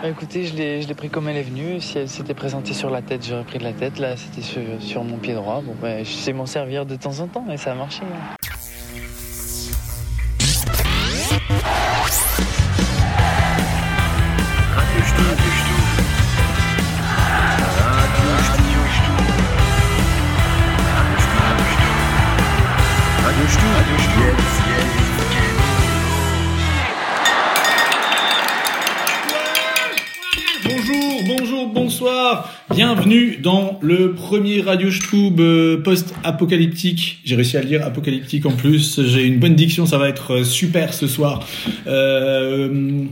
Bah, Écoutez, je l'ai je l'ai pris comme elle est venue. Si elle s'était présentée sur la tête, j'aurais pris de la tête. Là, c'était sur, sur mon pied droit. Bon, bah, je sais m'en servir de temps en temps et ça a marché. hein. Bonjour, bonjour, bonsoir. Bienvenue dans le premier Radio Stube post-apocalyptique. J'ai réussi à le dire apocalyptique en plus. J'ai une bonne diction, ça va être euh, super ce soir. Euh,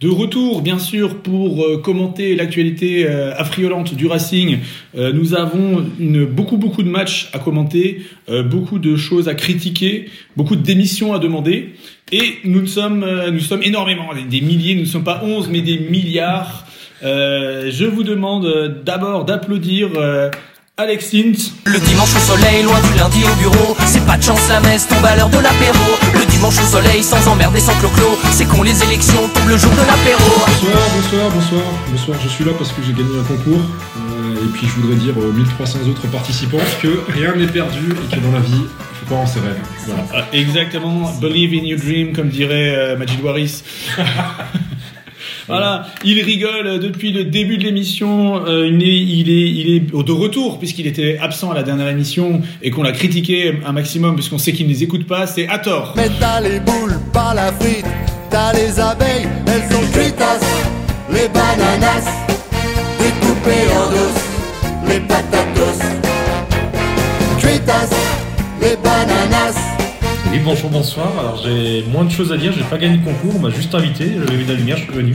de retour, bien sûr, pour euh, commenter l'actualité euh, affriolante du Racing. Euh, nous avons une, beaucoup, beaucoup de matchs à commenter, euh, beaucoup de choses à critiquer, beaucoup de démissions à demander. Et nous ne sommes, euh, nous sommes énormément, des- des milliers, nous ne sommes pas 11, mais des milliards. Euh, je vous demande euh, d'abord d'applaudir euh, Alex Hint. Le dimanche au soleil, loin du lundi au bureau. C'est pas de chance, la messe tombe à l'heure de l'apéro. Le dimanche au soleil, sans emmerder, sans clo-clo. C'est con, les élections tombent le jour de l'apéro. Bonsoir, bonsoir, bonsoir, bonsoir. Je suis là parce que j'ai gagné un concours. Euh, et puis je voudrais dire aux 1300 autres participants que rien n'est perdu et que dans la vie, il faut croire en ses rêves. Voilà. Euh, exactement, believe in your dream, comme dirait euh, Majid Waris. Voilà, il rigole euh, depuis le début de l'émission. euh, il, est, il, est, il est de retour puisqu'il était absent à la dernière émission et qu'on l'a critiqué un maximum puisqu'on sait qu'il ne les écoute pas. C'est à tort. Mais t'as les boules, pas la frite. T'as les abeilles, elles sont cuitas. Les bananas, découpées en dos. Les patatos, cuitas. Les bananas, Oui, bonjour, bonsoir. Alors j'ai moins de choses à dire, j'ai pas gagné le concours, on m'a juste invité, j'avais mis de la lumière, je suis venu.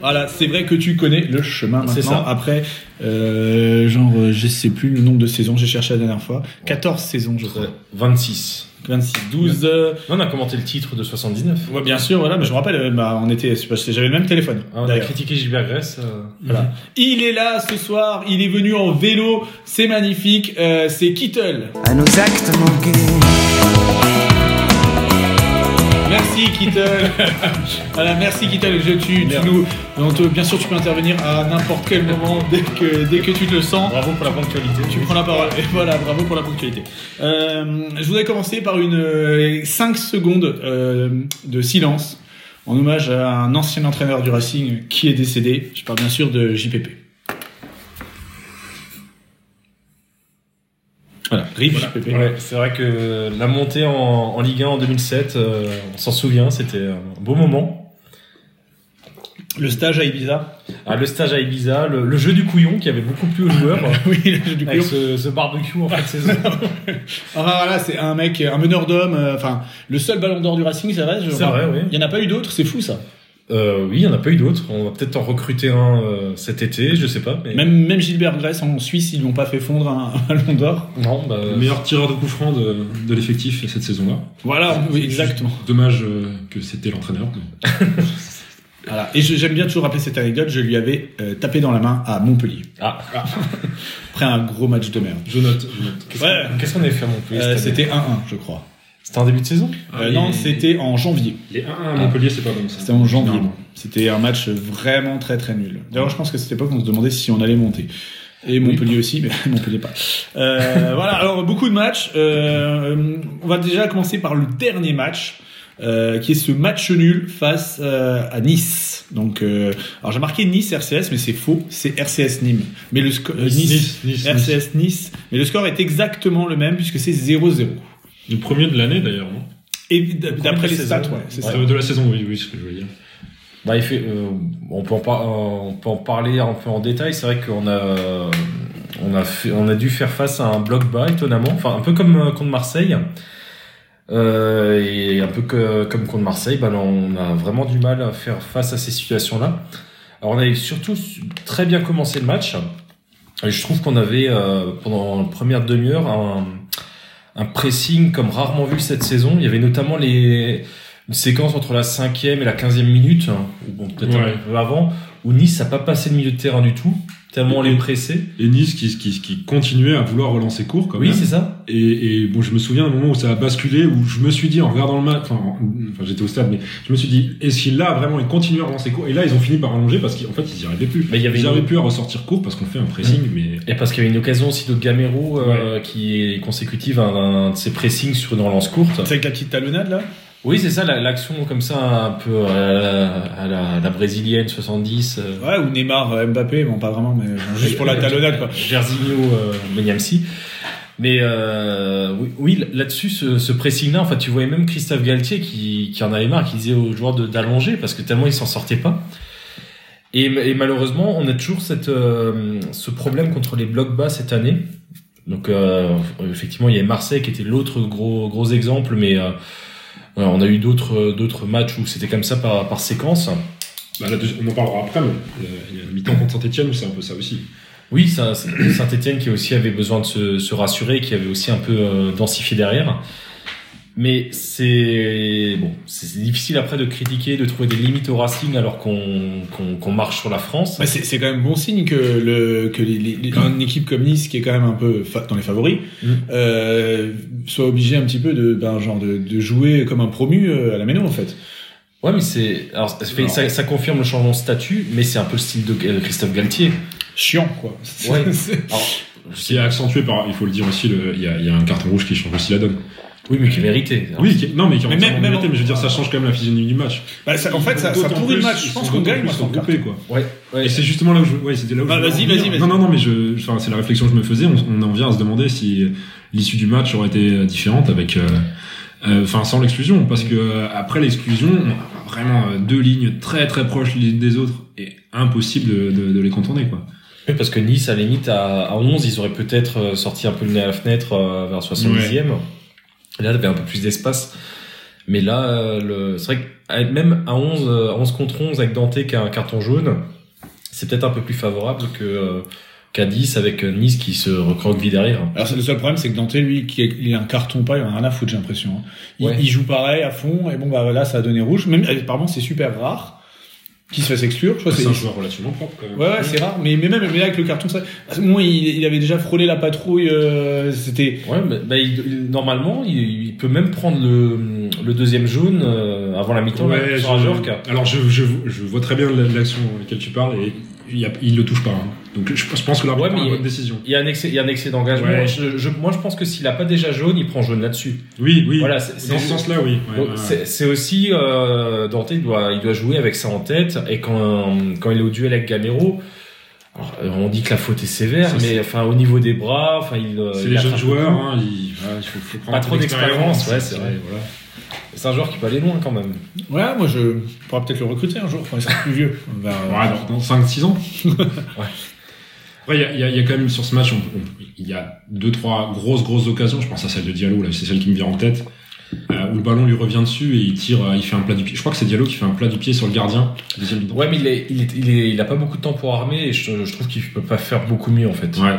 Voilà, c'est vrai que tu connais le chemin maintenant. C'est ça. Après, euh, genre, euh, je sais plus le nombre de saisons, j'ai cherché la dernière fois. 14 saisons, je crois. 26. 26, 12. euh, On a commenté le titre de 79. ouais, bien sûr, voilà, mais je me rappelle, euh, bah, on était, j'avais le même téléphone. Ah, on a d'ailleurs. critiqué Gilbert euh. Grèce. Voilà. Il est là ce soir, il est venu en vélo, c'est magnifique, euh, c'est Kittle. à nos actes manqués. Merci Kittle. voilà, merci Kittle, je tu, tu Bien. nous, on te- bien sûr tu peux intervenir à n'importe quel moment dès que dès que tu te le sens. Bravo pour la ponctualité. Tu prends la parole. Et voilà, bravo pour la ponctualité. Euh, je voudrais commencer par une euh, 5 secondes euh, de silence en hommage à un ancien entraîneur du Racing qui est décédé. Je parle bien sûr de JPP. Voilà, RIP JPP. Ouais, c'est vrai que la montée en, en Ligue 1 en 2007, euh, on s'en souvient, c'était un beau moment. Le stage à Ibiza. Ah, le stage à Ibiza, le, le jeu du couillon qui avait beaucoup plu aux joueurs. oui, le jeu du couillon. Avec ce, ce barbecue en fin de saison. Ah, voilà, c'est un mec, un meneur d'hommes. euh, Enfin, le seul ballon d'or du Racing, ça va je- C'est vrai, oui. Il n'y en a pas eu d'autres, c'est fou ça. Euh, oui, il n'y en a pas eu d'autres. On va peut-être en recruter un euh, cet été, je sais pas. Mais... Même, même Gilbert Grèce en Suisse, ils l'ont pas fait fondre un, un ballon d'or. Non, bah, Le meilleur tireur de coup franc de, de l'effectif cette saison-là. Voilà, Ah, oui, exactement. Dommage euh, que c'était l'entraîneur. mais- Voilà. Et je- j'aime bien toujours rappeler cette anecdote, je lui avais euh, tapé dans la main à Montpellier. Ah. Après un gros match de merde. Je note. je note. Qu'est-ce Ouais. qu'on- qu'est-ce qu'on avait fait à Montpellier Euh, cette année c'était 1-1, je crois. C'était en début de saison Euh, Ah, non, les- c'était en janvier. Les 1-1 à Montpellier, c'est pas bon. ça. C'était en janvier. Généralement. C'était un match vraiment très très nul. D'ailleurs, je pense qu'à cette époque, on se demandait si on allait monter. Et Montpellier aussi, mais Montpellier pas. Euh, voilà, alors beaucoup de matchs. Euh, on va déjà commencer par le dernier match, euh, qui est ce match nul face euh, à Nice. Donc, euh, alors j'ai marqué Nice RCS, mais c'est faux, c'est RCS Nîmes. Mais le sco- euh, Nice, Nice, Nice, Nice. RCS Nice, mais le score est exactement le même puisque c'est 0-0. Le premier de l'année d'ailleurs, non Et d- d'après les saison. stats, ouais, c'est ça. Euh, De la saison, oui, oui, c'est ce que je voulais dire. Bah, il fait, euh, on, peut en par- euh, on peut en parler un peu en détail. C'est vrai qu'on a, euh, on a, fait- on a dû faire face à un bloc bas, étonnamment. Enfin, un peu comme euh, contre Marseille. Euh, et un peu que, comme contre Marseille, bah, on a vraiment du mal à faire face à ces situations-là. Alors, on avait surtout su- très bien commencé le match. Et je trouve qu'on avait, euh, pendant la première demi-heure, un, un pressing comme rarement vu cette saison. Il y avait notamment les, une séquence entre la cinquième et la quinzième minute, hein, ou bon, peut-être un Ouais. peu avant, où Nice n'a pas passé le milieu de terrain du tout, tellement on les pressait. Et Nice qui, qui, qui continuait à vouloir relancer court quand Oui, même. c'est ça. Et, et bon, je me souviens d'un moment où ça a basculé, où je me suis dit en regardant le match, enfin, en- enfin, j'étais au stade, mais je me suis dit, est-ce qu'il là vraiment il continue à relancer court Et là ils ont fini par allonger parce qu'en fait ils n'y arrivaient plus. Mais Bah, il y avait ils n'y une- arrivaient plus à ressortir court parce qu'on fait un pressing, mais Et parce qu'il y avait une occasion aussi de Gamero euh, qui est consécutive à un, un de ses pressings sur une relance courte. C'est avec la petite talonnade là Oui, c'est ça, la- l'action comme ça, un peu à la, à la- la brésilienne 70. euh, Ouais, ou Neymar, euh, Mbappé, bon pas vraiment, mais euh, juste pour la talonnade quoi. Jairzinho, euh, Benyamsi. Mais euh, oui, oui, là-dessus, ce, ce pressing-là, enfin, tu voyais même Christophe Galtier qui, qui en avait marre, qui disait aux joueurs de- d'allonger parce que tellement ils s'en sortaient pas. Et, et malheureusement, on a toujours cette, euh, ce problème contre les blocs bas cette année. Donc, euh, effectivement, il y a Marseille qui était l'autre gros, gros exemple, mais euh, voilà, on a eu d'autres d'autres matchs où c'était comme ça par, par séquence. bah, la deuxi- on en parlera après, mais euh, il y a la mi-temps contre Saint-Etienne où c'est un peu ça aussi. Oui, Saint-Etienne qui aussi avait besoin de se, se rassurer, qui avait aussi un peu euh, densifié derrière. Mais c'est bon, c'est difficile après de critiquer, de trouver des limites au Racing alors qu'on qu'on qu'on marche sur la France. Bah, c'est c'est quand même bon signe que le que les- les- les- une équipe comme Nice qui est quand même un peu fa- dans les favoris Mm. euh, soit obligée un petit peu de ben genre de, de jouer comme un promu euh, à la méno en fait. Ouais, mais c'est alors ça, fait- ça, ça confirme le changement de statut, mais c'est un peu le style de euh, Christophe Galtier. Chiant quoi. C'est- Ouais. Alors, Qui est accentué par, il faut le dire aussi, le- il y, a, il y a un carton rouge qui change aussi la donne. oui, mais qui est mérité. Alors, Oui, qui est- non mais qui est Mais mais, même- même en- mais je veux dire ça change quand même la physionomie du match. bah, ça- en fait ça, ça D'autant pourrit le plus, match. ils Je pense sont qu'on d'autant gagne plus maintenant. regroupés, quoi. Ouais, ouais. Et c'est justement là où je, ouais, c'était là où. Bah, je voulais vas-y, en venir. vas-y, vas-y. Non, non, non, mais je, enfin, c'est la réflexion que je me faisais. On, on en vient à se demander si l'issue du match aurait été différente avec, euh, euh, enfin, sans l'exclusion, parce que euh, après l'exclusion, on a vraiment euh, deux lignes très très proches les unes des autres et impossible de, de- de les contourner, quoi. Oui, parce que Nice, à la limite, à, à 11, ils auraient peut-être euh, sorti un peu le nez à la fenêtre euh, vers 70e. Là, t'avais un peu plus d'espace. Mais là, euh, le... c'est vrai que à- même à 11, euh, 11 contre 11 avec Dante qui a un carton jaune, c'est peut-être un peu plus favorable que euh, qu'à 10 avec euh, Nice qui se recroqueville derrière. Alors c'est- le seul problème c'est que Dante lui qui est- il a un carton pas il en a rien à foutre j'ai l'impression. hein. Il, Ouais. il joue pareil à fond et bon bah là ça a donné rouge. Même euh, apparemment c'est super rare qui se fasse exclure. Je crois que C'est c'est- un joueur relativement propre, quand même. Ouais, ouais, c'est rare, mais, mais même mais là, avec le carton, ça. À ce moment, il, il avait déjà frôlé la patrouille, euh, c'était. Ouais, bah, bah, il- il- normalement, il, il peut même prendre le, le deuxième jaune euh, avant la mi-temps Ouais, là, je- sur Ajorque. alors je, je, je vois très bien la- l'action à laquelle tu parles et il, y a- il le touche pas. hein. Donc je, je pense que l'arbitre Ouais, mais prend il- une bonne décision. Il y a un excès, il y a un excès d'engagement. Ouais. Je- je- moi, je pense que s'il a pas déjà jaune, il prend jaune là-dessus. Oui, oui. Voilà, c'est- dans c'est- ce sens-là, oui. Ouais, Donc, ouais, ouais. c'est- C'est aussi euh, Dante il doit il doit jouer avec ça en tête et quand quand il est au duel avec Gamero, alors, euh, on dit que la faute est sévère, Ça, mais enfin au niveau des bras, enfin il euh, C'est il les attrape jeunes joueurs, beaucoup. hein, il, voilà, il faut, faut prendre Pas trop d'expérience, ouais, c'est vrai. Voilà. C'est un joueur qui peut aller loin quand même. Ouais, moi, je. On pourra peut-être le recruter un jour quand il sera plus vieux. Bah, euh, Ouais, dans, 5-6 ans. Après, il y a- il y, a- il y a quand même sur ce match, on- on- il y a deux trois grosses grosses occasions. Je pense à celle de Diallo, là, c'est celle qui me vient en tête, euh, où le ballon lui revient dessus et il tire, euh, il fait un plat du pied. Je crois que c'est Diallo qui fait un plat du pied sur le gardien. Deuxième mi-temps. Ouais, mais il est, il est- il est- il a pas beaucoup de temps pour armer et je, je trouve qu'il peut pas faire beaucoup mieux en fait. Ouais.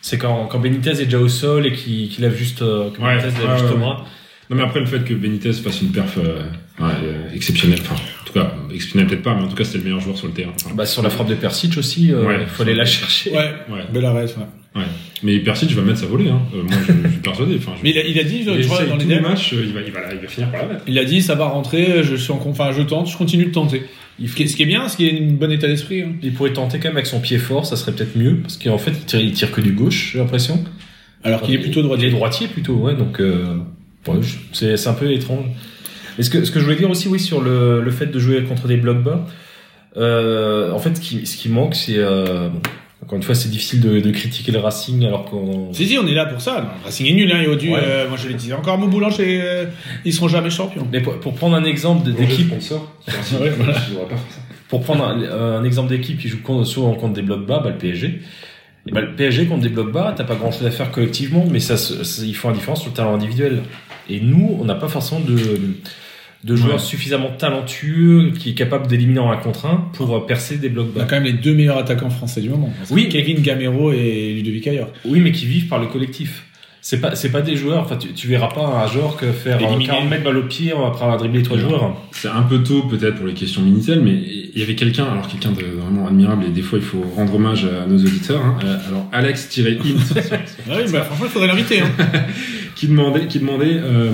C'est quand quand Benitez est déjà au sol et qu'il qu'il lève juste euh, que Ouais, Benitez lève ouais, juste ouais, au bras. Non mais après le fait que Benitez fasse une perf euh, ouais, euh, exceptionnelle, enfin, en tout cas exceptionnelle peut-être pas, mais en tout cas c'était le meilleur joueur sur le terrain. Enfin, Bah sur la frappe de Persic aussi, euh, Ouais. faut aller la chercher. ouais, ouais. bel arrêt, ouais. Mais Persic va mettre sa volée. Hein. Euh, moi, je, je suis persuadé. Enfin, je- Mais il a, il a dit, il tu vois, essaye dans les tous les derniers- matchs, euh, il va, il va, la- il va finir par la mettre. il a dit, ça va rentrer, je suis en con- enfin, je tente, je continue de tenter. Ce qui est, ce qui est bien, ce qui est un bon état d'esprit. hein. Il pourrait tenter quand même avec son pied fort, ça serait peut-être mieux, parce qu'en fait, il tire, il tire que du gauche, j'ai l'impression. Alors qu'il est plutôt Il droitier. est droitier plutôt, ouais, donc euh, ouais, je- c'est c'est un peu étrange. Mais ce que, ce que je voulais dire aussi, oui, sur le, le fait de jouer contre des blocs bas, euh, en fait, ce qui, ce qui manque, c'est... euh, bon, encore une fois, c'est difficile de, de critiquer le Racing alors qu'on... Si, si, on est là pour ça. Le Racing est nul, hein, et Odu, Ouais. euh, moi, je l'ai dit encore, mon boulanger, euh, ils seront jamais champions. Mais pour, pour prendre un exemple d'équipe, L'équipe sort. Ouais, voilà. pour prendre un, un exemple d'équipe qui joue con- souvent contre des blocs bas, bah, le PSG. Et bah, le PSG contre des blocs bas, t'as pas grand chose à faire collectivement, mais ça, se- ça- ils font la différence sur le talent individuel. Et nous, on n'a pas forcément de, de joueurs Ouais. suffisamment talentueux qui est capable d'éliminer en un contre un pour euh, percer des blocs On a bas. quand même les deux meilleurs attaquants français du moment. Oui. Kevin Gamero et Ludovic Ayer. Oui, mais qui vivent par le collectif. c'est pas c'est pas des joueurs. Enfin, tu, tu verras pas un joueur que faire euh, Éliminer. 40 mètres balle au pied après avoir dribblé trois Non. joueurs. C'est un peu tôt peut-être pour les questions Minitel, mais il y avait quelqu'un, alors quelqu'un de vraiment admirable, et des fois il faut rendre hommage à nos auditeurs. hein. Euh, Alors Alex-Hint, Ah oui, bah, franchement, il faudrait l'inviter. Hein. qui demandait, qui demandait euh,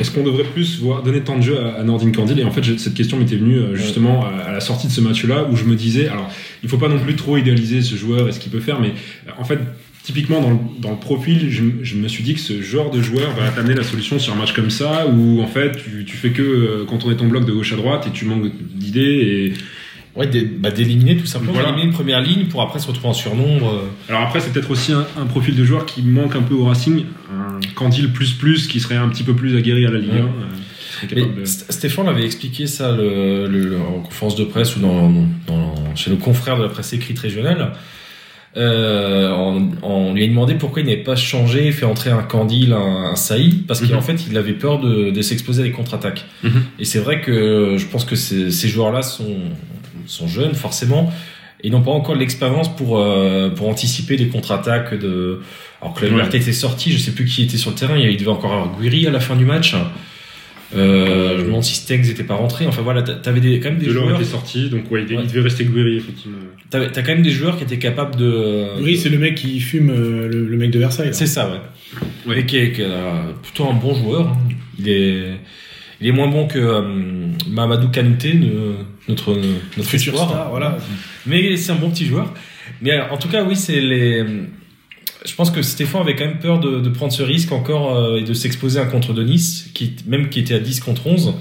est-ce qu'on devrait plus voir, donner tant de jeu à, à Nordin Candil Et en fait, j'ai- cette question m'était venue euh, justement à, à la sortie de ce match-là, où je me disais, alors il faut pas non plus trop idéaliser ce joueur et ce qu'il peut faire, mais euh, en fait, typiquement dans le, dans le profil, je, m- je me suis dit que ce genre de joueur va t'amener la solution sur un match comme ça, où en fait, tu, tu fais que euh, quand on est en bloc de gauche à droite et tu manques d'idées. Et... Ouais, des- bah, d'éliminer tout simplement, Voilà. d'éliminer une première ligne pour après se retrouver en surnombre. euh. Alors après, c'est peut-être aussi un, un profil de joueur qui manque un peu au Racing, un Candil plus plus qui serait un petit peu plus aguerri à la Ligue 1. Hum. Ouais. euh, qui serait Mais capable de- St- Stéphane l'avait expliqué ça le, le- le- en conférence de presse ou dans, dans- chez nos confrères de la presse écrite régionale. Euh, on, on lui a demandé pourquoi il n'avait pas changé, fait entrer un Candil, un, un Saïd, parce Mhm. qu'en fait il avait peur de, de s'exposer à des contre-attaques. Mhm. Et c'est vrai que je pense que ces, ces joueurs-là sont, sont jeunes forcément, et n'ont pas encore l'expérience pour, euh, pour anticiper les contre-attaques. De... Alors que la Ouais. liberté était sortie, je sais plus qui était sur le terrain, il devait encore avoir Guiri à la fin du match. Euh, je me demande si Stengs n'était pas rentré. Enfin voilà, t'a- t'avais des, quand même des Delors joueurs. était sorti, donc ouais, il, Ouais. il devait rester Guiri, effectivement. T'avais- T'as quand même des joueurs qui étaient capables de. Oui, c'est le mec qui fume euh, le, le mec de Versailles. là. Euh, C'est ça, ouais. Ouais. Et qui est, qui est, euh, plutôt un bon joueur. Il est, il est moins bon que euh, Mamadou Kanouté, ne- notre notre Futur espoir. star, voilà. Mais c'est un bon petit joueur. Mais euh, en tout cas, oui, c'est les. euh, Je pense que Stéphane avait quand même peur de, de prendre ce risque encore euh, et de s'exposer à un contre de Nice, qui, même qui était à 10 contre 11.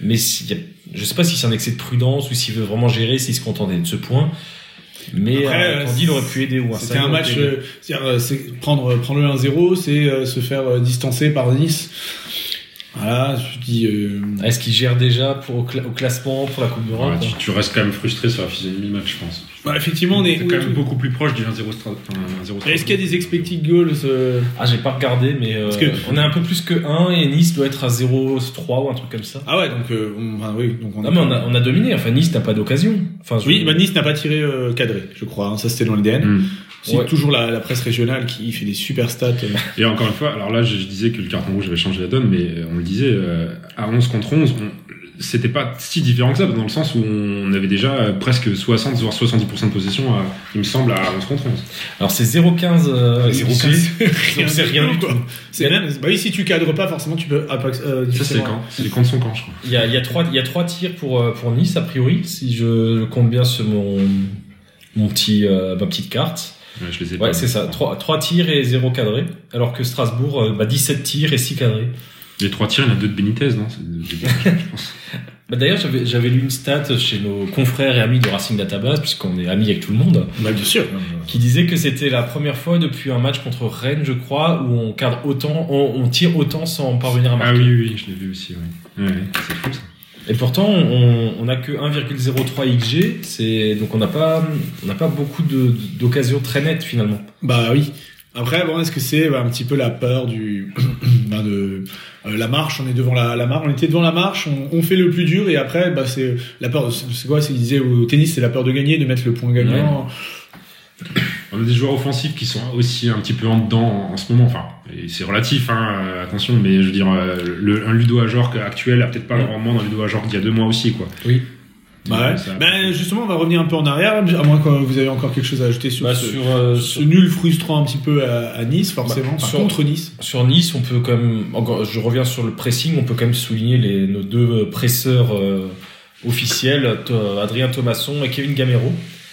Mais s'il y a- je sais pas si c'est un excès de prudence ou s'il veut vraiment gérer, s'il se contentait de ce point. Mais Après, euh, euh, Candil aurait pu aider. ou C'était Saïd un aurait match, pu aider. euh, c'est-à-dire, euh, c'est prendre, prendre le 1-0, c'est euh, se faire euh, distancer par Nice. Voilà, je dis. euh, Est-ce qu'il gère déjà pour, au, cla- au classement pour la Coupe d'Europe Ouais, tu, tu restes quand même frustré sur la physionomie du match, je pense. bah, effectivement, on est. T'es oui, quand même tout- beaucoup plus proche du 1-0 Strasbourg. enfin, 1-0 Est-ce qu'il y a des Strasbourg. expected goals euh, Ah, j'ai pas regardé, mais euh, Parce que- on est un peu plus que 1 et Nice doit être à 0-3 ou un truc comme ça. Ah ouais, donc. euh, on- enfin, oui, donc on Non, mais on a, on a dominé. Enfin, Nice n'a pas d'occasion. Enfin, je- Oui, bah, Nice n'a pas tiré euh, cadré, je crois. hein. Ça, c'était dans l'IDN. Hum. Hmm. C'est Ouais. toujours la, la presse régionale qui fait des super stats. euh. Et encore une fois, alors là, je, je disais que le carton rouge avait changé la donne, mais euh, on le disait, euh, à 11 contre 11, on- c'était pas si différent que ça, dans le sens où on avait déjà euh, presque 60, voire 70% de possession, à- il me semble, à 11 contre 11. Alors c'est 0,15. euh, 0,15. Donc c'est rien du tout. quoi. C'est même. Bah oui, si tu cadres pas, forcément, tu peux. appa- euh, Ça, c'est difficilement- le camp. C'est les camps de son camp, je crois. Il y a, il y, a trois, il y a trois tirs pour, euh, pour Nice, a priori, si je compte bien sur mon, mon petit, euh, ma petite carte. Ouais, je les ai Ouais, pas. c'est ça. Trois, trois tirs et zéro cadré. Alors que Strasbourg, euh, bah, 17 tirs et 6 cadrés. Les trois tirs, il y en a deux de Benitez, non C'est de- de- je pense. Bah, D'ailleurs, j'avais j'avais lu une stat chez nos confrères et amis de Racing Database, puisqu'on est amis avec tout le monde, Bah bien sûr. qui disait que c'était la première fois depuis un match contre Rennes, je crois, où on cadre autant, on, on tire autant sans parvenir à marquer. Ah oui, oui, oui, je l'ai vu aussi, oui. Ouais, ouais, c'est fou, ça. Et pourtant, on on n'a que 1,03 XG, c'est donc on n'a pas, on n'a pas beaucoup de- d'occasions très nettes finalement. Bah oui. Après, bon, est-ce que c'est bah, un petit peu la peur du, bah, de euh, la marche On est devant la, la marche, on était devant la marche, on, on fait le plus dur et après, bah, c'est la peur. de- C'est quoi C'est disait au tennis, c'est la peur de gagner, de mettre le point gagnant. On a des joueurs offensifs qui sont aussi un petit peu en dedans en, en ce moment. Enfin, et c'est relatif, hein, euh, attention, mais je veux dire, euh, le, un Ludo Ajorc actuel a peut-être pas le Ouais. rendement d'un Ludo Ajorc d'il y a deux mois aussi, quoi. Oui. Bah ouais. Ça- Ben, justement, on va revenir un peu en arrière, à moins que vous avez encore quelque chose à ajouter sur Bah, ce, sur, euh, ce sur, nul frustrant un petit peu à, à Nice, forcément, Bah, enfin, sur- contre Nice. sur Nice, on peut quand même, encore, je reviens sur le pressing, on peut quand même souligner les, nos deux presseurs euh, officiels, To- Adrien Thomasson et Kevin Gamero,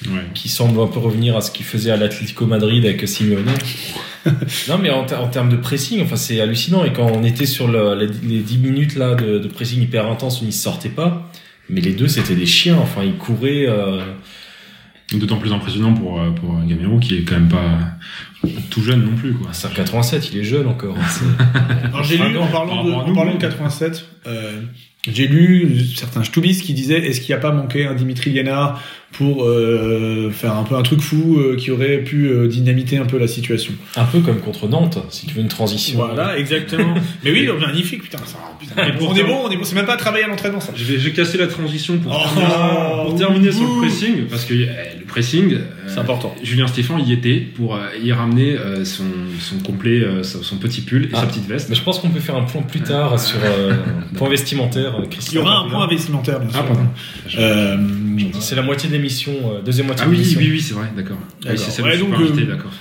ouais. qui semblent un peu revenir à ce qu'ils faisaient à l'Atlético Madrid avec Simeone. non, mais en, ter- en termes de pressing, enfin c'est hallucinant. Et quand on était sur le- les, les 10 minutes là de, de pressing hyper intense, où ils ne sortaient pas. Mais les deux, c'était des chiens. Enfin, ils couraient. euh, D'autant plus impressionnant pour, euh, pour Gamero qui est quand même pas tout jeune non plus, quoi. c'est un 87, il est jeune encore. C'est- Alors j'ai lu Pardon, en par parlant de, rapport à en nous, parlant de oui. 87, euh, J'ai lu certains Stubis qui disaient est-ce qu'il n'y a pas manqué un Dimitri Liénard pour euh, faire un peu un truc fou euh, qui aurait pu euh, dynamiter un peu la situation. Un peu comme contre Nantes, si tu veux une transition. Voilà, exactement. Mais oui, magnifique, putain. Ça, putain. Et on pourtant- est bon, on est bon. C'est même pas à travailler à l'entraînement, ça. Je vais, je vais casser la transition pour, Oh, terminer- pour terminer sur bouh. le pressing, parce que euh, le pressing, euh, C'est important. Julien Stéphan y était pour euh, y ramener euh, son, son complet, euh, son son petit pull et Ah. sa petite veste. Mais je pense qu'on peut faire un point plus tard sur euh, point vestimentaire. euh, Il y Christian. aura un point vestimentaire, bien sûr. Ah, pardon. Euh, C'est la moitié de l'émission, euh, deuxième moitié Ah de oui, l'émission. oui, oui, c'est vrai, d'accord. Ah oui, D'accord. c'est ça, Ouais, je suis donc, pas invité, euh, d'accord.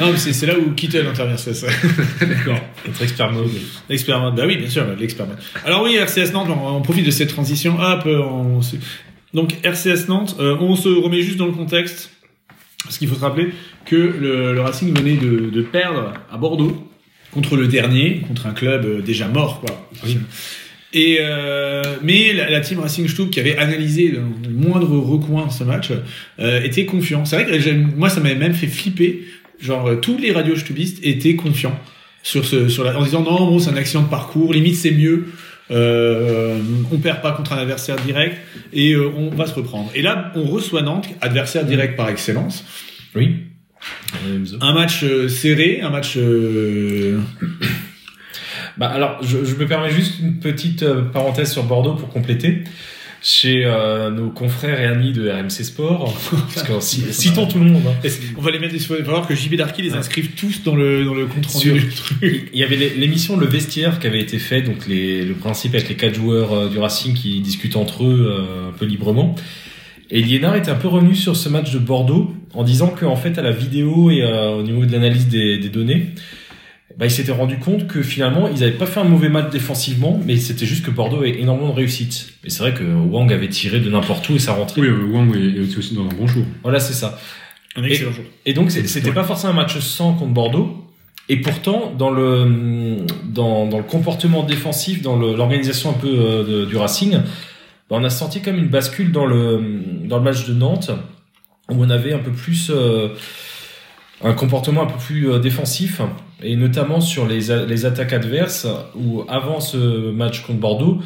non, mais c'est c'est là où Kittel intervient, c'est ça. D'accord. Notre expert mode. L'expert mode. Bah oui, bien sûr, l'expert mode. Alors oui, RCS Nantes, on, on profite de cette transition. Hop, euh, on se- donc RCS Nantes, euh, on se remet juste dans le contexte. Parce qu'il faut se rappeler que le, le Racing venait de, de perdre à Bordeaux contre le dernier, contre un club euh, déjà mort, quoi. Et euh, mais la, la team Racing Stub qui avait analysé le, le moindre recoin de ce match euh, était confiant. C'est vrai que j'aime- moi ça m'avait même fait flipper. Genre euh, tous les radios stubistes étaient confiants sur ce sur la, en disant non bon c'est un accident de parcours, limite c'est mieux. Euh, on perd pas contre un adversaire direct et euh, on va se reprendre. Et là on reçoit Nantes, adversaire direct par excellence. Oui. Euh, Un match euh, serré, un match euh, Bah alors, je, je me permets juste une petite euh, parenthèse sur Bordeaux pour compléter. Chez euh, nos confrères et amis de RMC Sport, parce que si- citons tout le monde. hein. on va les mettre il faut voir que JB Darky les inscrive tous dans le dans le compte rendu Sur- du truc. Il y avait l'é- l'émission Le Vestiaire qui avait été fait, donc les, le principe avec les quatre joueurs euh, du Racing qui discutent entre eux euh, un peu librement. Et Liénard était un peu revenu sur ce match de Bordeaux en disant qu'en fait à la vidéo et euh, au niveau de l'analyse des, des données, bah, il s'était rendu compte que finalement ils n'avaient pas fait un mauvais match défensivement, mais c'était juste que Bordeaux avait énormément de réussite. Et c'est vrai que Wang avait tiré de n'importe où et ça rentrait. Oui, euh, Wang est est aussi dans un bon jour. Voilà, c'est ça. Un excellent jour. Et donc, c'est- c'était pas forcément un match sans contre Bordeaux. Et pourtant, dans le, dans, dans le comportement défensif, dans le- l'organisation un peu euh, de- du Racing, bah, on a senti comme une bascule dans le, dans le match de Nantes, où on avait un peu plus euh, un comportement un peu plus euh, défensif, et notamment sur les, a- les attaques adverses, où avant ce match contre Bordeaux,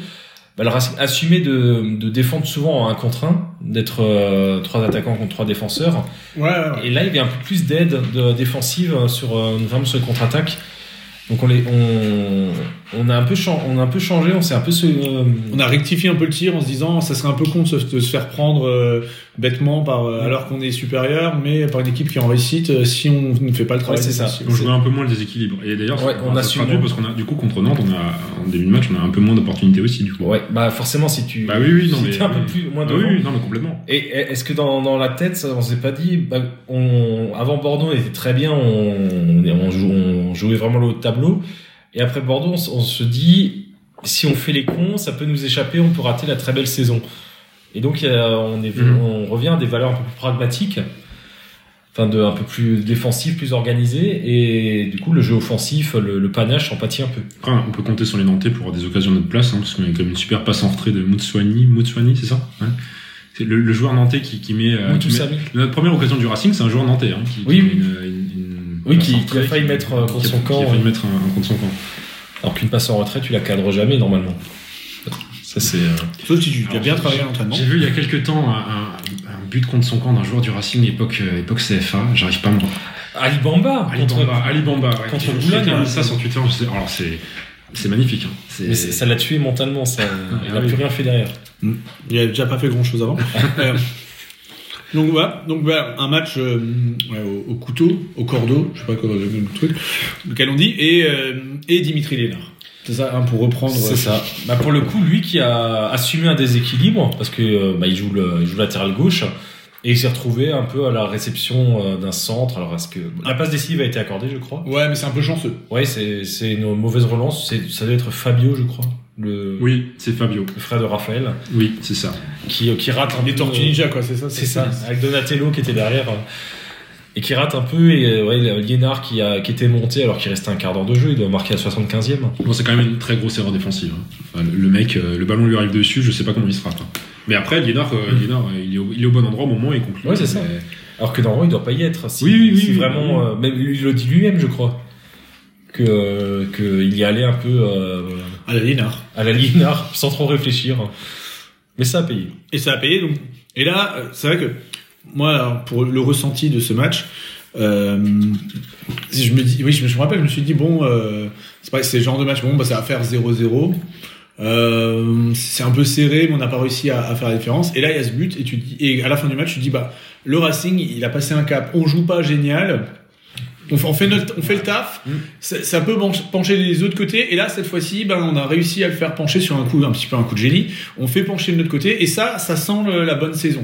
bah, le Racing assumait de, de défendre souvent en un contre un, d'être euh, trois attaquants contre trois défenseurs. Ouais, ouais, ouais. Et là, il y avait un peu plus d'aide de- défensive euh, sur euh, notamment sur les contre-attaques. Donc on, les, on, on a un peu chan- on a un peu changé, on s'est un peu se- euh, On a rectifié un peu le tir en se disant ça serait un peu con de se, de se faire prendre euh, bêtement par euh, alors qu'on est supérieur mais par une équipe qui est en réussite euh, si on ne fait pas le travail. Ouais, c'est ça. défensif. On jouait un peu moins le déséquilibre. Et d'ailleurs, Ouais, ça- on ça a se su- traduit parce qu'on a, du coup, contre Nantes, on a, en début de match, on a un peu moins d'opportunités aussi, du coup. ouais, bah forcément si tu Bah oui, oui, non, si mais. t'es un peu oui. plus moins Ah devant. oui, oui, non, mais complètement. Et et- est-ce que dans, dans la tête, ça, on s'est pas dit, bah, on, avant Bordeaux, on était très bien, on, on, on jou- on jouait vraiment le haut de tableau. Et après Bordeaux, on, s- on se dit, si on fait les cons, ça peut nous échapper, on peut rater la très belle saison. Et donc, il y a- on, est, Mhm. on revient à des valeurs un peu plus pragmatiques, enfin, de, un peu plus défensives, plus organisées. Et du coup, le jeu offensif, le, le panache en pâtit un peu. Après, on peut compter sur les Nantais pour avoir des occasions de notre place, hein, parce qu'on a comme une super passe en retrait de Mutsuani. Mutsuani, c'est ça Ouais. C'est le, le joueur nantais qui, qui met. euh, Ou qui tout met- ça mis. Notre première occasion du Racing, c'est un joueur nantais. Hein, qui, Oui, qui oui. met une- une- une Oui, passe qui- en qui a retrait, failli mettre, euh, contre qui a- son camp, Qui a failli ouais. mettre un, un contre son camp. Alors qu'une passe en retrait, tu la cadres jamais, normalement. Ça, c'est. euh, Sauf si tu tu as Alors, bien j'ai- travaillé à l'entraînement. J'ai vu il y a quelques temps un, un- un but contre son camp d'un joueur du Racing époque, euh, époque CFA. J'arrive pas à me Ali Bamba Ali contre- Bamba, Ali Bamba, ouais. contre Je- je Boulogne, regardais hein. ça sur Twitter, je sais- alors c'est c'est magnifique. hein. C'est- Ah Mais c'est- ça l'a tué mentalement, ça. Il n'a oui. plus rien fait derrière. Il a déjà pas fait grand chose avant. Euh, donc voilà, donc voilà, un match euh, ouais, au, au couteau, au cordeau, je sais pas comment le truc, lequel on dit, et, euh, et Dimitri Lénard. C'est ça, hein, pour reprendre. C'est ça. Bah pour le coup, lui qui a assumé un déséquilibre, parce que euh, bah, il, joue le, il joue latéral gauche, et il s'est retrouvé un peu à la réception euh, d'un centre. Alors, est-ce que. La passe décisive a été accordée, je crois. Ouais, mais c'est un peu chanceux. Ouais, c'est c'est une mauvaise relance. C'est- Ça doit être Fabio, je crois. Le, Oui, c'est Fabio. le frère de Raphaël, Oui, c'est ça. qui, euh, qui rate un Les peu, Tortues euh, Ninja, quoi, c'est ça C'est ça, avec Donatello qui était derrière euh, et qui rate un peu. Et euh, ouais, Liénard qui, a, qui était monté alors qu'il restait un quart d'heure de jeu, il doit marquer à 75e. Bon, c'est quand même une très grosse erreur défensive. hein. Enfin, le, le mec, euh, le ballon lui arrive dessus, je sais pas comment il sera. quoi. Mais après, Lienard, euh, Lienard, euh, il, est au, il est au bon endroit au moment où il conclut. Mm. Ouais, c'est ça. Mais- Alors que normalement, il doit pas y être. Si, Oui, oui, oui, si oui, vraiment, oui. euh, même lui, il le dit lui-même, je crois, que euh, que il y allait un peu. euh, à la Liénard. à la Liénard sans trop réfléchir. Mais ça a payé. Et ça a payé. Donc. Et là, euh, c'est vrai que moi, alors, pour le ressenti de ce match, euh, je me dis, oui, je me, je me rappelle, je me suis dit, bon, euh, c'est pas c'est le genre de match, bon, bah, ça va faire 0-0. Euh, c'est un peu serré, mais on n'a pas réussi à, à faire la différence. Et là, il y a ce but, et, tu te dis, et à la fin du match, tu te dis, bah, le Racing, il a passé un cap. On joue pas génial. On fait, on fait, notre, on fait le taf, ça, ça peut pencher- pencher les autres côtés, et là, cette fois-ci, ben, on a réussi à le faire pencher sur un coup, un petit peu un coup de génie. On fait pencher de notre côté, et ça, ça sent le- la bonne saison.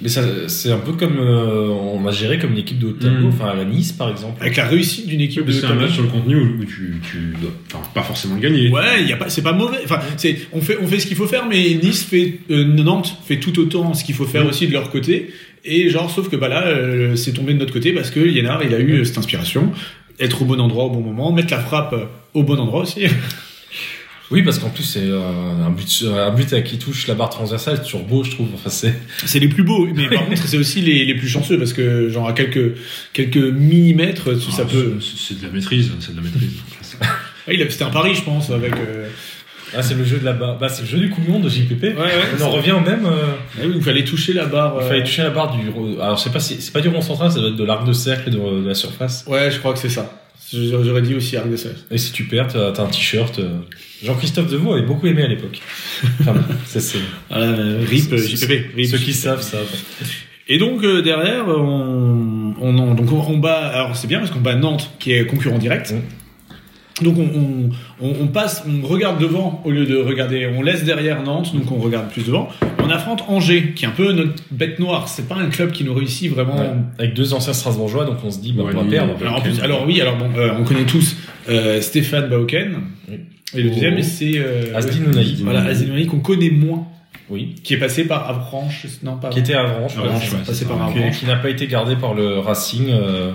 Mais ça, c'est un peu comme euh, on a géré comme une équipe de haut de tableau, Mm. enfin à la Nice par exemple. Avec la réussite d'une équipe de C'est un tableau. match sur le contenu où, où tu, tu dois enfin, pas forcément le gagner. Ouais, y a pas, c'est pas mauvais. Enfin, c'est, on fait, on fait ce qu'il faut faire, mais Nice fait, euh, Nantes fait tout autant ce qu'il faut faire aussi de leur côté. Et genre, sauf que bah là, euh, c'est tombé de notre côté parce que Yénard, il a eu euh, cette inspiration, être au bon endroit au bon moment, mettre la frappe euh, au bon endroit aussi. Oui, parce qu'en plus c'est euh, un but, un but à qui touche la barre transversale, toujours beau je trouve. Enfin c'est c'est les plus beaux, mais par contre, c'est aussi les, les plus chanceux parce que genre à quelques quelques millimètres, Ah, ça peut. c'est- C'est de la maîtrise, hein, c'est de la maîtrise. Ah, il a, c'était un pari, je pense, avec. euh, ah, c'est le jeu de la barre, bah, c'est le jeu du couillon de JPP. Ouais, ouais. on en revient au même. euh, ah oui, Ah il fallait toucher la barre. Il euh, fallait toucher la barre du. Alors je sais pas si c'est pas du rond central, ça doit être de l'arc de cercle et de, de la surface. Ouais, je crois que c'est ça. J'aurais dit aussi Arc de Cercle. Et si tu perds, t'as t'as un t-shirt. euh, Jean-Christophe Deveau avait beaucoup aimé à l'époque. Enfin, bon, ça, c'est- euh, RIP, Ceux- JPP. RIP. Ceux qui savent savent. Et donc euh, derrière, on, on, on- donc on, on bat. Alors c'est bien parce qu'on bat Nantes, qui est concurrent direct. Mmh. Donc on, on, on- on passe, on regarde devant au lieu de regarder, on laisse derrière Nantes, donc on regarde plus devant. On affronte Angers, qui est un peu notre bête noire. C'est pas un club qui nous réussit vraiment. Ouais. Avec deux anciens Strasbourgeois, donc on se dit, bah, Ouais, on va lui, perdre. il Alors, en plus- alors oui, alors bon, euh, on connaît tous euh, Stéphane Bauken. Oui. Et le Oh. deuxième, c'est euh, Asdin Ounahi. Voilà, Asdin Ounahi, qu'on connaît moins, Oui. qui est passé par Avranches, non pas. Qui était à Avranches, Ah, voilà, Avranches, ouais, passé c'est par ça. Avranches, qui n'a pas été gardé par le Racing, euh,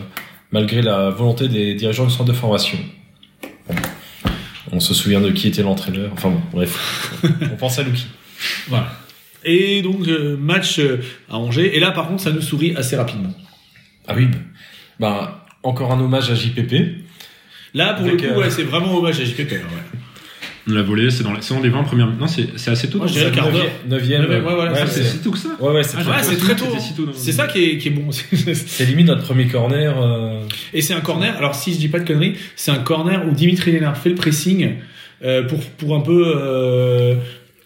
malgré la volonté des dirigeants du centre de formation. Bon. On se souvient de qui était l'entraîneur. Enfin bon, bref. on pense à Lucky. Et donc euh, match euh, à Angers. Et là, par contre, ça nous sourit assez rapidement. Ah oui. Bah, encore un hommage à JPP. Là, pour Avec, le coup, euh, ouais, c'est vraiment hommage à JPP. Ouais. On l'a volé, c'est dans, les- c'est dans les 20 premières minutes. Non, c'est c'est assez tôt. Moi, dans je dirais le- le quart d'heure. 9 Ouais, ouais, voilà, ouais, c'est c'est si tôt que ça. ouais, ouais, c'est Ah, très- Ouais, ouais, c'est c'est très tout, tôt. c'est si tôt, non. C'est ça qui est, qui est bon. c'est limite notre premier corner. euh, Et c'est un corner. Alors, si je dis pas de conneries, c'est un corner où Dimitri Lénard fait le pressing euh, pour, pour un peu. euh,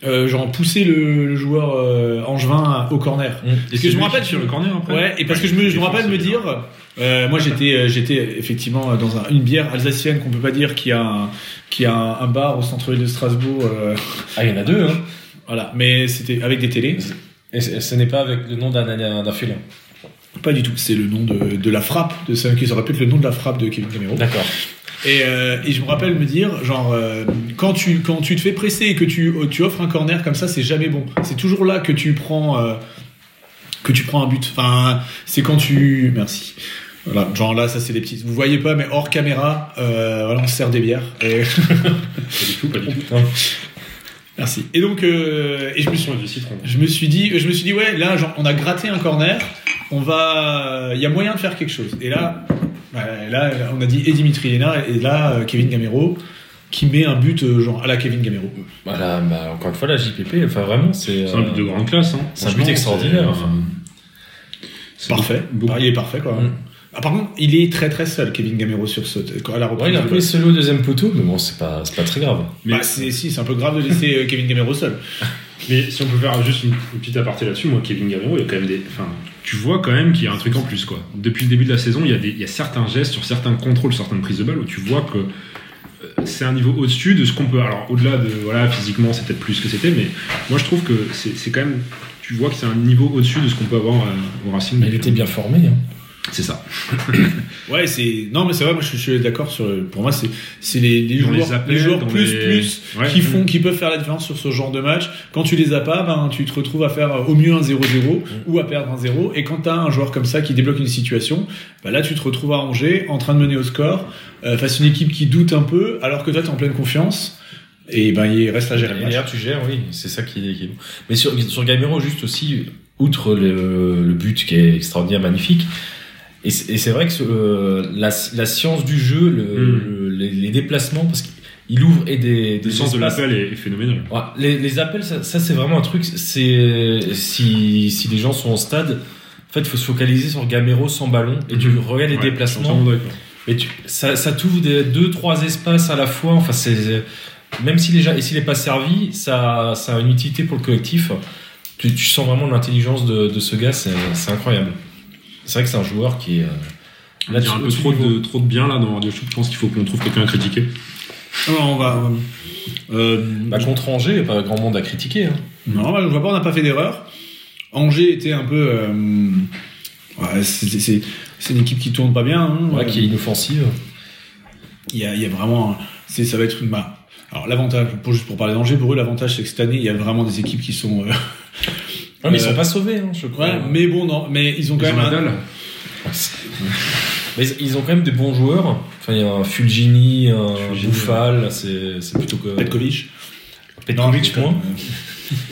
euh, genre pousser le, le joueur euh, angevin à- au corner. Et Parce que je me lui rappelle qui tire le corner après. Ouais, et parce que je me, je me rappelle me dire, euh, moi j'étais, euh, j'étais effectivement dans un- une bière alsacienne qu'on peut pas dire qui a, un, qui a un, un bar au centre-ville de Strasbourg. euh, Ah, il y en a deux, hein. Voilà, mais c'était avec des télés. Et c- ce n'est pas avec le nom d'un d'un félin. Pas du tout, c'est le nom de, de la frappe, de ça qui aurait pu être le nom de la frappe de Kevin Camero. D'accord. Et, euh, et je me rappelle me dire, genre, euh, quand, tu, quand tu te fais presser et que tu, euh, tu offres un corner comme ça, c'est jamais bon. C'est toujours là que tu prends, euh, que tu prends un but. Enfin, c'est quand tu. Merci. Voilà, genre là, ça c'est les petits. Vous voyez pas, mais hors caméra, euh, voilà, on se sert des bières. Et- Pas du tout, pas du tout. hein. Merci. Et donc, euh, et je me suis Sur du citron. Je me suis dit, je me suis dit ouais, là, genre, on a gratté un corner, on va, il y a moyen de faire quelque chose. Et là, ouais, là, on a dit et Dimitri Lénard et là euh, Kevin Gamero qui met un but euh, genre à la Kevin Gamero. Voilà, bah, encore une fois, la JPP, enfin vraiment, c'est. euh, C'est un Euh, but de grande classe. hein. c'est un but Franchement, extraordinaire, c'est, enfin. euh, c'est Parfait. Bah, beaucoup- Il est parfait quoi. Mm. Ah, par contre, il est très très seul Kevin Gamero sur ce à la reprise. Ouais, il a de un peu balle. solo au deuxième poteau, mais bon, c'est pas, c'est pas très grave. Mais- Bah, c'est si, c'est un peu grave de laisser euh, Kevin Gamero seul. Mais si on peut faire juste une, une petite aparté là-dessus, moi, Kevin Gamero, il y a quand même des. Enfin, tu vois quand même qu'il y a un truc en plus, quoi. Depuis le début de la saison, il y a, des, il y a certains gestes sur certains contrôles, sur certaines prises de balle où tu vois que euh, c'est un niveau au-dessus de ce qu'on peut. Alors, au-delà de. Voilà, physiquement, c'est peut-être plus ce que c'était, mais moi, je trouve que c'est c'est quand même. Tu vois que c'est un niveau au-dessus de ce qu'on peut avoir euh, au Racing. Mais il était bien formé. Hein. C'est ça. Ouais, c'est non mais c'est vrai, moi je, je suis d'accord sur. Pour moi, c'est c'est les, les Dans joueurs, les appels, les joueurs dans plus les- plus Ouais. qui font, qui peuvent faire la différence sur ce genre de match. Quand tu les as pas, ben tu te retrouves à faire euh, au mieux un 0-0 ou à perdre un 0. Et quand t'as un joueur comme ça qui débloque une situation, ben là tu te retrouves à Angers en train de mener au score euh, face à une équipe qui doute un peu, alors que toi t'es en pleine confiance. Et ben il reste à gérer le Et match. derrière, tu gères, oui, c'est ça qui est, qui est bon. Mais sur, sur Gamero, juste aussi, outre le, le but qui est extraordinaire, magnifique, et c'est et c'est vrai que ce- euh, la, la science du jeu, le- Mm. le- les, les déplacements, parce que il ouvre et des, des Le sens de espaces- l'appel est, est phénoménal. Ouais, les, les appels, ça, ça, c'est vraiment un truc. C'est si, si les gens sont au stade, en fait, faut se focaliser sur Gamero sans ballon et tu Mhm. regardes les Ouais, déplacements. je suis entièrement d'accord. Mais tu, ça, ça t'ouvre des deux trois espaces à la fois. Enfin, c'est même si déjà et s'il n'est pas servi, ça ça a une utilité pour le collectif. Tu, tu sens vraiment l'intelligence de, de ce gars. C'est c'est incroyable. C'est vrai que c'est un joueur qui est euh, On là dirait un peu au-dessus trop du niveau. de, trop de bien là dans Radio Show. Je pense qu'il faut qu'on trouve quelqu'un à critiquer. Ah, on va. on va- Euh, Bah, contre Angers, il y a pas grand monde à critiquer. hein. Non, bah, je vois pas, on n'a pas fait d'erreur. Angers était un peu. euh, ouais, c'est- c'est c'est- c'est une équipe qui tourne pas bien. hein. Ouais, qui est inoffensive. Il y a, il y a vraiment. un- c'est- Ça va être une. Bah, alors, l'avantage, pour, juste pour parler d'Angers, pour eux, l'avantage, c'est que cette année, il y a vraiment des équipes qui sont. euh, Ouais, mais ils Euh, sont pas sauvés, hein, je crois. ouais, mais bon, non, mais ils ont quand Ils ont même. la un- dalle. Mais ils ont quand même des bons joueurs. Enfin, il y a un Fulgini, un Fulgini. Bouffal, là, c'est c'est plutôt que. Petkovic. Petkovic, Non, moins.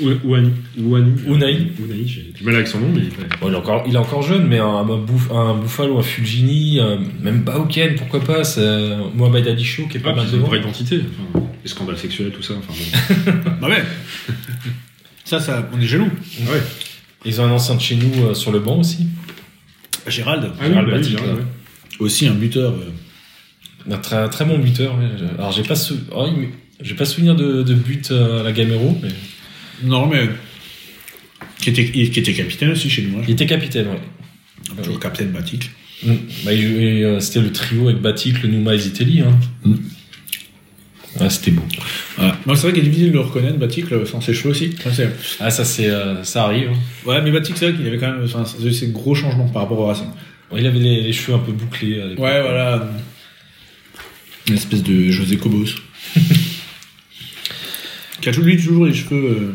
Ou- Ouani. Ouani. Ounaï. Ounaï, J'ai du mal avec son nom, mais. ouais. Bon, il, est encore, il est encore jeune, mais un, un, Bouf- un Bouffal ou un Fulgini, euh, même Baoken, pourquoi pas, c'est euh, Mohamed Ali Chou qui est pas Ah Ah, puis mal c'est une devant. vraie identité. Enfin, les scandales sexuels, tout ça. Enfin, bon. Bah ouais. Ça, ça, on est jaloux. ouais. Ils ont un ancien de chez nous euh, sur le banc aussi. Gérald, Ah oui, Gérald bah oui, Batic, Gérald, là. ouais. aussi un buteur. euh, Un très, très bon buteur. ouais. Alors, j'ai pas, sou- oh, il met- j'ai pas souvenir de, de but euh, à la Gamero, mais Non, mais. Qui était, qui était capitaine aussi chez nous. hein. il était capitaine, ouais. Toujours capitaine Batic. Mm. Bah, il jouait, euh, c'était le trio avec Batik, le Nouma et Zitelli. Hein. Mm. Ah, c'était beau. Voilà. Non, c'est vrai qu'il est difficile de le reconnaître, Batic, le- sans ses cheveux aussi. Ça, c'est- Ah, ça, c'est, euh, ça arrive. ouais, mais Batic, c'est vrai qu'il avait quand même enfin, c'est- c'est gros changements par rapport au Racing. Il avait les, les cheveux un peu bouclés. à l'époque. Ouais, voilà. Une espèce de José Cobos. qui a tout, lui toujours les cheveux.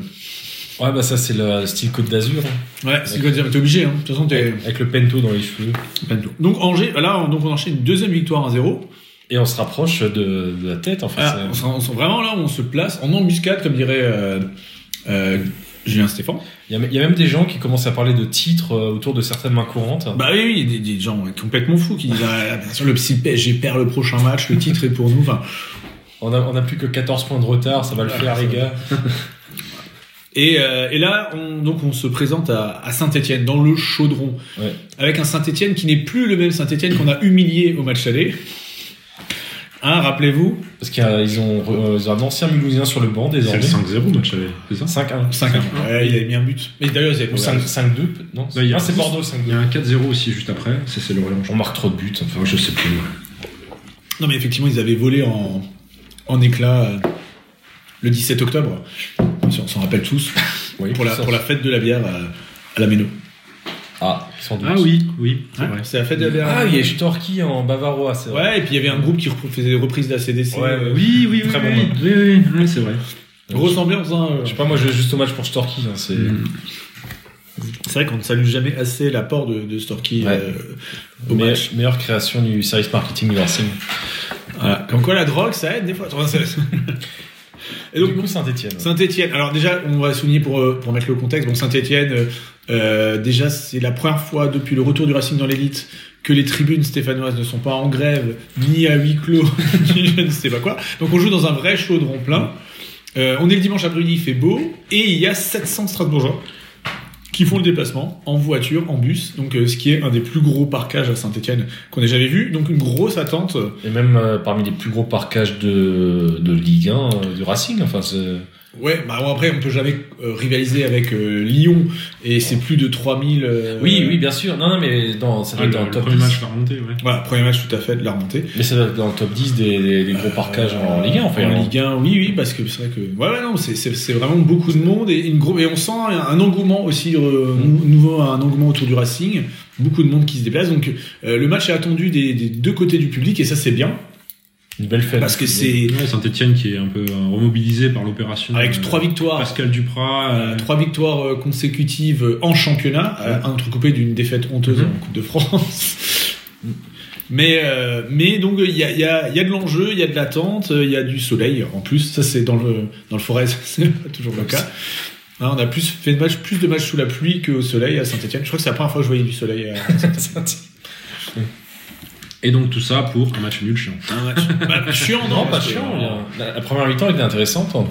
Ouais, bah ça, c'est le style Côte d'Azur. hein. euh, Ouais, c'est quoi dire, t'es obligé, hein. De toute façon, t'es. Avec le pento dans les cheveux. Donc, Angers, là, on, donc on enchaîne une deuxième victoire à 0. Et on se rapproche de, de la tête, enfin. Voilà, on, c'est- s'en- on s'en- vraiment là, on se place en embuscade, comme dirait euh, euh, Julien Stéphane. Il y, a- il y a même des gens qui commencent à parler de titres euh, autour de certaines mains courantes. Bah oui, oui, des, des gens complètement fous qui disent ah, bien sûr, le si le PSG perd le prochain match, le titre est pour nous. Enfin, On, a, on a plus que 14 points de retard, ça va le Ouais, faire, Ah, ça les va. gars. Et, euh, et là, on, donc, on se présente à, Saint-Etienne, dans le chaudron. Ouais. Avec un Saint-Etienne qui n'est plus le même Saint-Etienne qu'on a humilié au match aller. Hein, rappelez-vous, Parce qu'ils ont, re- euh, ils ont un ancien Mulhousien sur le banc C'est désormais. le 5-0 match avec. C'est ça 5-1. 5 ouais, Il avait mis un but. Mais d'ailleurs, ils avaient Ou 5- 5-2. Non, Bah, Non, il y a Ah, c'est un- Bordeaux, 5-2. Il y a un 4-0 aussi juste après. Ça, c'est l'Orient. je On marque trop de buts. crois. Enfin, je sais plus. Non, mais effectivement, ils avaient volé en, en éclats euh, le 17 octobre. Si on s'en rappelle tous. Oui, pour, la, ça. pour la fête de la bière euh, à la Méno. Ah, sans doute. Ah oui, oui. c'est Hein vrai. C'est la fête de la bière. à Ah, la il y Méno. a Storki en bavarois, c'est vrai. Ouais, et puis il y avait un groupe qui repro- faisait des reprises d'ACDC. Ouais, euh, bah Oui, oui, oui. Très bon oui, moment. oui, oui, oui, c'est vrai. Ressemblance, hein. euh. Je sais pas, moi je vais juste au match pour Storki. hein, Mm. c'est... C'est vrai qu'on ne salue jamais assez l'apport de, de Storky Ouais. euh, au Me- match. meilleure création du service marketing du Racing. Voilà. Comme quoi la drogue, ça aide des fois. Et donc, du coup, Saint-Etienne. Saint-Etienne. Alors déjà, on va souligner pour, euh, pour mettre le contexte. Bon, Saint-Etienne, euh, euh, déjà, c'est la première fois depuis le retour du Racing dans l'élite que les tribunes stéphanoises ne sont pas en grève, ni à huis clos, ni je ne sais pas quoi. Donc on joue dans un vrai chaudron plein. Euh, on est le dimanche après-midi, il fait beau, et il y a 700 Strasbourgeois qui font le déplacement en voiture, en bus, donc euh, ce qui est un des plus gros parcages à Saint-Etienne qu'on ait jamais vu. Donc une grosse attente. euh, Et même euh, parmi les plus gros parcages de, de Ligue 1 euh, du Racing. Enfin, c'est... Ouais, bah bon, après, on peut jamais euh, rivaliser avec euh, Lyon, et c'est plus de 3000. euh, Oui, oui, bien sûr. Non, non, mais dans, ça Ah, doit le, être dans le le top premier 10. match va remonter, ouais. Voilà, premier match tout à fait de la remontée. Euh, Mais ça doit être dans le top 10 des, des- des gros parcages en Ligue 1. Enfin, En Ligue 1, oui, oui, parce que c'est vrai que. Ouais, ouais, non, c'est- c'est c'est vraiment beaucoup de monde et, une gro- et on sent un, un engouement aussi, euh, Mm. nou- nouveau, un engouement autour du Racing. Beaucoup de monde qui se déplace. Donc euh, le match est attendu des, des deux côtés du public et ça, c'est bien. Une belle fête. Parce que c'est. Ouais, Saint-Etienne qui est un peu euh, remobilisé par Mm. l'opération. Avec euh, trois victoires. Pascal Duprat. Euh, euh, trois victoires euh, consécutives euh, en championnat, euh, entrecoupées d'une défaite honteuse Mhm. en Coupe de France. mais, euh, mais donc il y a, il y a- il y a de l'enjeu, il y a de l'attente, euh, il y a du soleil en plus. Ça c'est dans le dans le forêt, ça, c'est pas toujours le cas. Hein, on a plus fait de matchs, plus de matchs sous la euh, pluie qu'au soleil à Saint-Etienne. Je crois que c'est la première fois que je voyais du soleil. à- Saint-Étienne. Et donc tout ça pour un match nul chiant. Un match. Bah, chiant, non, Non, pas parce que- chiant. La, la première mi-temps était intéressante. hein.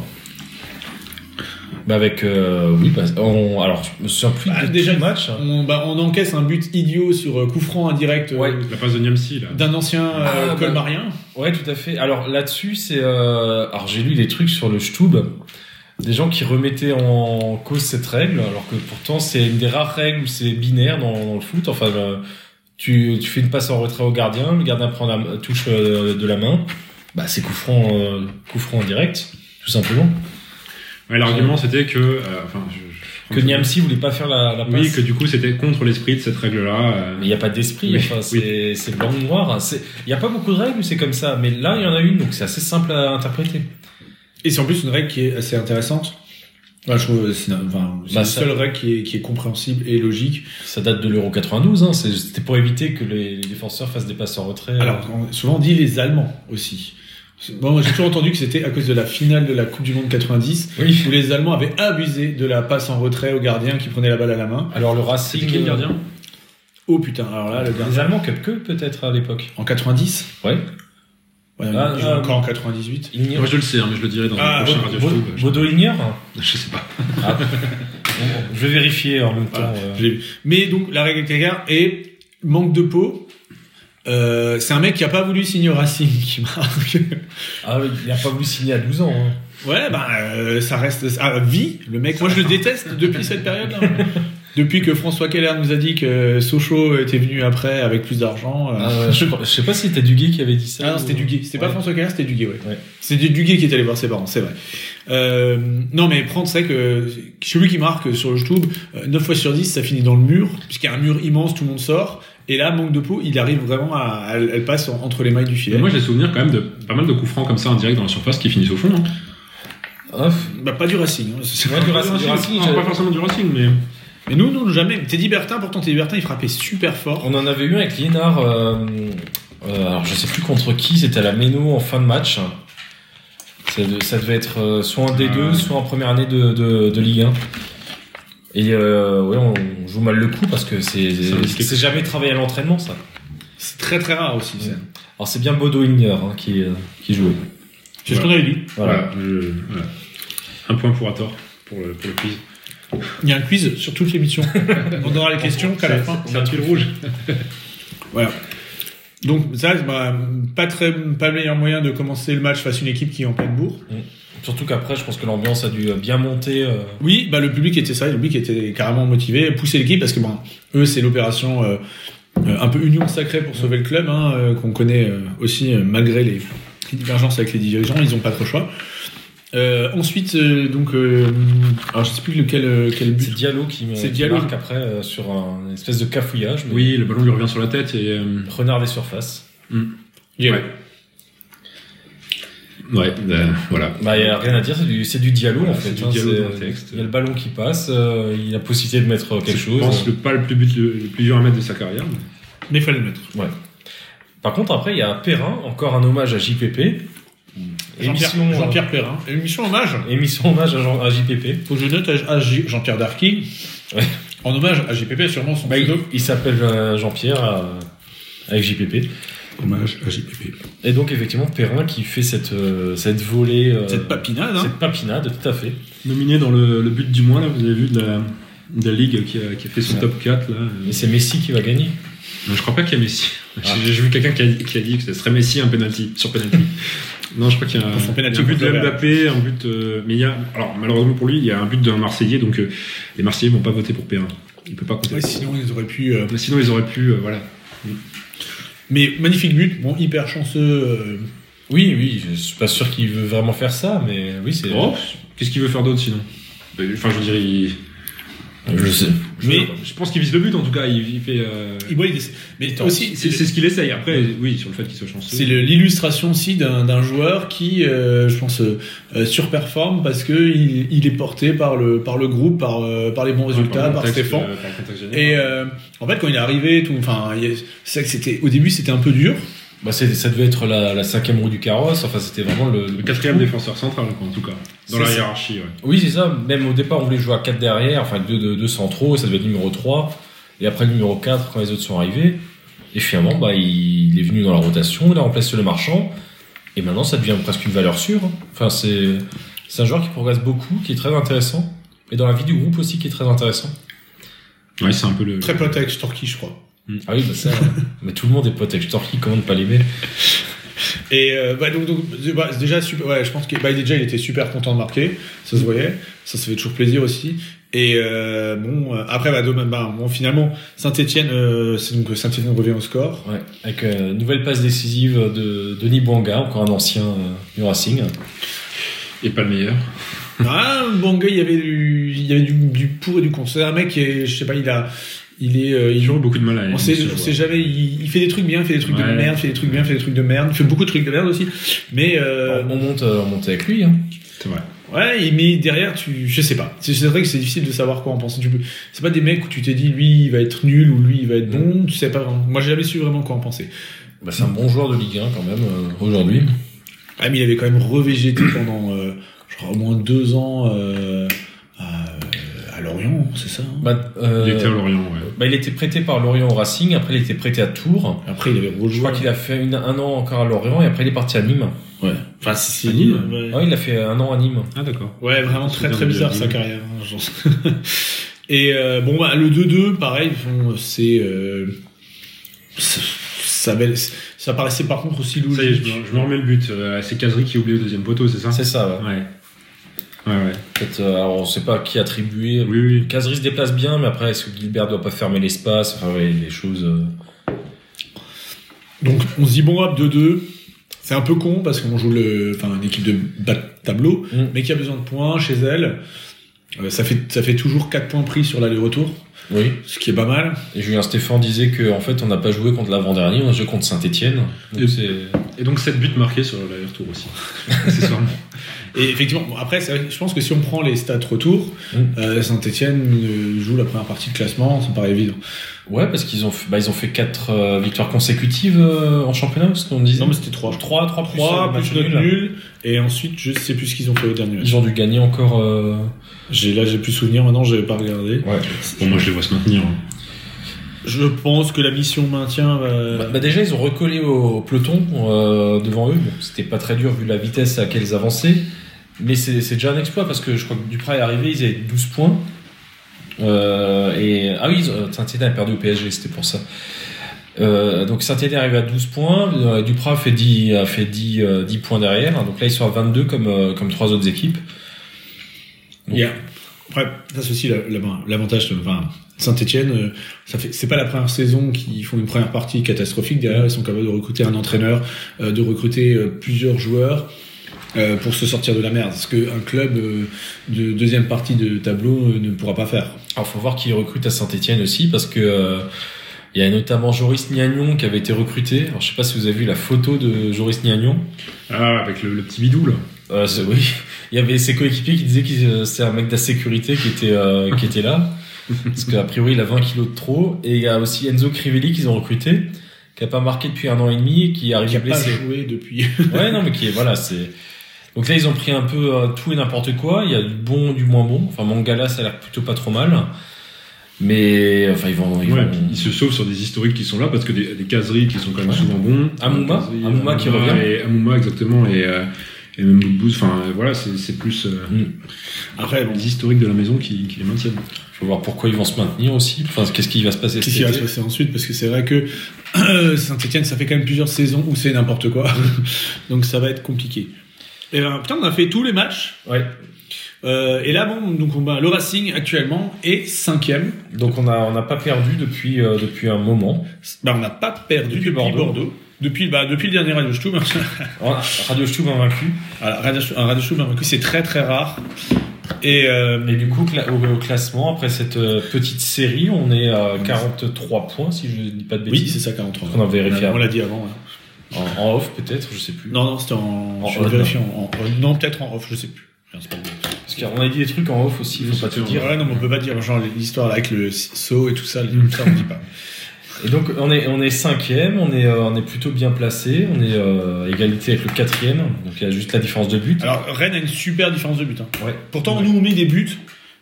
Bah avec euh, oui bah, on, alors je me souviens plus Bah, de déjà, tout le match On, bah, on encaisse un but idiot sur euh, coup franc indirect euh, Ouais. La passe de Niamsi, là. d'un ancien euh, Ah, bah. colmarien. ouais tout à fait alors là-dessus c'est euh, alors j'ai lu des trucs sur le Stub des gens qui remettaient en cause cette règle alors que pourtant c'est une des rares règles où c'est binaire dans, dans le foot enfin euh, tu, tu fais une passe en retrait au gardien le gardien prend la m- touche euh, de la main bah c'est coup franc euh, coup franc en direct tout simplement Ouais, L'argument c'était que. euh, enfin, je- je- que Niamsi voulait pas faire la, la passe Ah Oui, que du coup c'était contre l'esprit de cette règle-là. euh, Mais il n'y a pas d'esprit, Oui, enfin, c'est c'est blanc ou noir. Il n'y a pas beaucoup de règles où c'est comme ça, mais là il y en a une, donc c'est assez simple à interpréter. Et c'est en plus une règle qui est assez intéressante. Bah, je trouve que c'est enfin, c'est Bah, la ça- seule règle qui est, qui est compréhensible et logique. Ça date de l'Euro 92, hein, c'est- c'était pour éviter que les, les défenseurs fassent des passes en retrait. Alors, on- souvent on dit les Allemands aussi. Bon, moi, j'ai toujours entendu que c'était à cause de la finale de la Coupe du Monde 90 oui. où les Allemands avaient abusé de la passe en retrait au gardien qui prenait la balle à la main. Alors le C'était Racing. qui le gardien Oh putain, alors là, le gardien. Les Allemands que peut-être à l'époque. En 90 Ouais. Ouais, Ah, ils jouent ah, encore en 98. Ignore- Moi je le sais, hein, mais je le dirai dans Ah, le prochain Baud- Radio Baud- Club. Baudot ignore Je- Je sais pas. Je vais vérifier en même temps. Voilà. euh. Je l'ai vu. Mais donc, la règle Kagar est manque de peau. Euh, c'est un mec qui a pas voulu signer au Racing qui marque. Ah oui, il n'a pas voulu signer à 12 ans. hein. Ouais, bah, euh, ça reste. Ah, vie, le mec. Moi, je le déteste depuis cette période-là. Depuis que François Keller nous a dit que Sochaux était venu après avec plus d'argent. euh, Euh, je, crois- je sais pas si c'était Duguay qui avait dit ça. Ah non, c'était ou- Duguay. C'était pas Ouais. François Keller, c'était Duguay, ouais. Ouais. C'était Duguay qui est allé voir ses parents, c'est vrai. Euh, non, mais prendre, c'est vrai que celui qui marque sur le Stub, 9 fois sur 10, ça finit dans le mur, puisqu'il y a un mur immense, tout le monde sort. Et là, manque de peau, il arrive vraiment à. Elle, elle passe en- entre les mailles du Mais filet. moi j'ai souvenir quand même de pas mal de coups francs comme ça en direct dans la surface qui finissent au fond. hein. Ah, f- Bah, pas du Racing. hein, c'est- Ouais, du Racing, du Racing, euh. Non, j'avais- pas forcément du Racing, mais. Mais nous, non, jamais. Teddy Bertin, pourtant, Teddy Bertin, il frappait super fort. On en avait eu un avec Liénard, euh, euh, alors je sais plus contre qui, c'était à la Méno en fin de match. Ça, de- ça devait être euh, soit un D2, Ah. soit en première année de, de- de Ligue 1. Et euh, ouais, on, on joue mal le coup parce que c'est C'est un risque. c'est jamais travaillé à l'entraînement ça. C'est très très rare aussi. ça. Ouais. Alors c'est bien Bodo Igner hein, qui, euh, qui jouait. C'est ce qu'on avait dit. Voilà. Voilà, je- voilà. Un point pour Ator pour le, pour le quiz. Il y a un quiz sur toute l'émission. on aura les questions qu'à la fin. C'est un tuile rouge. Donc ça, c'est pas- pas très, pas le meilleur moyen de commencer le match face à une équipe qui est en pleine bourre. Surtout qu'après je pense que l'ambiance a dû euh, bien monter. euh. Oui, bah le public était ça, le public était carrément motivé, pousser l'équipe parce que bon, eux c'est l'opération euh, euh, un peu union sacrée pour sauver le club hein, euh, qu'on connaît euh, aussi euh, malgré les, les divergences avec les dirigeants, ils n'ont pas trop le choix. Euh, ensuite, euh, donc, euh, alors je sais plus lequel euh, quel C'est but. Diallo qui, me- C'est qui Diallo. marque après euh, sur un une espèce de cafouillage. mais Oui, le ballon lui revient sur la tête et. euh, Renard des surfaces. Ouais. Ouais, euh, voilà. Bah, y a rien à dire, c'est du, c'est du dialogue en Voilà, fait. c'est du hein, dialogue c'est- dans le texte. Il y a le ballon qui passe, euh, il y a possibilité de mettre euh, quelque Je pense chose. le pas le plus, but, le, le plus dur à mettre de sa carrière. Mais fallait le mettre. Par contre, après, il y a Perrin, encore un hommage à JPP. Jean-Pierre Émission, euh, Jean-Pierre Perrin. Émission hommage. émission hommage à, Jean- à JPP. Faut que je note à, à J- Jean-Pierre Darqui. Ouais. En hommage à JPP, sûrement son Bah, il pseudo. il s'appelle euh, Jean-Pierre euh, avec JPP. Hommage à JPP. Et donc, effectivement, Perrin qui fait cette, euh, cette volée. euh, Cette papinade, hein. Cette papinade, tout à fait. Nominé dans le, le but du mois, là, vous avez vu de la, de la ligue qui a, qui a fait son Ouais. top 4. Là. euh. Et c'est Messi qui va gagner. Non, je crois pas qu'il y a Messi. Ah. J'ai j'ai vu quelqu'un qui, a- qui a dit que ce serait Messi un penalty sur penalty. non, je crois qu'il y a un, Pour son penalty il y a un but de contre le Mbappé, un but. euh, mais il y a, alors malheureusement pour lui, il y a un but d'un Marseillais, donc euh, les Marseillais vont pas voter pour Perrin. Il peut pas compter. Ouais, sinon, ils auraient pu. euh, Mais Sinon, ils auraient pu, euh, voilà. Mais magnifique but, bon, hyper chanceux. euh, Oui, oui, je suis pas sûr qu'il veut vraiment faire ça, mais oui, c'est. Oh, Qu'est-ce qu'il veut faire d'autre sinon Euh, Enfin, je veux dire, il- Je sais. je, Mais- je pense qu'il vise le but en tout cas. Il, il fait. euh, il- ouais, il est- Mais aussi, c'est c'est c'est ce qu'il essaye. Après, oui, sur le fait qu'il soit chanceux. c'est le- l'illustration aussi d'un d'un joueur qui, euh, je pense, euh, euh, surperforme parce que il, il est porté par le, par le groupe, par, euh, par les bons résultats, par, Stéphane. euh, Et euh, en fait, quand il est arrivé, tout, enfin, il y a- c'est vrai que c'était au début, c'était un peu dur. Bah, c'est- ça devait être la, la cinquième roue du carrosse, enfin c'était vraiment le, le quatrième défenseur central, quoi, en tout cas, dans C'est la ça. hiérarchie. ouais. Oui, c'est ça, même au départ on voulait jouer à 4 derrière, enfin 2 deux, deux, deux centraux, ça devait être numéro 3, et après le numéro 4 quand les autres sont arrivés. Et finalement, bah, il, il est venu dans la rotation, il a remplacé le marchand. Et maintenant, ça devient presque une valeur sûre. hein. Enfin, c'est, c'est un joueur qui progresse beaucoup, qui est très intéressant. Et dans la vie du groupe aussi, qui est très intéressant. Ouais, c'est un peu le. Très pote avec Storky, je crois. Ah oui, bah ça, mais tout le monde est pote avec Storky, comment ne pas l'aimer Et euh, bah, donc, donc, bah, c'est déjà, super, ouais, je pense que bah, déjà, il était super content de marquer, ça se voyait, ça se fait toujours plaisir aussi. Et euh, bon, euh, après, bah, demain, bah, bon, finalement, Saint-Etienne, c'est donc Saint-Etienne revient au score. Ouais, avec euh, nouvelle passe décisive de Denis Bouanga, encore un ancien euh, du Racing. Et pas le meilleur. Ah, bon gars, il y avait du, il y avait du, du pour et du contre. C'est un mec, qui est, je sais pas, il a, il est, euh, Il il joue beaucoup de mal à On sait, on sait jamais, il, il fait des trucs bien, il fait des trucs de Ouais. merde, il fait des trucs bien, il fait des trucs de merde, il fait beaucoup de trucs de merde aussi. Mais euh, on monte, euh, on monte avec lui. Hein. C'est vrai. ouais, il- mais derrière, tu, je sais pas. C'est c'est vrai que c'est difficile de savoir quoi en penser. Tu peux, c'est pas des mecs où tu t'es dit lui il va être nul ou lui il va être Mm. bon. Tu sais pas vraiment. Moi, j'ai jamais su vraiment quoi en penser. Bah, c'est un bon joueur de Ligue 1 quand même euh, aujourd'hui. Ah, mais il avait quand même revégété pendant, euh, je crois, au moins deux ans euh, à, à Lorient, c'est ça. hein Bah, euh, Il était à Lorient, ouais. bah, il était prêté par Lorient au Racing, après il était prêté à Tours. Après, il avait Je rejoué. crois qu'il a fait une- un an encore à Lorient et après il est parti à Nîmes. Ouais. Enfin, c'est À Nîmes ouais. Ouais, il a fait un an à Nîmes. Ah, d'accord. Ouais, vraiment très C'est bien très de bizarre dire. sa carrière. hein, genre. Et euh, bon, bah, le 2-2, pareil, bon, c'est. euh, ça, ça avait- ça paraissait par contre aussi Ça y est, je logique. me, je me remets le but. Euh, c'est Kazri qui est oublié au deuxième poteau, c'est ça C'est ça, ouais. Ouais. Ouais, ouais. Peut-être, euh, alors, on sait pas qui attribuer. Oui, oui. Casery se déplace bien, mais après, est-ce que Gilbert doit pas fermer l'espace Enfin, ouais, les choses. euh, Donc on se dit, bon, hop, 2-2. C'est un peu con parce qu'on joue le, enfin, une équipe de bas de tableau, Mm. mais qui a besoin de points chez elle. Euh, ça, fait, ça fait toujours 4 points pris sur l'aller-retour, Oui. ce qui est pas mal. Et Julien Stéphane disait que en fait on n'a pas joué contre l'avant-dernier, on a joué contre Saint-Etienne. Et- Donc c'est Et donc 7 buts marqués sur l'aller-retour aussi. Accessoirement. Et effectivement, bon, après, c'est vrai que je pense que si on prend les stats retour, Mm. euh, Saint-Etienne joue la première partie de classement, ça me paraît évident. ouais parce qu'ils ont fait, bah, ils ont fait quatre euh, victoires consécutives euh, en championnat, ce qu'on disait. Non, mais c'était 3. 3 3 plus, 3 euh, plus match notre nul. nul, et ensuite je sais plus ce qu'ils ont fait au dernier match. Ils ont dû gagner encore euh, J'ai là j'ai plus souvenir maintenant, j'avais pas regardé. ouais. Bon, moi, je les vois se maintenir. hein. Je pense que la mission maintien euh, va Bah, bah, déjà ils ont recollé au, au peloton euh, devant eux. Bon, c'était pas très dur vu la vitesse à laquelle ils avançaient, mais c'est c'est déjà un exploit parce que je crois que Duprat est arrivé, ils avaient 12 points. Euh, et ah oui, ils ont- Saint-Étienne a perdu au PSG, c'était pour ça. Euh, donc Saint-Étienne est arrivé à 12 points, euh, Duprat fait 10 a fait 10, euh, 10 points derrière. Donc là ils sont à 22 comme euh, comme trois autres équipes. Il y a- Après, ça c'est aussi la- la- l'avantage de enfin, Saint-Etienne, euh, ça fait c'est pas la première saison qu'ils font une première partie catastrophique. Derrière, ils sont capables de recruter un entraîneur, euh, de recruter euh, plusieurs joueurs euh, pour se sortir de la merde. Ce qu'un club euh, de deuxième partie de tableau euh, ne pourra pas faire. Alors, faut voir qui recrute à Saint-Etienne aussi, parce que euh, il y a notamment Joris Niagnon qui avait été recruté. Alors, je sais pas si vous avez vu la photo de Joris Niagnon. Ah, avec le, le petit bidou, là. Euh, c'est- oui, il y avait ses coéquipiers qui disaient que euh, c'est un mec de la sécurité qui était, euh, qui était là, parce qu'a priori, il a 20 kilos de trop. Et il y a aussi Enzo Crivelli qu'ils ont recruté, qui a pas marqué depuis un an et demi et qui est Qui arrivé a pas blessé. joué depuis. Ouais, non, mais qui est, voilà, c'est. Donc là, ils ont pris un peu euh, tout et n'importe quoi. Il y a du bon, du moins bon. Enfin, Mangala, ça a l'air plutôt pas trop mal. Mais, enfin, ils vont. Ils Ouais, vont... puis ils se sauvent sur des historiques qui sont là parce que des, des caseries qui sont quand même souvent bons. Amouma, Caseries, Amouma qui revient. Et Amouma, exactement. Et, euh, et même Boudbouz. Enfin, euh, voilà, c'est c'est plus euh, Mm. Après, bon, les historiques de la maison qui, qui les maintiennent. Faut voir pourquoi ils vont se maintenir aussi. Enfin, qu'est-ce qui va se passer Qu'est-ce cet qui va se été. passer ensuite Parce que c'est vrai que Saint-Etienne, ça fait quand même plusieurs saisons où c'est n'importe quoi. Donc ça va être compliqué. Et ben, putain, on a fait tous les matchs. Ouais. Euh, et là, bon, donc on bat le Racing actuellement est cinquième. Donc on a on n'a pas perdu depuis euh, depuis un moment. Ben, on n'a pas perdu depuis, Depuis Bordeaux. Bordeaux. Depuis, bah, depuis le dernier Radio Stube. Alors, Ah, Radio Stube a vaincu. Alors, Radio Stube- un Radio Stube, ben, c'est très très rare. Et euh, Et du coup cla- au, au classement après cette euh, petite série, on est à 43 points si je dis pas de oui, c'est bêtises. ça 43. On a vérifié On avant. l'a dit avant. hein. en, en off peut-être, je sais plus. Non, non, c'était en. En je vais on, vérifier en- en- non, peut-être en off, je sais plus. Non, c'est pas grave. Parce qu'on a dit des trucs en off aussi, faut Oui, pas c'était tout en dire. Ouais, non, mais on peut pas dire genre l'histoire là, avec le saut et tout ça, le- ça on dit pas. Et donc on est on est cinquième, on est euh, on est plutôt bien placé, on est euh, à égalité avec le quatrième. Donc il y a juste la différence de but. Alors Rennes a une super différence de but. hein. Ouais. Pourtant, Ouais. nous on met des buts,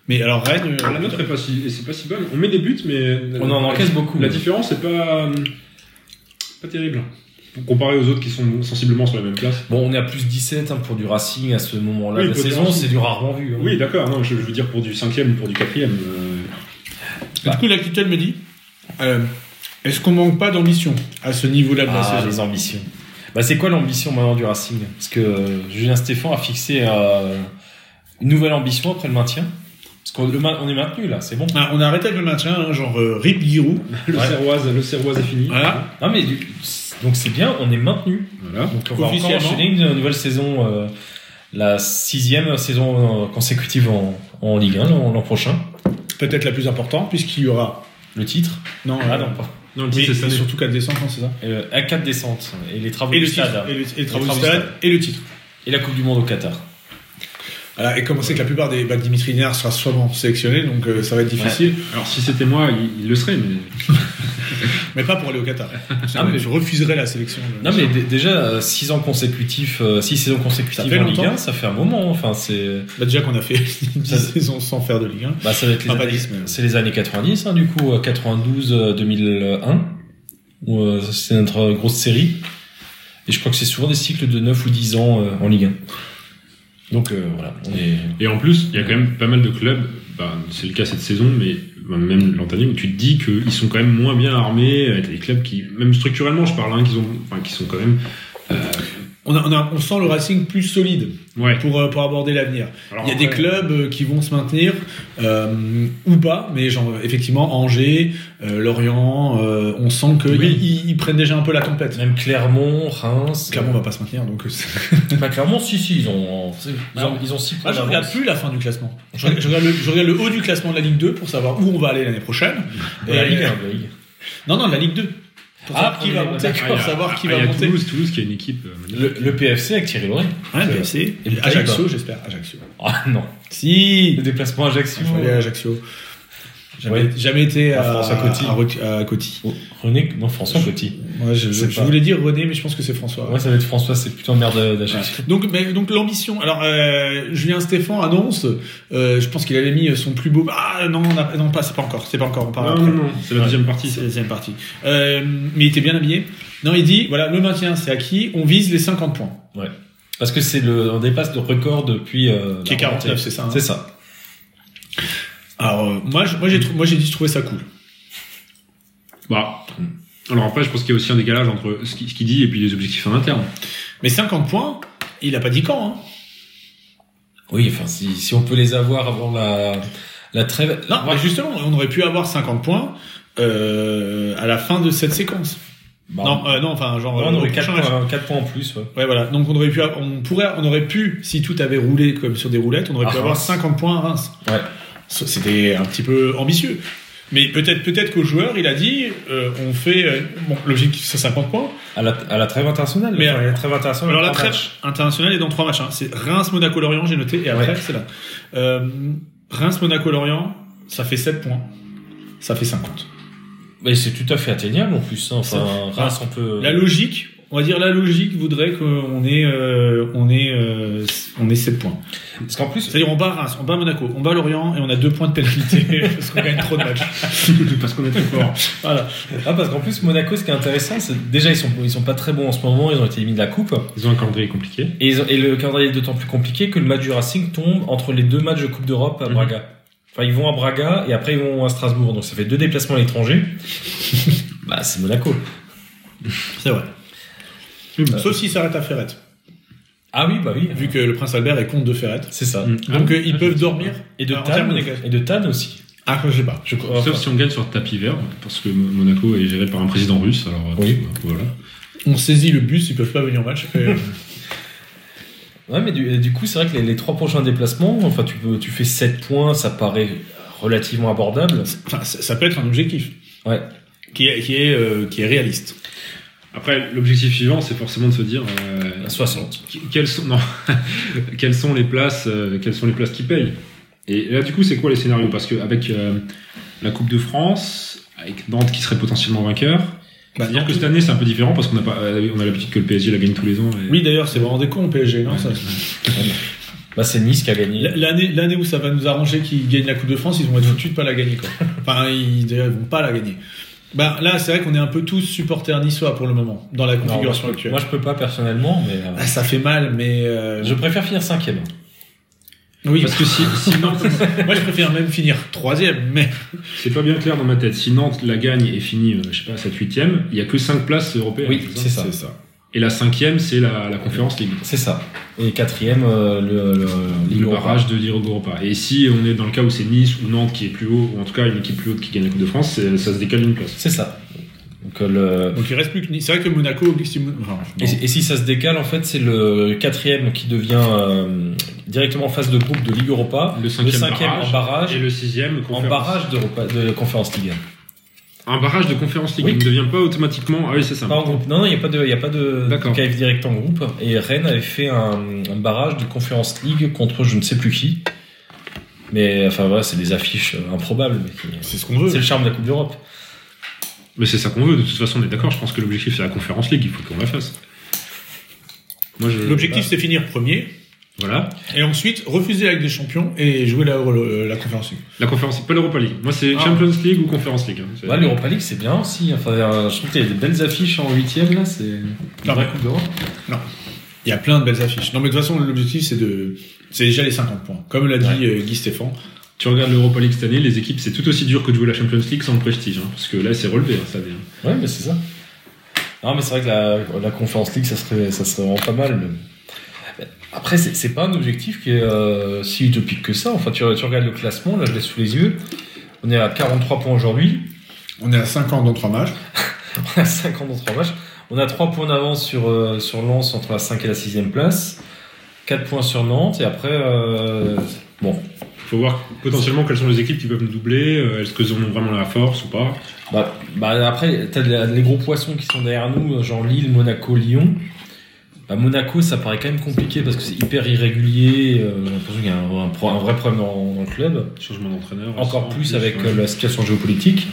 mais alors Rennes, euh, Ah, la nôtre est pas si, et c'est pas si bonne. On met des buts, mais On en encaisse beaucoup. La différence est pas. C'est pas terrible. Comparé aux autres qui sont sensiblement sur la même place. Bon, on est à plus 17 hein, pour du Racing à ce moment-là Oui, de la pour du saison, Racing. c'est du rarement vu. hein. Oui, d'accord. Non, je, je veux dire pour du cinquième, pour du quatrième. euh, Et Du coup, l'actuel me dit euh, est-ce qu'on manque pas d'ambition à ce niveau-là de la Ah, saison les ambitions. Bah, c'est quoi l'ambition maintenant du Racing Parce que euh, Julien Stéphan a fixé euh, une nouvelle ambition après le maintien. Parce qu'on le ma- on est maintenu là, c'est bon. Ah, On a arrêté avec le maintien, hein, genre euh, Rip Giroud. le Ouais. Serroise, le Serroise est fini. Voilà. Non mais du- donc c'est bien, on est maintenu. Voilà. Donc on va encore Officiellement. enchaîner une nouvelle saison, euh, la sixième saison euh, consécutive en, en Ligue 1 l'an l'an prochain. Peut-être la plus importante, puisqu'il y aura. Le titre Non, Ah euh, non, pas. Non, le oui, titre, c'est c'est cette année. surtout 4 décembre, hein, c'est ça Euh, à 4 descentes et les travaux Et du le, stade titre, et, le, et le travail Et le du travail stade, du stade. et le titre. et la Coupe du Monde au Qatar. Voilà, et comme on sait que la plupart des bah, Dimitri Néard sera sûrement sélectionné, donc euh, ça va être difficile, Alors si c'était moi, il, il le serait, mais mais pas pour aller au Qatar. Ah, mais- Je refuserais la sélection. Non mais d- déjà 6 ans consécutifs, 6 saisons Ça consécutives fait en Ligue longtemps. 1, ça fait un moment. Enfin c'est Bah, déjà qu'on a fait 10 Ça- saisons sans faire de Ligue 1. bah, ça va être les Enfin, Ah, pas années, 10, mais- c'est les années 90 hein, du coup euh, 92 euh, 2001 où euh, c'est notre grosse série et je crois que c'est souvent des cycles de 9 ou 10 ans euh, en Ligue 1. Donc euh, voilà, on est Et en plus, il y a quand même pas mal de clubs, bah, c'est le cas cette saison, mais bah, même l'an dernier, où tu te dis qu'ils sont quand même moins bien armés, euh, t'as des clubs qui, même structurellement, je parle, hein, qu'ils ont, enfin, qui sont quand même. On, a- on, a- on sent le Racing plus solide Ouais. pour, euh, pour aborder l'avenir. Alors, Il y a après, des clubs euh, qui vont se maintenir euh, ou pas, mais genre, effectivement Angers, euh, Lorient, euh, on sent qu'ils Oui. ils, ils prennent déjà un peu la tempête. même Clermont, Reims. Clairement, on va pas se maintenir, donc. euh, c'est- Bah, Clermont, si si, ils ont ils ont Alors, ils ont six Moi, points Ah, je regarde d'avance. plus la fin du classement. Je regarde, je regarde le, je regarde le haut du classement de la Ligue 2 pour savoir où on va aller l'année prochaine. De la Ligue 1, de la Ligue. Non, non, de la Ligue 2. Pour Ah, savoir qui va d'accord. monter. ah, il y a- Pour savoir qui ah, il va y a monter. Toulouse, Toulouse qui est une équipe. euh, magnifique. Le, le PFC avec Thierry Loret. Ouais, bah, c'est- Et puis, Ajaccio, j'espère. Ajaccio. Ah non. Si Le déplacement à Ajaccio. Il faut aller à Ajaccio. Jamais, Ouais. jamais été À à, François Coty. à Roc- à Coty. Oh, René, non, François Petit. Moi, je, C'est je pas- voulais dire René, mais je pense que c'est François. Ouais, ça va être François, c'est plutôt un maire de- d'Ajaccio. Donc, mais- donc l'ambition. Alors, euh, Julien Stéphan annonce. euh, je pense qu'il avait mis son plus beau. Ah non, on a- non, pas, c'est pas encore. C'est pas encore. On parle Non, après. non, non, c'est la deuxième partie. C'est ça. la deuxième partie. Euh, mais il était bien habillé. Non, il dit voilà, le maintien, c'est acquis. On vise les 50 points. Parce que c'est le, on dépasse le record depuis. euh, Qui est la 49, rentrée. c'est ça, hein C'est ça. Alors, euh, moi, je- moi, j'ai trou- moi, j'ai dit, je trouvais ça cool. Bah, alors après, je pense qu'il y a aussi un décalage entre ce qui- ce qu'il dit et puis les objectifs en interne. Mais 50 points, il a pas dit quand. hein. Oui, enfin, si, si on peut les avoir avant la, la trêve. Non, Ouais. mais justement, on aurait pu avoir 50 points euh, à la fin de cette séquence. Bah, Non, euh, non, enfin, genre. ouais, euh, on aurait au 4 prochain match. points, quatre points en plus. Ouais. Ouais, voilà. Donc, on aurait pu, avoir- on pourrait, on aurait pu, si tout avait roulé comme sur des roulettes, on aurait À pu avoir Reims. 50 points à Reims. Ah, Ouais. Ça, C'était un petit peu ambitieux. Mais peut-être, peut-être qu'au joueur, il a dit, euh, on fait, euh, bon, l'objectif c'est 50 points. À, la, à la trêve internationale. Mais, Enfin, la trêve internationale. Alors la Ah, trois trêve matchs. internationale est dans trois matchs. hein. C'est Reims, Monaco, Lorient, j'ai noté, et après Ouais. c'est là. Euh, Reims, Monaco, Lorient, ça fait 7 points. Ça fait 50. Mais c'est tout à fait atteignable en plus. hein. Enfin, Ça- Reims, on peut. La logique, on va dire la logique voudrait qu'on ait, euh, on ait, euh, on ait 7 points. Parce qu'en plus, C'est-à-dire on bat Reims, on bat Monaco, on bat Lorient et on a 2 points de pénalité parce qu'on gagne trop de matchs. Parce qu'on est très fort. Voilà. ah, parce qu'en plus, Monaco, ce qui est intéressant, c'est déjà ils sont ils sont pas très bons en ce moment. Ils ont été éliminés de la coupe. Ils ont un calendrier compliqué. Et, ils ont- et le calendrier est d'autant plus compliqué que le match du Racing tombe entre les deux matchs de Coupe d'Europe à Mhm. Braga. Enfin, ils vont à Braga et après ils vont à Strasbourg. Donc ça fait deux déplacements à l'étranger. bah, c'est Monaco. C'est vrai. Hum. Sauf s'ils s'arrêtent à Ferrette, Ah oui, bah oui. vu que le prince Albert est comte de Ferrette. C'est ça. Ah Donc euh, ils peuvent dormir. Mm. Et de Alors, en termes Tannes. de- Et de Tannes aussi. Ah, je sais pas. Je crois. Sauf Enfin, si on gagne sur tapis vert, parce que Monaco est géré par un président russe. Alors, euh, Oui. voilà. On saisit le bus, ils peuvent pas venir au match. Euh, Et- Ouais, mais du, du coup, c'est vrai que les, les trois prochains déplacements, enfin, tu, peux, tu fais 7 points, ça paraît relativement abordable. Enfin, ça, ça peut être un objectif. Ouais. Qui est, qui est, euh, qui est réaliste. Après, l'objectif suivant, c'est forcément de se dire euh, 60. qu- quelles sont non, quelles sont les places, euh, quelles sont les places qui payent. Et là, du coup, c'est quoi les scénarios Parce que avec euh, la Coupe de France, avec Nantes qui serait potentiellement vainqueur. Bah, C'est-à-dire Bah, que cette année, c'est un peu différent parce qu'on a, pas- euh, on a l'habitude que le PSG la gagne tous les ans. et- Oui, d'ailleurs, c'est vraiment des cons, PSG. Non, ça- Bah, c'est Nice qui a gagné. L- L'année, l'année où ça va nous arranger qu'ils gagnent la Coupe de France, ils vont être foutus de pas la gagner. Quoi. Enfin, ils, d'ailleurs, ils vont pas la gagner. Bah, là, c'est vrai qu'on est un peu tous supporters niçois pour le moment, dans la Non, moi, configuration je, actuelle. moi, je peux pas personnellement, mais euh, Ah, ça fait mal, mais. euh, je préfère finir cinquième. Oui, Parce que si, si Nantes, moi je préfère même finir troisième, mais. c'est pas bien clair dans ma tête, si Nantes la gagne et finit, euh, je sais pas, 7 8 il y a que 5 places européennes. Oui, c'est ça. Et la cinquième, c'est la, la conférence Ligue. C'est ça. Et quatrième, euh, le, le, Le barrage de l'Europe Europa. Et si on est dans le cas où c'est Nice ou Nantes qui est plus haut, ou en tout cas une équipe plus haute qui gagne la Coupe de France, c'est- ça se décale d'une place. C'est ça. Donc, euh, le... Donc il reste plus que Nice. C'est vrai que Monaco. si Mon- enfin, Et, bon. et si ça se décale, en fait, c'est le quatrième qui devient euh, directement en phase de groupe de Ligue Europa, Le cinquième, Ah, en barrage, et le sixième en conférence. barrage d'Europa- de Conférence Ligue. Un barrage de conférence Ligue Oui. il ne devient pas automatiquement. Ah oui, c'est ça. Pas en groupe. Non, non, il n'y a pas de, il y a pas de, D'accord. de KF direct en groupe. Et Rennes avait fait un, un barrage de Conférence League contre je ne sais plus qui. Mais enfin voilà, c'est des affiches euh, improbables. mais qui- C'est ce qu'on veut. C'est le charme de la Coupe d'Europe. Mais c'est ça qu'on veut, de toute façon, on est d'accord. Je pense que l'objectif, c'est la conférence Ligue, il faut qu'on la fasse. Moi, je. bah, L'objectif c'est finir premier Voilà. et ensuite refuser la Ligue des Champions et jouer la, le- la conférence. League. La conférence, pas l'Europa League. Moi, c'est Ah. Champions League ou Conférence League. hein. C'est- Ouais, L'Europa League, c'est bien aussi. Enfin, euh, je trouve qu'il y a des belles affiches en huitième là. C'est Non, la vraie mais- Coupe d'Europe. Il y a plein de belles affiches. Non mais de toute façon l'objectif c'est de, c'est déjà les 50 points. Comme l'a dit euh, Guy Stéphane. Tu regardes l'Europa League cette année, les équipes, c'est tout aussi dur que de jouer la Champions League sans le prestige. hein, parce que là, c'est relevé, hein, ça. des- Ouais, mais c'est ça. Non, mais c'est vrai que la, la Conférence League, ça serait, ça serait vraiment pas mal. mais- Après, c'est- c'est pas un objectif qui est euh, si utopique que ça. Enfin, tu, tu regardes le classement, là, je l'ai sous les yeux. On est à 43 points aujourd'hui. On est à 50 dans trois matchs. On a 50 dans 3 matchs. On a 3 points d'avance sur, euh, sur Lens entre la 5 et la 6ème place. 4 points sur Nantes. Et après, euh, bon, faut voir potentiellement quelles sont les équipes qui peuvent nous doubler. euh, Est-ce qu'elles en ont vraiment la force ou pas Bah, bah, après, t'as de la- les gros poissons qui sont derrière nous, euh, genre Lille, Monaco, Lyon. Bah, Monaco, ça paraît quand même compliqué parce que c'est hyper irrégulier. euh, J'ai l'impression qu'il y a un, un pro- un vrai problème dans, dans le club. Changement d'entraîneur. Encore ça, en plus avec ouais. euh, la situation géopolitique.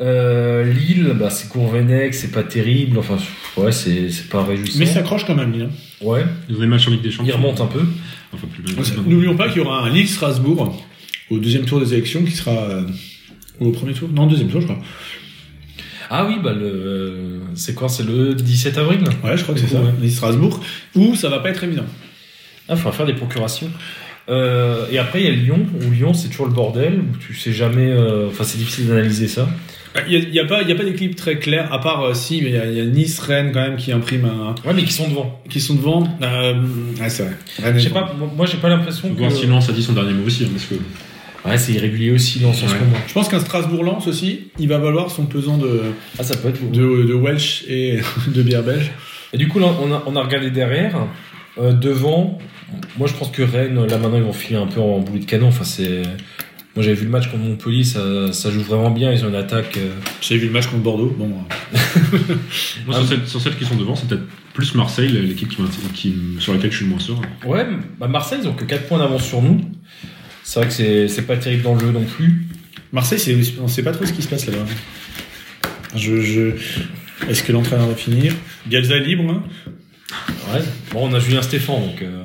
Euh, Lille, bah, c'est Courvenec, c'est pas terrible. Enfin, ouais, c'est c'est pas réjouissant. Mais ça croche quand même. Lille, hein. Ouais, Ils ont des matchs en Ligue des il Champions. remonte un peu. Enfin, plus bien. N'oublions pas qu'il y aura un Lille Strasbourg au deuxième tour des élections qui sera euh, au premier tour. Non deuxième tour je crois. Ah oui, bah, le- c'est quoi C'est le 17 avril Ouais je crois que c'est ça. Ouais. Lille Strasbourg où ça va pas être évident. Ah, faudra faire des procurations. Euh, et après, il y a Lyon, où Lyon, c'est toujours le bordel, où tu sais jamais. euh, Enfin, c'est difficile d'analyser ça. Bah, Il n'y a, pas, il y a pas des clips très clairs, à part euh, si, mais il y a, il y a Nice, Rennes quand même qui imprime un, Ouais, mais qui sont devant. qui sont devant. Euh, ah, c'est vrai. Rennes est Je sais devant. pas, moi, moi, j'ai pas l'impression Faut que. voir si Lens a dit son dernier mot aussi. hein, parce que... Ouais, c'est irrégulier aussi, Lens, en ce Ouais. moment. Je pense qu'un Strasbourg-Lens aussi, il va valoir son pesant de, Ah, ça peut être lourd. de, de Welsh et de bière belge. Et du coup, là, on a, on a regardé derrière. Euh, devant, moi, je pense que Rennes, là, maintenant, ils vont filer un peu en boulet de canon. Enfin, c'est. Moi, j'avais vu le match contre Montpellier, ça, ça joue vraiment bien. Ils ont une attaque. euh, J'ai vu le match contre Bordeaux. Bon, euh, Moi, Ah, sur, celles, sur celles qui sont devant, c'est peut-être plus Marseille, l'équipe qui, m'int- qui m- sur laquelle je suis le moins sûr. Ah, Ouais, bah Marseille, ils ont que 4 points d'avance sur nous. C'est vrai que c'est- c'est pas terrible dans le jeu non plus. Marseille, c'est, on sait pas trop ce qui se passe là-bas. Je, je... Est-ce que l'entraîneur va finir Galza est libre hein Ouais. Bon, on a Julien Stéphane, donc. euh,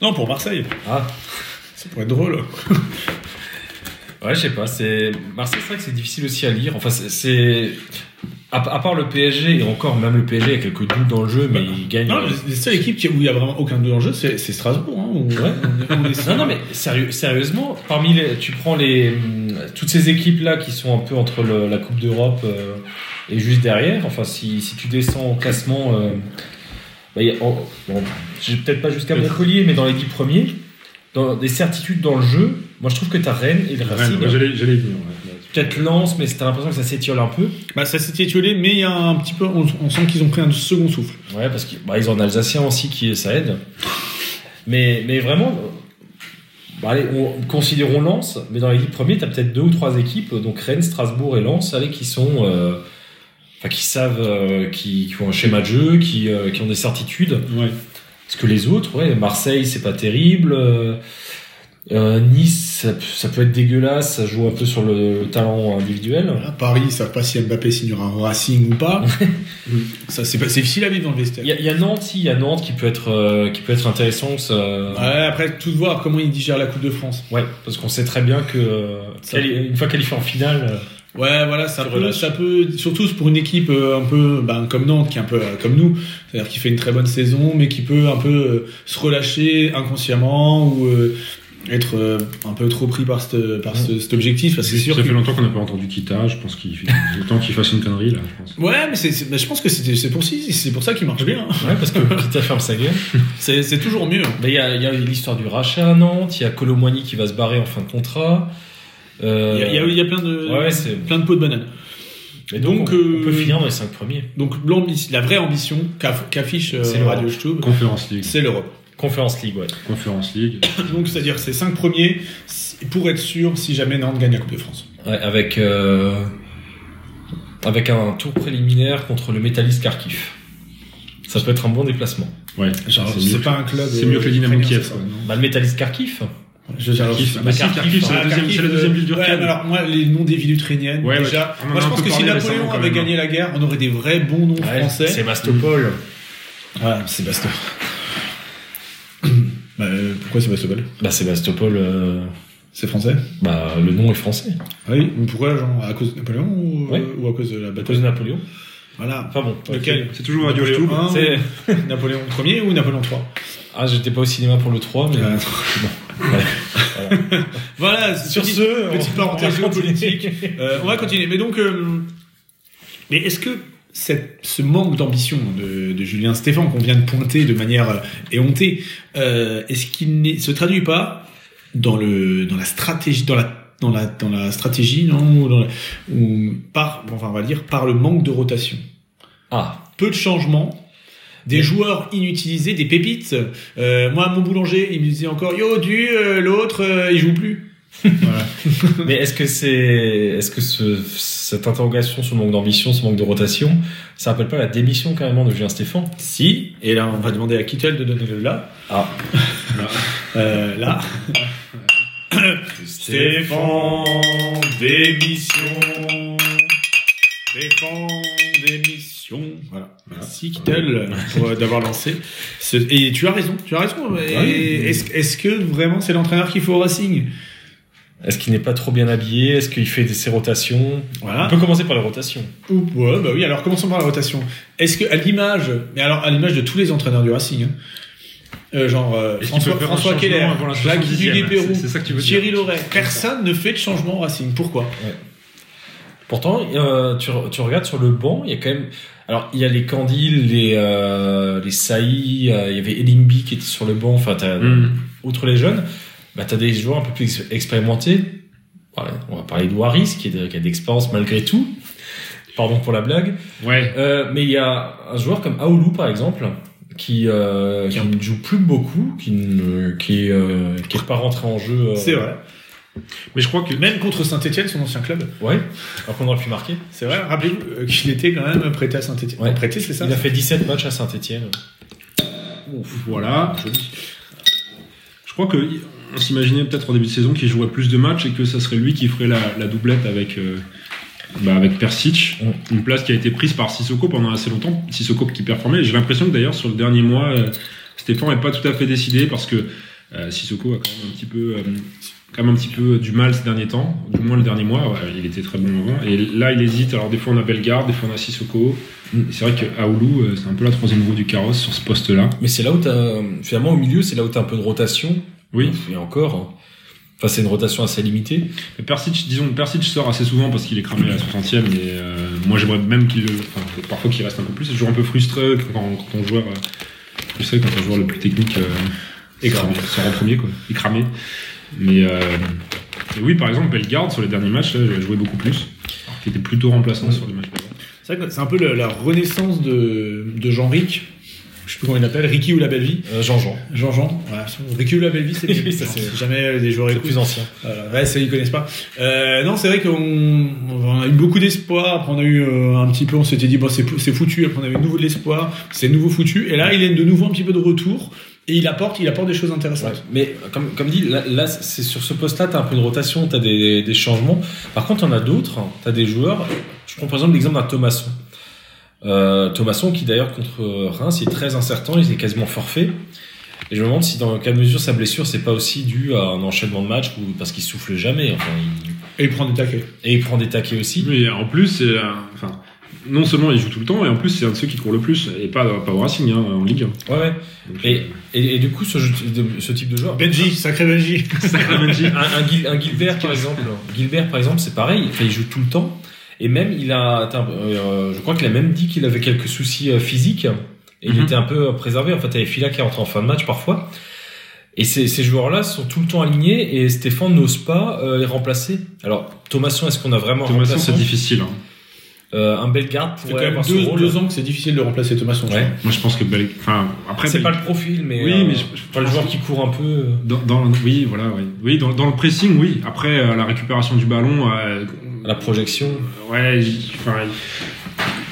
Non, pour Marseille. Ah, Ça pourrait être drôle. ouais, je sais pas. C'est Marseille, c'est vrai que c'est difficile aussi à lire. Enfin, c'est- c'est à, à part le PSG et encore même le PSG a quelques doutes dans le jeu, mais il gagne. euh, Non, les seules équipes qui- où il y a vraiment aucun doute en jeu, c'est, c'est Strasbourg. Hein, où- Ouais. où les- Non, non, mais sérieux- sérieusement, parmi les, tu prends les hum, toutes ces équipes là qui sont un peu entre le- la Coupe d'Europe euh, et juste derrière. Enfin, si, si tu descends au classement, euh, bah, y a- oh, bon, j'ai peut-être pas jusqu'à Montpellier, mais dans les dix premiers, dans des certitudes dans le jeu. Moi, je trouve que t'as Rennes et le Rennes, Racing. ouais, J'allais j'allais y venir. ouais. peut-être Lens, mais t'as l'impression que ça s'étiole un peu. Bah, ça s'est étiolé, mais il y a un petit peu, on, on sent qu'ils ont pris un second souffle. Ouais, parce qu'ils bah, ils ont un Alsacien aussi qui ça aide. Mais, mais vraiment, bah, allez, on, considérons Lens, mais dans les dix premiers, t'as peut-être deux ou trois équipes, donc Rennes, Strasbourg et Lens, allez, qui sont. euh, Enfin, qui savent, euh, qui, qui ont un schéma de jeu, qui, euh, qui ont des certitudes. Ouais. Parce que les autres, ouais, Marseille, c'est pas terrible. euh, euh, nice, ça, peut- ça peut être dégueulasse, ça joue un peu sur le, le talent individuel. Voilà, Paris, ils savent pas si Mbappé signera un Racing ou pas. ça, c'est, pas- c'est difficile à vivre dans le vestiaire. Il y, a- il y a Nantes, si, il y a Nantes qui peut être, euh, qui peut être intéressant. ça- Ouais, après, tout voir comment ils digèrent la Coupe de France. Ouais, parce qu'on sait très bien que euh, Ça- quali- une fois qualifié en finale, euh, Ouais, voilà, ça Tu peut, relâches. ça peut, surtout pour une équipe euh, un peu ben, comme Nantes, qui est un peu euh, comme nous, c'est-à-dire qui fait une très bonne saison, mais qui peut un peu euh, se relâcher inconsciemment ou euh, être euh, un peu trop pris par, cette, par ce- cet objectif. Parce que c'est sûr ça que fait longtemps qu'on n'a pas entendu Kita, je pense qu'il il est temps qu'il fasse une connerie là, je pense. Ouais, mais c'est, c'est- mais je pense que c'était- c'est pour, si- c'est pour ça qu'il marche bien. hein. Ouais, euh, parce que Kita ferme sa gueule. C'est, c'est toujours mieux. Mais il y a, il y a l'histoire du rachat à Nantes, il y a Colomboigny qui va se barrer en fin de contrat. Euh, Il y a, il y a- il y a plein de, Ouais, ouais, c'est. plein de pots de banane. Et euh, donc, Donc, on, euh, on peut finir dans les 5 premiers. Donc l'ambi- la vraie ambition qu'aff- qu'affiche euh, C'est l'Europe. Radio Stube, Conférence League. c'est l'Europe. Conférence League, ouais. Conférence League. Donc c'est-à-dire ces cinq premiers c- pour être sûr si jamais Nantes gagne la Coupe de France. Ouais, avec, euh, avec un tour préliminaire contre le Métalliste Kharkiv. Ça peut être un bon déplacement. Ouais. Genre, C'est c'est mieux pas que- un club, C'est mieux que le euh, Dynamo ukrainien, Kiev. ça, quoi, non Bah, le Métalliste Kharkiv Je, Kharkiv. Bah, si, Kharkiv, Kharkiv, c'est la deuxième- c'est la deuxième ville euh, Ouais, mais d'Ukraine. alors moi les noms des villes ukrainiennes Ouais, déjà. ouais, on en moi a je un pense peu que si parlé récemment, Napoléon quand avait même, hein. gagné la guerre, on aurait des vrais bons noms français. Sébastopol. Voilà, Sébastopol. bah, euh, pourquoi Sébastopol Bah, Sébastopol, euh, C'est français bah, le nom est français. Ah Oui, mais pourquoi genre à cause de Napoléon ou, Ouais. euh, ou à cause de la À cause bataille de Napoléon. Voilà. Enfin bon. Lequel C'est toujours Radio Stube. Napoléon C'est... I, Napoléon 1er ou Napoléon 3 Ah, j'étais pas au cinéma pour le 3, mais. euh, Voilà, sur ce, petite parenthèse géopolitique. Euh, on va continuer. Mais donc, euh, mais est-ce que cette- ce manque d'ambition de, de Julien Stéphane qu'on vient de pointer de manière euh, éhontée, euh, est-ce qu'il ne se traduit pas dans le dans la stratégie dans la dans la dans la stratégie non ou, dans la- ou par enfin on va dire par le manque de rotation, Ah, peu de changements. Des Mais- joueurs inutilisés, des pépites. Euh, moi, mon boulanger, il me disait encore Yo, du, euh, l'autre, euh, il joue plus. Voilà. mais est-ce que c'est, est-ce que ce, cette interrogation sur le manque d'ambition, ce manque de rotation, ça rappelle pas la démission carrément de Julien Stéphane Si, et là on va demander à Kittel de donner le là. Ah. Euh, là. Stéphane, démission. Stéphane, démission. Voilà. Merci Kittel pour euh, d'avoir lancé. ce- Et tu as raison, tu as raison. Et Est-ce est-ce que vraiment c'est l'entraîneur qu'il faut au Racing Est-ce qu'il n'est pas trop bien habillé Est-ce qu'il fait des- ses rotations On Ah. Voilà. peut commencer par les rotations. Ou, ouais, bah oui, alors commençons par la rotation. Est-ce que, à l'image, mais alors à l'image de tous les entraîneurs du Racing, hein, euh, genre euh, Est-ce qu'il François, peut faire un François changement Keller, avant la Jacques 70e? Duguay-Pérou, C'est- c'est ça que tu veux Thierry dire. Hmm. Loret, personne ne fait de changement au Racing. Pourquoi Pourtant, euh, tu, re- tu regardes sur le banc, il y a quand même. Alors, il y a les Candil, les, euh, les Saï, euh, il y avait Elimbi qui était sur le banc, enfin, t'as- Hum. outre les jeunes, bah, tu as des joueurs un peu plus ex- expérimentés. Ouais, on va parler de Waris, qui, est de- qui a de l'expérience malgré tout. Pardon pour la blague. Ouais. Euh, mais il y a un joueur comme Aoulou, par exemple, qui, euh, qui ne joue plus beaucoup, qui ne qui est, euh, qui est pas rentré en jeu. euh, C'est vrai. Mais je crois que Même contre Saint-Etienne, son ancien club, Ouais, alors qu'on aurait pu marquer. c'est vrai. Rappelez-vous euh, qu'il était quand même prêté à Saint-Etienne. Ouais. Prêté, c'est ça Il a fait 17 matchs à Saint-Etienne. Voilà. Je crois que on s'imaginait peut-être en début de saison qu'il jouerait plus de matchs et que ça serait lui qui ferait la, la doublette avec euh, bah, avec Persic, une place qui a été prise par Sissoko pendant assez longtemps. Sissoko qui performait. J'ai l'impression que d'ailleurs sur le dernier mois, euh, Stéphane n'est pas tout à fait décidé parce que euh, Sissoko a quand même un petit peu euh, quand même un petit peu du mal ces derniers temps, du moins le dernier mois, ouais, il était très bon avant. Et là, il hésite. Alors des fois on a Bellegarde, des fois on a Sissoko. Et C'est vrai que Aoulou, euh, c'est un peu la troisième roue du carrosse sur ce poste-là. Mais c'est là où t'as finalement au milieu, c'est là où t'as un peu de rotation. Oui. Et encore. hein. Enfin, c'est une rotation assez limitée. Mais Persic, disons, Persic sort assez souvent parce qu'il est cramé à la 60e, mais euh, moi j'aimerais même qu'il le. enfin, parfois qu'il reste un peu plus. C'est toujours un peu frustré quand, quand on joueur. euh, tu sais, quand un joueur le plus technique euh, Est cramé. sort- sort en premier, quoi. Est cramé. Mais euh, et oui, par exemple, Bellegarde, sur les derniers matchs, là, il a joué beaucoup plus. Alors qu'il était plutôt remplaçant sur les matchs. d'avant. C'est vrai que c'est un peu le- la renaissance de, de Jean-Ric. Je sais plus comment il l'appelle, Ricky ou la belle vie. Euh, Jean-Jean. Jean-Jean. Voilà, Ricky ou la belle vie, c'est Oui, ça, Non, c'est- jamais des joueurs C'est le écoutent. plus ancien. Euh, ouais, ça ils connaissent pas. Euh, non, c'est vrai qu'on on a eu beaucoup d'espoir. Après, on a eu euh, un petit peu, on s'était dit bon, c'est c'est foutu. Après, on avait de nouveau de l'espoir, c'est nouveau foutu. Et là, il est de nouveau un petit peu de retour et il apporte, il apporte des choses Ouais. intéressantes. Mais comme, comme dit, là, là, c'est sur ce poste-là, t'as un peu de rotation, t'as des, des changements. Par contre, t'en as d'autres. hein. T'as des joueurs. Je prends par exemple l'exemple d'un Thomasson. Euh, Thomasson, qui d'ailleurs contre Reims, est très incertain, il est quasiment forfait. Et je me demande si dans quelle mesure sa blessure, c'est pas aussi dû à un enchaînement de matchs ou parce qu'il souffle jamais. Enfin, il- Et il prend des taquets. Et il prend des taquets aussi. Mais en plus, c'est, euh, enfin, non seulement il joue tout le temps, et en plus c'est un de ceux qui court le plus, et pas, pas au Racing, hein, en Ligue 1. Ouais, ouais. Donc, Et, et, et du coup, ce, jeu- ce type de joueur. Benji, sacré Benji. un, un, Gil- un Gilbert par exemple. Gilbert par exemple, c'est pareil. Enfin, il joue tout le temps. Et même, il a. atteint- euh, je crois qu'il a même dit qu'il avait quelques soucis euh, physiques. Et il Mhm. était un peu euh, préservé. Enfin, t'avais Fila qui est rentré en fin de match parfois. Et ces, ces joueurs-là sont tout le temps alignés et Stéphane n'ose pas euh, les remplacer. Alors, Thomasson, est-ce qu'on a vraiment Thomasson, remplacé c'est difficile. hein. Euh, Un Bellegarde Ça fait pourrait quand même hein. avoir ce deux, rôle. deux ans que c'est difficile de remplacer Thomasson. Ouais. Moi, je pense que Bel- Enfin, après, C'est Bel- pas le profil, mais. Oui, euh, mais je- je pas le pense joueur que- qui court un peu. euh, Dans, dans le- oui, voilà, oui. Oui, dans, dans le pressing, oui. Après, euh, la récupération du ballon, euh, à la projection. ouais, j- enfin,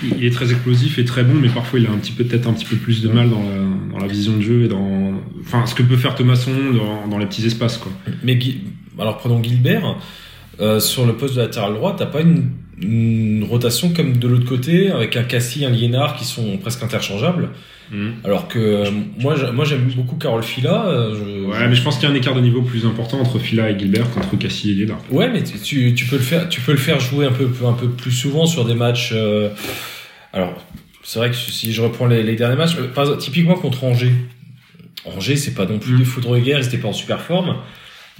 il, il est très explosif et très bon, mais parfois il a un petit peu peut-être un petit peu plus de mal dans la, dans la vision de jeu et dans, enfin, ce que peut faire Thomasson dans, dans les petits espaces, quoi. Mais Gui- alors prenons Gilbert. Euh, sur le poste de latéral droit, t'as pas une, une rotation comme de l'autre côté, avec un Cassie, un Liénard qui sont presque interchangeables. Alors que euh, moi, j'a- moi j'aime beaucoup Carole Fila. euh, je- Ouais, mais je pense qu'il y a un écart de niveau plus important entre Fila et Gilbert qu'entre Cassie et Lienard. Ouais, mais tu- tu, tu peux le faire, tu peux le faire jouer un peu, un peu plus souvent sur des matchs. euh, alors, c'est vrai que si je reprends les, les derniers matchs, euh, par exemple, typiquement contre Angers. Angers, c'est pas non plus Mm. des foudres de guerre, ils étaient pas en super forme.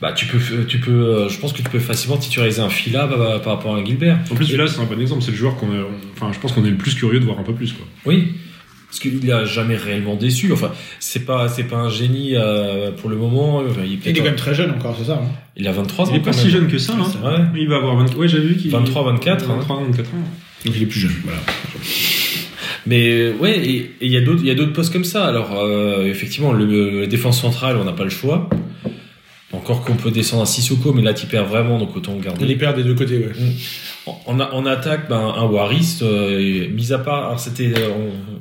Bah, tu peux, f- tu peux, euh, je pense que tu peux facilement titulariser un Fila bah, bah, par rapport à un Gilbert. En plus, Fila, c'est un bon exemple. C'est le joueur qu'on, est- enfin, je pense qu'on est le plus curieux de voir un peu plus, quoi. Oui. Parce qu'il a jamais réellement déçu. Enfin, c'est pas, c'est pas un génie euh, pour le moment. Enfin, il, est Il est peut-être- quand même très jeune encore, c'est ça. hein. il a 23 ans. Il est pas quand si même. jeune que ça, hein. Ouais. Il va avoir 20... ouais, j'avais vu qu'il 23, 24, hein. 23, 24 ans. Donc il est plus jeune. Voilà. Mais euh, ouais, et et il y a d'autres, il y a d'autres postes comme ça. Alors euh, effectivement, le, le défense centrale, on n'a pas le choix. Encore qu'on peut descendre à Sissoko, mais là tu perds vraiment, donc autant garder. Il les perd des deux côtés. Ouais. En, en, a- en attaque, ben, un Waris, euh, mis à part, alors c'était euh,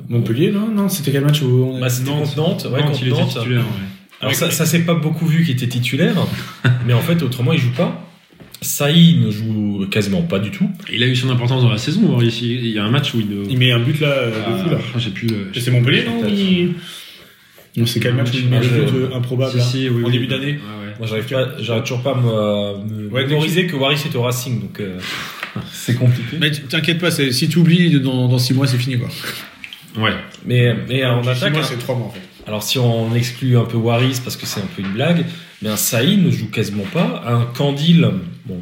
on- Montpellier, non, non, c'était quel match où on bah, c'était Nantes. contre Nantes, ouais, Nantes, euh, contre il était Nantes. titulaire, ouais. Alors ça, ça s'est pas beaucoup vu qu'il était titulaire, mais en fait autrement il joue pas. Saï ne joue quasiment pas du tout. Il a eu son importance dans la saison. Maurice. Il il y a un match où il. ne- Il met un but là. euh, de fou, là. Ah, j'ai plus. le- Et C'est Montpellier, non il- Non, c'est quel match où il met Je- le but euh, improbable Si, là, si, oui, en oui. début d'année Ouais, ouais. Moi, j'arrive pas, j'arrive toujours pas à me, euh, me Ouais, mémoriser que Waris est au Racing, donc euh, c'est compliqué. Mais Mais, t'inquiète pas, c'est- si t'oublies, dans, dans 6 mois, c'est fini quoi. Ouais. mais, en attaque, moi, hein, c'est 3 mois en fait. alors si on exclut un peu Waris parce que c'est un peu une blague, mais un Saïd ne joue quasiment pas. Un Candil, bon,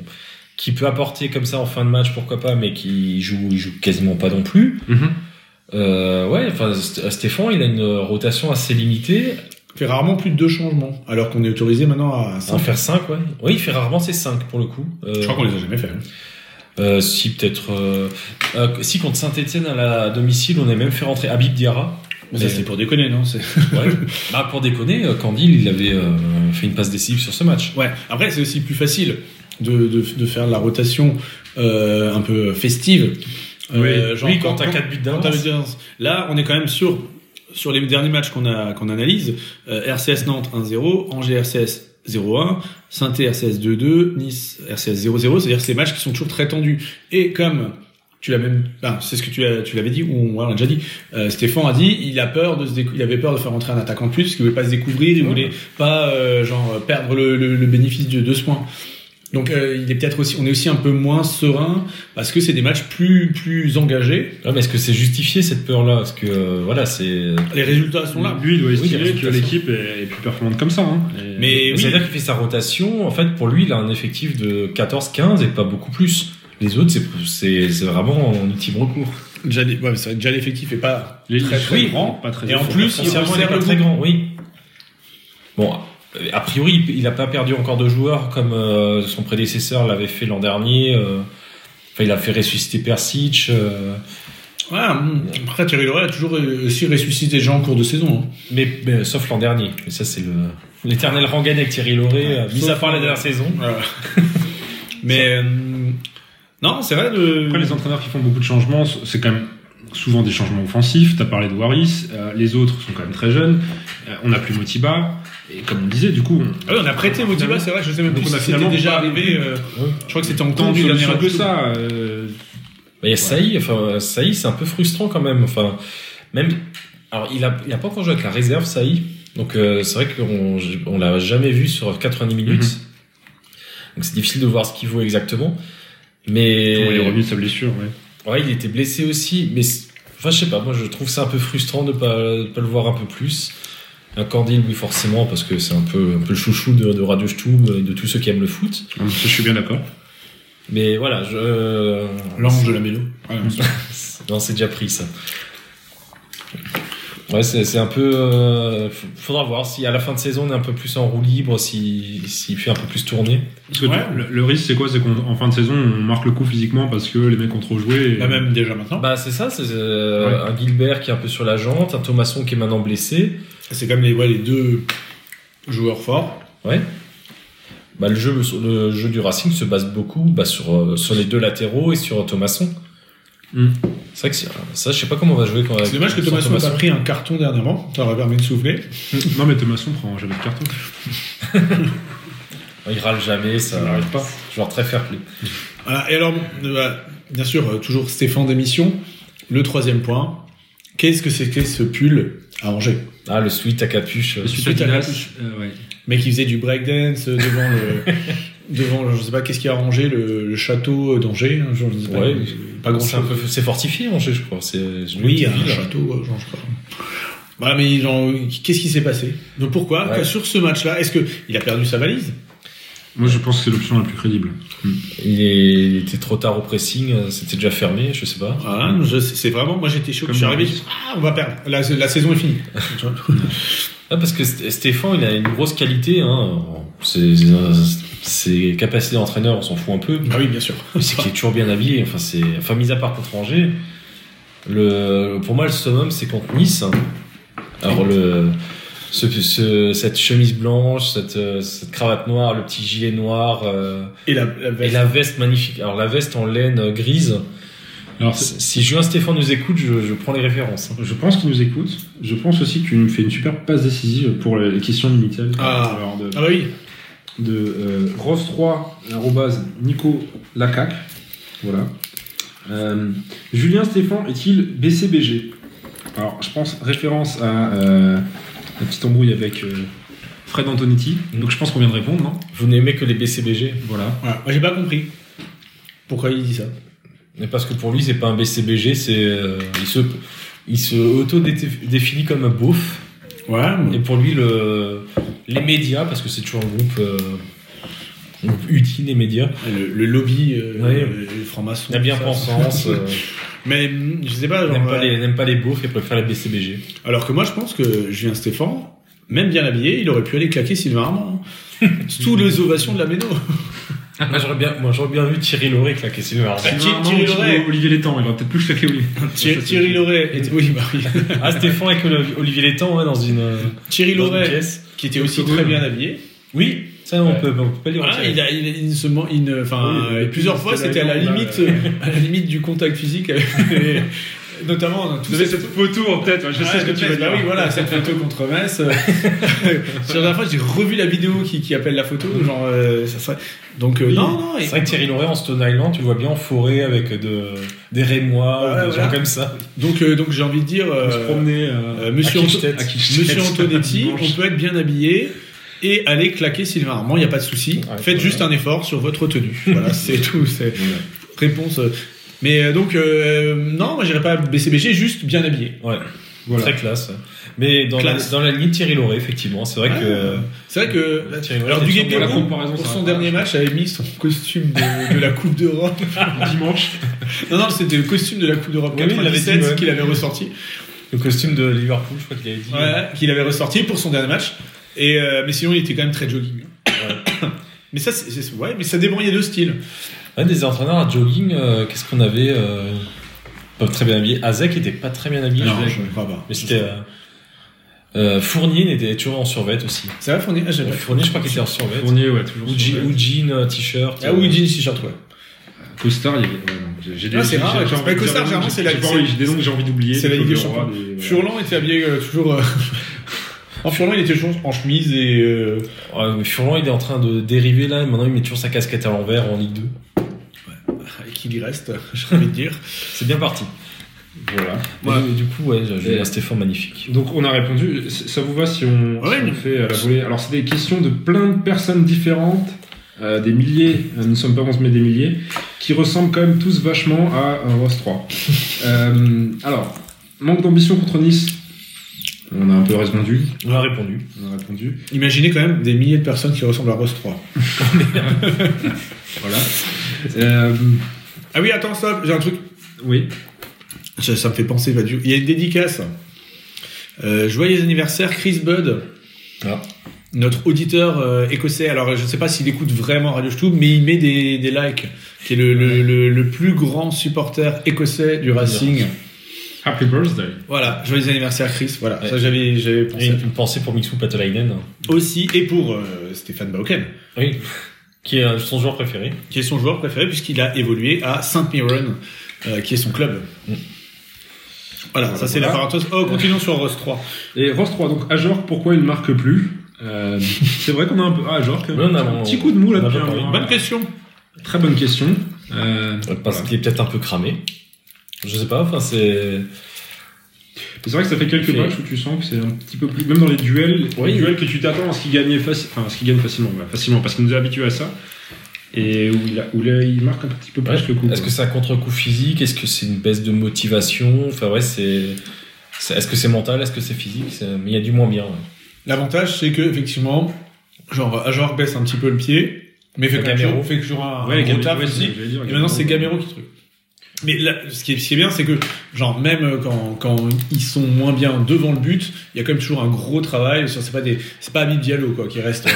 qui peut apporter comme ça en fin de match, pourquoi pas, mais qui joue, il joue quasiment pas non plus. Mhm. Euh, ouais, enfin, St- Stéphane, il a une rotation assez limitée. Il fait rarement plus de deux changements, alors qu'on est autorisé maintenant à En cinq. faire 5, ouais. Oui, il fait rarement ses 5 pour le coup. Euh, Je crois qu'on les a jamais fait. hein. Euh, si peut-être euh, euh, si contre Saint-Etienne à la à domicile on a même fait rentrer Habib Diarra Mais ça, Mais- c'était pour déconner, non c'est- Ouais. bah, pour déconner euh, Candil il avait euh, fait une passe décisive sur ce match Ouais, après, c'est aussi plus facile de, de, de faire de la rotation euh, un peu festive. Euh, genre oui quand t'as 4 buts Quand t'as d'avance le Giants. Là, on est quand même sur sur les derniers matchs qu'on a qu'on analyse. euh, RCS Nantes 1-0, Angers RCS 0-1, saint RCS 2-2, Nice RCS 0-0. C'est-à-dire que ces matchs qui sont toujours très tendus. Et comme tu l'as même, ben, c'est ce que tu, as- tu l'avais dit ou on, ouais, on l'a déjà dit. euh, Stéphane a dit, il a peur de se décou- il avait peur de faire entrer un attaquant de plus, parce qu'il voulait pas se découvrir, il voulait pas euh, genre perdre le, le- le bénéfice de, de ce point. Donc euh, il est peut-être aussi, on est aussi un peu moins serein parce que c'est des matchs plus plus engagés. Ouais, mais est-ce que c'est justifié cette peur là parce que euh, voilà c'est Les résultats sont là. Lui, il doit Oui, estimer il y a que de toute l'équipe est, est plus performante comme ça. hein. Et- Mais oui, c'est à dire qu'il fait sa rotation en fait pour lui il a un effectif de 14-15 et pas beaucoup plus les autres c'est c'est c'est vraiment en ultime recours déjà, les- ouais, mais c'est vrai que déjà l'effectif est pas Les- très, oui, très oui, grand. pas très Et en fort. plus, il Foncièrement, il n'est resserre pas le très groupe. grand, oui. Bon, euh, a priori, il- il n'a pas perdu encore de joueurs comme euh, son prédécesseur l'avait fait l'an dernier. euh. Enfin, il a fait ressusciter Persic. euh. Ouais, hum, après Thierry Loret a toujours euh, aussi ressuscité des gens en cours de saison. hein. mais, mais, euh, sauf l'an dernier. Mais ça, c'est le l'éternel rengaine avec Thierry Lauré, euh, mis Sauf à part la l'an- dernière saison. Voilà. Mais euh, non, c'est vrai. De... Après, les entraîneurs qui font beaucoup de changements, c'est quand même souvent des changements offensifs. T'as parlé de Waris, euh, les autres sont quand même très jeunes. Euh, on n'a plus Motiba. Et comme on disait, du coup, on- Ah oui, on a prêté Motiba, c'est vrai. Je sais même Donc, plus on a si c'était finalement déjà pas- arrivé. euh, Ouais. Je crois que c'était en tant cours de du dernier solutions que ajout. ça. euh, Bah, il y a Saï, enfin, Saï, c'est un peu frustrant quand même. Enfin, même, alors, il a, il a pas encore joué avec la réserve, Mhm. Saï. Donc, euh, c'est vrai qu'on on l'a jamais vu sur 90 minutes. Donc c'est difficile de voir ce qu'il vaut exactement. Mais Comment il est revenu de sa blessure, ouais. Ouais, il était blessé aussi, mais c'est- enfin, je sais pas, moi je trouve ça un peu frustrant de pas, de pas le voir un peu plus. Un Cordil, oui, forcément, parce que c'est un peu, un peu le chouchou de, de Radio Stube et de tous ceux qui aiment le foot. Ah, Je suis bien d'accord. Mais voilà, je. L'ange de la mélo. Ouais, bien sûr. Non, c'est déjà pris ça. Ouais, c'est c'est un peu. euh, f- faudra voir si à la fin de saison on est un peu plus en roue libre, si- s'il fait un peu plus tourner. Parce que tu- Ouais. le, le risque, c'est quoi C'est qu'en fin de saison, on marque le coup physiquement parce que les mecs ont trop joué. et- Bah, même déjà maintenant. Bah, c'est ça, c'est euh, un Gilbert qui est un peu sur la jante, un Thomasson qui est maintenant blessé. C'est quand même les, ouais, les deux joueurs forts. Ouais. Bah, le, jeu, le jeu du Racing se base beaucoup bah, sur, euh, sur les deux latéraux et sur euh, Thomasson. Hmm. C'est vrai que c'est- ça, je sais pas comment on va jouer quand C'est dommage que sans Thomas Thomas a pris un carton dernièrement. Ça aurait permis de souffler. Non, mais Thomasson prend jamais de carton. Il râle jamais, ça Ça n'arrive pas. Genre très fair play. Voilà, et alors, euh, bah, bien sûr, euh, toujours Stéphane d'émission. Le troisième point. Qu'est-ce que c'était ce pull à Angers Ah, le sweat à capuche. euh, Suite à la Adidas, euh, ouais. Mais qui faisait du breakdance euh, devant le. devant, le- je sais pas, qu'est-ce qui a rangé le, le château d'Angers hein, je ne sais pas, Ouais, pas grand c'est chose. un peu- c'est fortifié, Angers, je crois. C'est je Oui, l'ai un dit, là. château, euh, genre, je crois. Voilà, mais ils ont- qu'est-ce qui s'est passé Donc pourquoi Ouais. que sur ce match-là, est-ce qu'il a perdu sa valise Moi, je pense que c'est l'option la plus crédible. Il, est- il était trop tard au pressing, euh, c'était déjà fermé, je sais pas. Voilà, Ah, je- c'est vraiment, moi j'étais chaud. Je Comme suis arrivé, Maurice. j'ai dit, ah, on va perdre. La, la saison est finie. Ah, parce que Sté- Stéphane, il a une grosse qualité. Hein. Ses, ses- ses capacités d'entraîneur, on s'en fout un peu. ah oui, bien sûr. Mais c'est qu'il est toujours bien habillé. Enfin, c'est, enfin, mis à part contre Angers, le, pour moi, le summum, c'est contre Nice. hein. Alors, le, ce- ce- cette chemise blanche, cette, euh, cette cravate noire, le petit gilet noir, euh, Et la, la et veste. la veste magnifique. Alors, la veste en laine euh, grise. Alors, c'est- Si si Julien Stéphane nous écoute, je, je prends les références. hein. je pense qu'il nous écoute. Je pense aussi qu'il nous fait une super passe décisive pour les questions de Minitel. Ah. Alors, de, Ah bah oui, de euh, Ross3-Nico-Lacac. Voilà. Euh, Julien Stéphane est-il BCBG Alors, je pense référence à euh, la petite embrouille avec euh, Fred Antonetti. Donc, je pense qu'on vient de répondre, non Mm. Vous n'aimez que les BCBG. Voilà. Voilà. Moi, j'ai pas compris. Pourquoi il dit ça Mais parce que pour lui, c'est pas un BCBG, c'est, euh, il se, il se auto-définit comme un beauf. Ouais. Et pour lui, le, les médias, parce que c'est toujours un groupe, euh, un groupe utile, E, les médias, Le, le lobby, euh, Ouais. euh, le franc-maçon. la tout ça. bien-pensance, euh, Mais hum, je sais pas, genre, n'aime euh, pas, les- n'aime pas les beaufs et préfère les BCBG. alors que moi je pense que Julien Stéphane, même bien habillé, il aurait pu aller claquer Sylvain Armand. hein. Sous les ovations de la méno. Bah, moi, j'aurais bien, moi, j'aurais bien vu Thierry Lauré claquer ses doigts. Ah. Thierry- Sinon, Thierry non, Loret. Olivier Létang, il va peut-être plus claquer Olivier. Thierry, Thierry Loret était, oui, bah oui. Ah, Stéphane avec Oli- Olivier Létang, ouais, dans une, euh, Thierry dans une Loret, pièce. qui était aussi Autogol. très bien habillé. Oui, ça, on, Ouais. peut, on peut pas dire. Voilà, il a, il, il se man- il ne- enfin, Oui, euh, plusieurs fois, c'était c'était à la la- limite, euh, à la limite du contact physique, avec les- notamment dans tout Vous avez cette photo en tête, Oh, je sais Ah, ce que tu Metz, veux bah dire. oui, voilà, cette photo contre Metz. euh, Sur la dernière fois, j'ai revu la vidéo qui, qui appelle la photo, genre, euh, ça serait. Donc, euh, non, non, et- C'est vrai que Thierry Lauré en Stone Island, tu le vois bien en forêt avec de, des rémois, Voilà, des voilà. gens comme ça. donc, euh, donc j'ai envie de dire, euh, On se promenait. euh, euh, monsieur, à Anto- Kitschtet. à Kitschtet. Kitschtet. monsieur Antonetti, on Dimanche. peut être bien habillé et aller claquer Sylvain Armand, il n'y a pas de souci. Ouais, Faites voilà. juste un effort sur votre tenue. Voilà, c'est tout. C'est réponse. euh, Mais euh, donc, euh, non, moi, j'irai pas BCBG, juste bien habillé. Ouais, Voilà. très classe. ouais. Mais dans, Classe. La, dans la ligne Thierry Lauré, effectivement, c'est vrai Ouais. que. C'est vrai que Thierry Lauré Alors était du sur- la Guépero, comparaison, pour ça son va. dernier match, avait mis son costume de, de la Coupe d'Europe. Dimanche. Non, non, c'était le costume de la Coupe d'Europe Oui, oui, il l'avait dit, 97 ouais. qu'il avait ressorti, Le costume de Liverpool, je crois qu'il avait dit. Ouais, euh, qu'il avait ressorti pour son dernier match. Et euh, mais sinon, il était quand même très jogging. hein. mais ça, c'est, c'est- ouais, mais ça débrouillait de style. Ouais, des entraîneurs à jogging, euh, qu'est-ce qu'on avait euh, Pas très bien habillé. Azek était pas très bien habillé. je dirais. ne crois pas. Mais c'était. euh, euh, Fournier était toujours en survêt aussi. Ça va, Fournier Ah, j'ai Euh, pas- Fournier, je crois qu'il était en bah survêt. Fournier, ouais, toujours. Ou, sur je- le- ou jean, euh, t-shirt. Ah oui, jeans t-shirt, ouais. Costard, il y avait- ouais, non, j'ai- j'ai des- Ah, c'est j'ai- rare, j'ai ouais. envie Mais de Costard, dire généralement, des noms, c'est la- j'ai pas c'est- envie- j'ai des noms que j'ai envie d'oublier. c'est la Ligue des Leroy, Champions. des- voilà. Furlan était habillé euh, toujours. euh, en Furlan, il était toujours en chemise et. euh, Ouais, mais Furlan, il est en train de dériver là. et Maintenant, il met toujours sa casquette à l'envers en Ligue 2. et qu'il y reste, j'ai envie de dire. C'est bien parti. Voilà. Mais du, du coup, ouais, j'ai Et- un Stéphane magnifique. Donc on a répondu. C- Ça vous va si Ouais, on, si on euh, mais- fait à la volée Alors c'est des questions de plein de personnes différentes. euh, des milliers, euh, nous ne sommes pas 11 mais des milliers, qui ressemblent quand même tous vachement à euh, Rose 3. Euh, alors, manque d'ambition contre Nice. On a un peu répondu. On a répondu. On a répondu. Imaginez quand même des milliers de personnes qui ressemblent à Rose 3. Voilà. Euh, Ah oui, attends, stop, j'ai un truc. oui. Ça, ça me fait penser, Badiou. Il y a une dédicace. Euh, joyeux anniversaire, Chris Budd. Ah. Notre auditeur euh, écossais. Alors, je ne sais pas s'il écoute vraiment Radio Stub, mais il met des, des likes. Qui est le, le, le- le plus grand supporter écossais du Racing. Happy birthday. Voilà, joyeux anniversaire, Chris. Voilà, Ouais. ça j'avais j'avais Et pensé. une pensée pour Mixou hein, Patalainen. Aussi, et pour euh, Stéphane Bauken, Oui. Qui est euh, son joueur préféré. qui est son joueur préféré, puisqu'il a évolué à Saint-Mirren, euh, qui est son club. Mm. Voilà, ça c'est voilà. la parenthèse. Oh, continuons sur Rose 3. Et Rose 3, donc Ajor, pourquoi il ne marque plus Euh, C'est vrai qu'on a un peu. Ah, Ajor, quand même. Ouais, on a- un petit coup de mou là on a depuis pas un parlé. mois. Bonne question. Très bonne question. Euh, Parce qu'il est peut-être un peu cramé. Je sais pas, enfin c'est. C'est vrai que ça fait quelques Fait- matchs où tu sens que c'est un petit peu plus. Même dans les duels, Oui. les duels que tu t'attends à ce qu'il gagne, faci- enfin, à ce qu'il gagne facilement, voilà, facilement, parce qu'il nous a habitués à ça. Et où, il a- où là, il marque un petit peu plus le coup. Est-ce quoi. que c'est un contre-coup physique Est-ce que c'est une baisse de motivation Enfin ouais, c'est. c'est- Est-ce que c'est mental Est-ce que c'est physique C'est- Mais il y a du moins bien. ouais. L'avantage, c'est que effectivement, genre Ajor baisse un petit peu le pied, mais fait, quand même Gamero. toujours- fait que toujours un, Ouais, un Gamero, gros taf ouais, aussi. c'est- j'allais dire, Et maintenant, c'est Gamero. Gamero qui truc. Mais là, ce qui est, ce qui est bien, c'est que genre même euh, quand, quand ils sont moins bien devant le but, il y a quand même toujours un gros travail. Ça, C'est pas des, c'est pas Ami Diallo quoi qui reste. Ouais,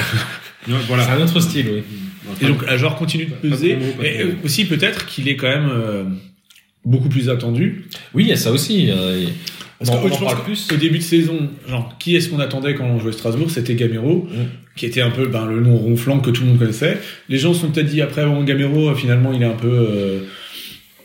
C'est voilà. un autre style, oui. Et donc Ajor continue de peser. Pas de combo, pas de Et euh, combo. aussi peut-être qu'il est quand même euh, beaucoup plus attendu. Oui, il y a ça aussi. euh, et- Parce on en- que, on je en pense parle que- plus. Au début de saison, genre, qui est-ce qu'on attendait quand on jouait Strasbourg C'était Gamero, Mm. qui était un peu ben, le nom ronflant que tout le monde connaissait. Les gens se sont peut-être dit après, bon, Gamero, euh, finalement, il est un peu. euh,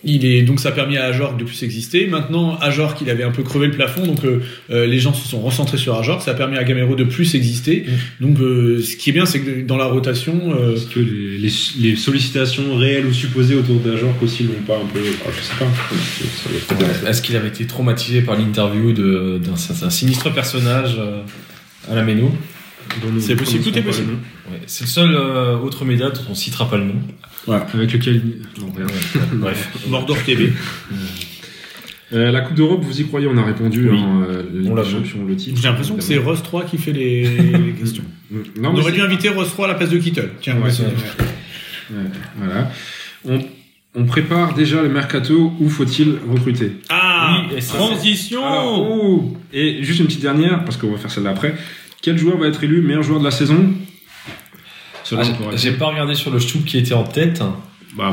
il est donc ça a permis à Ajor de plus exister. Maintenant, Ajor qu'il avait un peu crevé le plafond, donc euh, euh, les gens se sont recentrés sur Ajor. Ça a permis à Gamero de plus exister. Mm. Donc, euh, ce qui est bien, c'est que dans la rotation, euh, Est-ce que les, les, les sollicitations réelles ou supposées autour d'Ajor aussi l'ont pas un peu. Ah, je sais pas. Ça doit être intéressant. Est-ce qu'il avait été traumatisé par l'interview de- d'un d'un sinistre personnage euh, à la Méno Dont nous C'est possible, tout est possible. Ouais, C'est le seul euh, autre média dont on citera pas le nom. Avec lequel. Non, rien. Bref, Mordor TV. Euh, la Coupe d'Europe, vous y croyez, on a répondu. Oui. hein, euh, On l'a les vu. champions, le titre. J'ai l'impression que c'est Ross 3 qui fait les, les questions. Non, On mais aurait c'est- dû inviter Ross 3 à la place de Kittle. Tiens, Ouais, voici. ouais. Ouais, voilà. On, on prépare déjà le mercato. Où faut-il recruter Ah, Oui, et ça, transition Alors, oh, Et juste une petite dernière, parce qu'on va faire celle-là après. Quel joueur va être élu meilleur joueur de la saison Cela, Ah, on j'ai- pourra- j'ai pas regardé sur le Stoop qui était en tête, hein, Bah,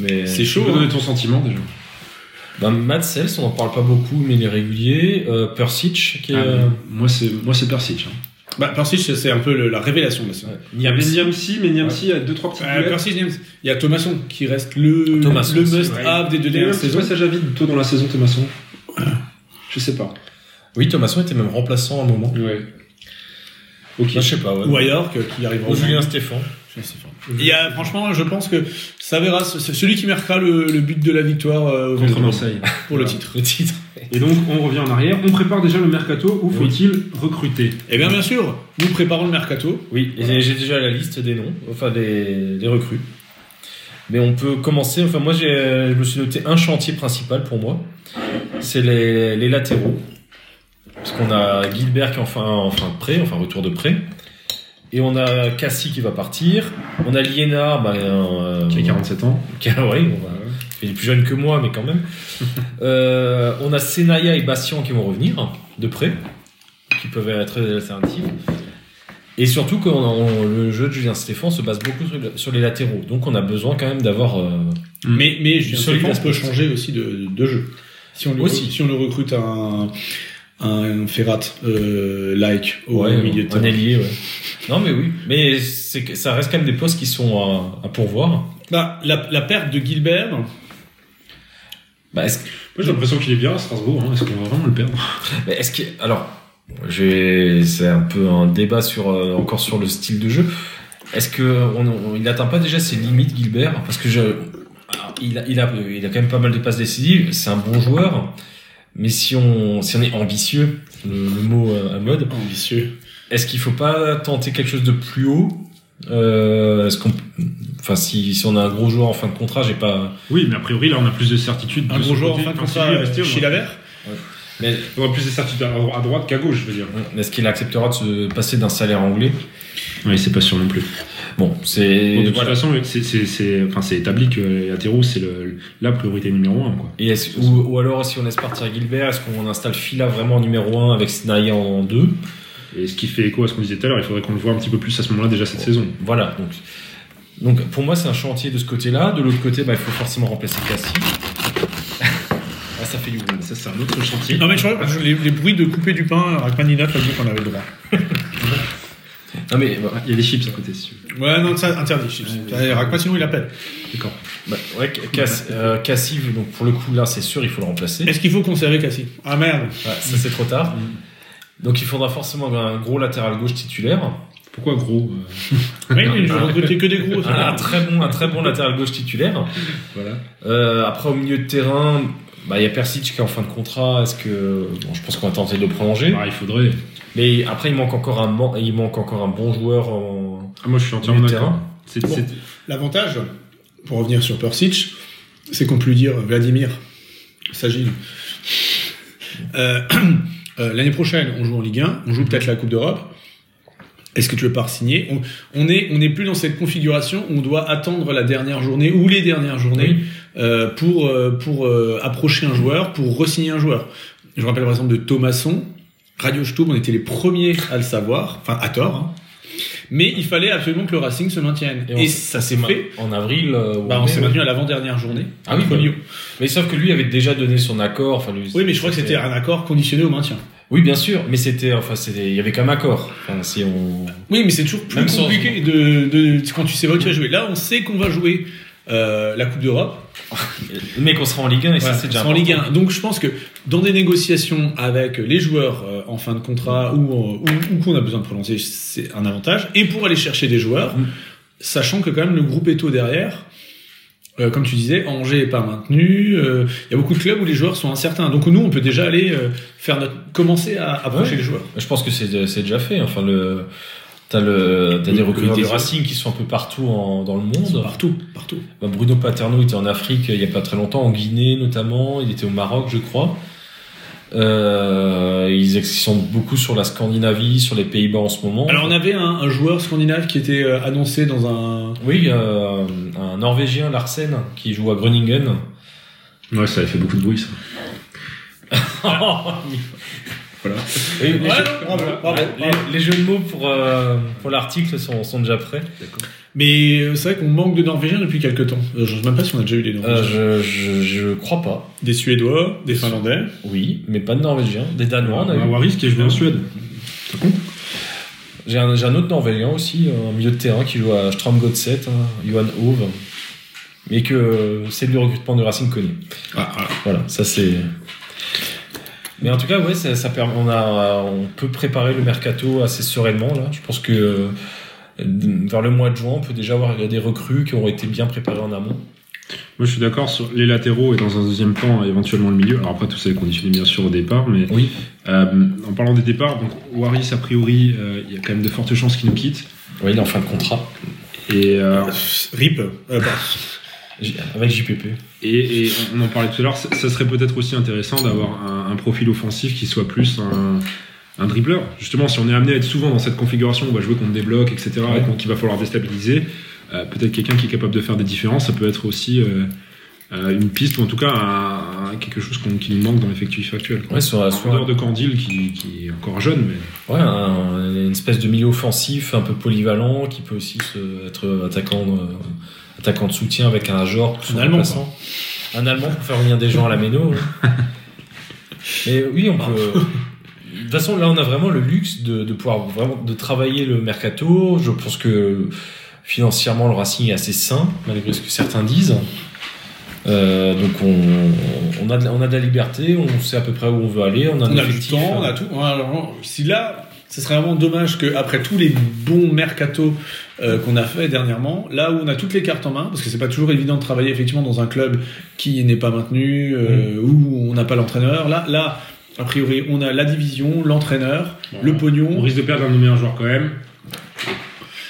mais C'est tu chaud. peux hein. donner ton sentiment déjà. ben, Madsels, on en parle pas beaucoup, mais il est régulier. Euh, Persic, qui est. Ah, euh, Moi, c'est moi c'est Persic. Hein. Bah, Percy, c'est c'est un peu le- la révélation de ça. ouais, Il y avait Niamsi. Niamsi, mais Niamsi a deux trois petites Euh, boulettes. Percy, James. il y a Thomasson qui reste le, Thomasson le aussi, must-have des deux Il y a eu un dernières petit saisons. passage à vide tôt dans la saison, Thomasson. Je sais pas. Oui, Thomasson était même remplaçant à un moment. Ouais. Ok. Non, je sais pas, ouais. Ou à York, euh, qui arrivera Ou au Julien Stéphane. Il y a, franchement, je pense que Saveras, c'est celui qui marquera le, le but de la victoire euh, au Contre Vélodrome, Marseille. pour le titre. Le titre. Et donc, on revient en arrière. On prépare déjà le mercato. Où faut-il recruter Et Eh bien, bien sûr, nous préparons le mercato. Oui, et j'ai- j'ai déjà la liste des noms, enfin des, des recrues. Mais on peut commencer. Enfin, moi, j'ai, euh, je me suis noté un chantier principal pour moi. C'est les, les latéraux. Parce qu'on a Gilbert qui est enfin, enfin prêt, enfin retour de prêt. Et on a Cassie qui va partir. On a Liénard, bah, euh, Qui a 47 ans. qui a- ouais, bon, bah, il est plus jeune que moi, mais quand même. Euh, on a Senaya et Bastien qui vont revenir de près, qui peuvent être des alternatives. Et surtout que le jeu de Julien Stéphane se base beaucoup sur, le- sur les latéraux. Donc on a besoin quand même d'avoir... euh, Mais, mais je Solide pense aspect. peut changer aussi de, de jeu. Si on, lui Aussi. si on le recrute un, un Ferrat euh, like au ouais, milieu de un terrain. ailier, ouais. Non mais oui, mais c'est que ça reste quand même des postes qui sont à, à pourvoir. Bah, la, la perte de Gilbert, Bah, est-ce Moi, j'ai l'impression qu'il est bien à Strasbourg. hein. Est-ce qu'on va vraiment le perdre Mais est-ce que alors j'ai c'est un peu un débat sur euh, encore sur le style de jeu. Est-ce que on- on- il n'atteint pas déjà ses limites Gilbert parce que je alors, il a, il a il a quand même pas mal de passes décisives, c'est un bon joueur. Mais si on si on est ambitieux, le, le mot euh, à mode, Oh, ambitieux. est-ce qu'il faut pas tenter quelque chose de plus haut Euh, est-ce qu'on, enfin, si, si on a un gros joueur en fin de contrat, j'ai pas. Oui, mais a priori, là, on a plus de certitude. Un de gros ce joueur en côté. fin de Enfin, si contrat, lui est resté, euh, on a- Chilavert Mais On a plus de certitude à à droite qu'à gauche, je veux dire. est-ce qu'il acceptera de se passer d'un salaire anglais Ouais, c'est pas sûr non plus. Bon, c'est. Bon, de toute façon, c'est- c'est- c'est enfin, c'est établi que Atero, c'est le- la priorité numéro un. Quoi. Et est-ce- ou, ou alors, si on laisse partir Gilbert, est-ce qu'on installe Fila vraiment en numéro 1 avec Snaïa en 2 Et ce qui fait écho à ce qu'on disait tout à l'heure, il faudrait qu'on le voit un petit peu plus à ce moment-là déjà cette saison. Voilà, donc. Donc, pour moi, c'est un chantier de ce côté-là. De l'autre côté, bah, il faut forcément remplacer Cassie. ah, ça fait du bruit. Ça, c'est un autre chantier. Non mais je crois que les, les bruits de couper du pain, Rachmaninoff a dit qu'on avait le droit. Non, mais, bah, Il y a des chips à côté, si tu veux. Ouais, non, ça interdit. Chips. Euh, Rachman, sinon il appelle. D'accord. bah, ouais, Cass- euh, Cassie, donc, pour le coup, là, c'est sûr, il faut le remplacer. Est-ce qu'il faut conserver Cassie Ah merde. Ouais, ça, c'est trop tard. Mm. Donc, il faudra forcément un gros latéral gauche titulaire. Pourquoi gros euh, Oui, mais Ah, ils ont recruté que des gros. ça. Un très bon, un très bon latéral gauche titulaire. Voilà. Euh, après, au milieu de terrain, bah, il y a Persic qui est en fin de contrat. Est-ce que bon, je pense qu'on va tenter de le prolonger. Bah, il faudrait. Mais après, il manque encore un man- il manque encore un bon joueur. En... Ah, moi, je suis entièrement Milieu de d'accord. terrain. C'est Bon, c'est- L'avantage, pour revenir sur Persic, c'est qu'on peut lui dire Vladimir, s'agit. Euh, euh, L'année prochaine, on joue en Ligue 1, on joue peut-être la Coupe d'Europe. Est-ce que tu veux pas signer On on est on n'est plus dans cette configuration où on doit attendre la dernière journée ou les dernières journées euh, pour euh, pour euh, approcher un joueur, pour re-signer un joueur. Je rappelle par exemple de Thomasson, Radio Stub, on était les premiers à le savoir, enfin à tort. hein. Mais il fallait absolument que le Racing se maintienne. on Et, s- ça s'est ma- fait. en avril. euh, ou Bah, en on s'est mai, maintenu à l'avant-dernière journée. Ah oui, contre bah. Lyon. Mais sauf que lui avait déjà donné son accord. Enfin, lui- Oui, mais je crois que c'était un accord conditionné au maintien. Oui, bien sûr. Mais c'était, enfin, c'était, il y avait quand même accord. Enfin, si on. Oui, mais c'est toujours plus Même sans- compliqué de, de- quand tu sais pas où tu vas jouer. Là, on sait qu'on va jouer euh, la Coupe d'Europe. Mais qu'on sera en Ligue 1 et ça, Voilà, c'est déjà. c'est en Ligue important. 1. Donc je pense que dans des négociations avec les joueurs euh, en fin de contrat ou, euh, ou, ou qu'on a besoin de prolonger, c'est un avantage. Et pour aller chercher des joueurs, Mm. sachant que quand même le groupe Eto derrière, euh, comme tu disais, Angers est pas maintenu. euh, Il y a beaucoup de clubs où les joueurs sont incertains. Donc nous, on peut déjà aller euh, faire notre, commencer à approcher Ouais. les joueurs. Je pense que c'est c'est déjà fait. Enfin, le. T'as le, t'as Le- des le recruteurs du désir. Racing qui sont un peu partout en- dans le monde. Ils sont Partout, partout. Bah, Bruno Paterno était en Afrique euh, il n'y a pas très longtemps, en Guinée notamment, il était au Maroc, je crois. Euh, ils ex- ils sont beaucoup sur la Scandinavie, sur les Pays-Bas en ce moment. Alors on avait un, un joueur scandinave qui était euh, annoncé dans un. Oui, euh, un Norvégien, Larsen, qui joue à Groningen. Ouais, ça a fait beaucoup de bruit, ça. voilà. Et les, Ouais, jeux, bravo, bravo, les- bravo. les jeux de mots pour, euh, pour l'article sont, sont déjà prêts. Mais euh, c'est vrai qu'on manque de Norvégiens depuis quelques temps. Euh, Je ne sais même pas si on a déjà eu des Norvégiens. Euh, je, je, je crois pas. Des Suédois, des Finlandais. Oui, mais pas de Norvégiens. Des Danois, on a eu. Un Waris qui a joué en Suède. J'ai un, j'ai un autre Norvégien aussi, un milieu de terrain qui joue à Strømgodset, hein, Johan Hove. Mais que euh, c'est le recrutement de Racing connu. Ah, Voilà, ça c'est. Mais en tout cas, ouais, ça, ça permet, on, a, on peut préparer le mercato assez sereinement. Là. Je pense que euh, vers le mois de juin, on peut déjà avoir des recrues qui auront été bien préparées en amont. Moi, je suis d'accord sur les latéraux et dans un deuxième temps, éventuellement le milieu. Alors après, tout ça est conditionné bien sûr au départ, mais Oui. euh, en parlant des départs, donc Waris, a priori, euh, il y a quand même de fortes chances qu'il nous quitte. Oui, il est en fin de contrat Et, Ah. euh, RIP. Euh, pardon. J- avec JPP. et, et on en parlait tout à l'heure, ça, ça serait peut-être aussi intéressant d'avoir un, un profil offensif qui soit plus un, un dribbleur. Justement, si on est amené à être souvent dans cette configuration, on va jouer contre des blocs, etc., Ouais. et qu'on- qu'il va falloir déstabiliser, euh, peut-être quelqu'un qui est capable de faire des différences, ça peut être aussi euh, euh, une piste, ou en tout cas un- un- quelque chose qu'on- qui nous manque dans l'effectif actuel. quoi. Ouais, sur, Un joueur de Candil qui, qui est encore jeune, mais Ouais, un- une espèce de milieu offensif un peu polyvalent qui peut aussi se- être attaquant, euh, attaquant de soutien avec un genre plus Un Allemand, remplaçant. Un allemand pour faire venir des gens à la méno. ouais. Mais oui, on peut. De toute façon, là, on a vraiment le luxe de, de pouvoir vraiment de travailler le mercato. Je pense que financièrement, le Racing est assez sain, malgré ce que certains disent. Euh, donc, on, on, a de, la- on a de la liberté, on sait à peu près où on veut aller, on a, un On a du effectif, temps, on euh, a tout. Ouais, alors, si là, ce serait vraiment dommage qu'après tous les bons mercato euh, qu'on a fait dernièrement, là où on a toutes les cartes en main, parce que c'est pas toujours évident de travailler effectivement dans un club qui n'est pas maintenu, euh, Mm. où on n'a pas l'entraîneur, là, là, a priori, on a la division, l'entraîneur, Bon, le on pognon. risque de perdre un de nos meilleurs joueurs quand même.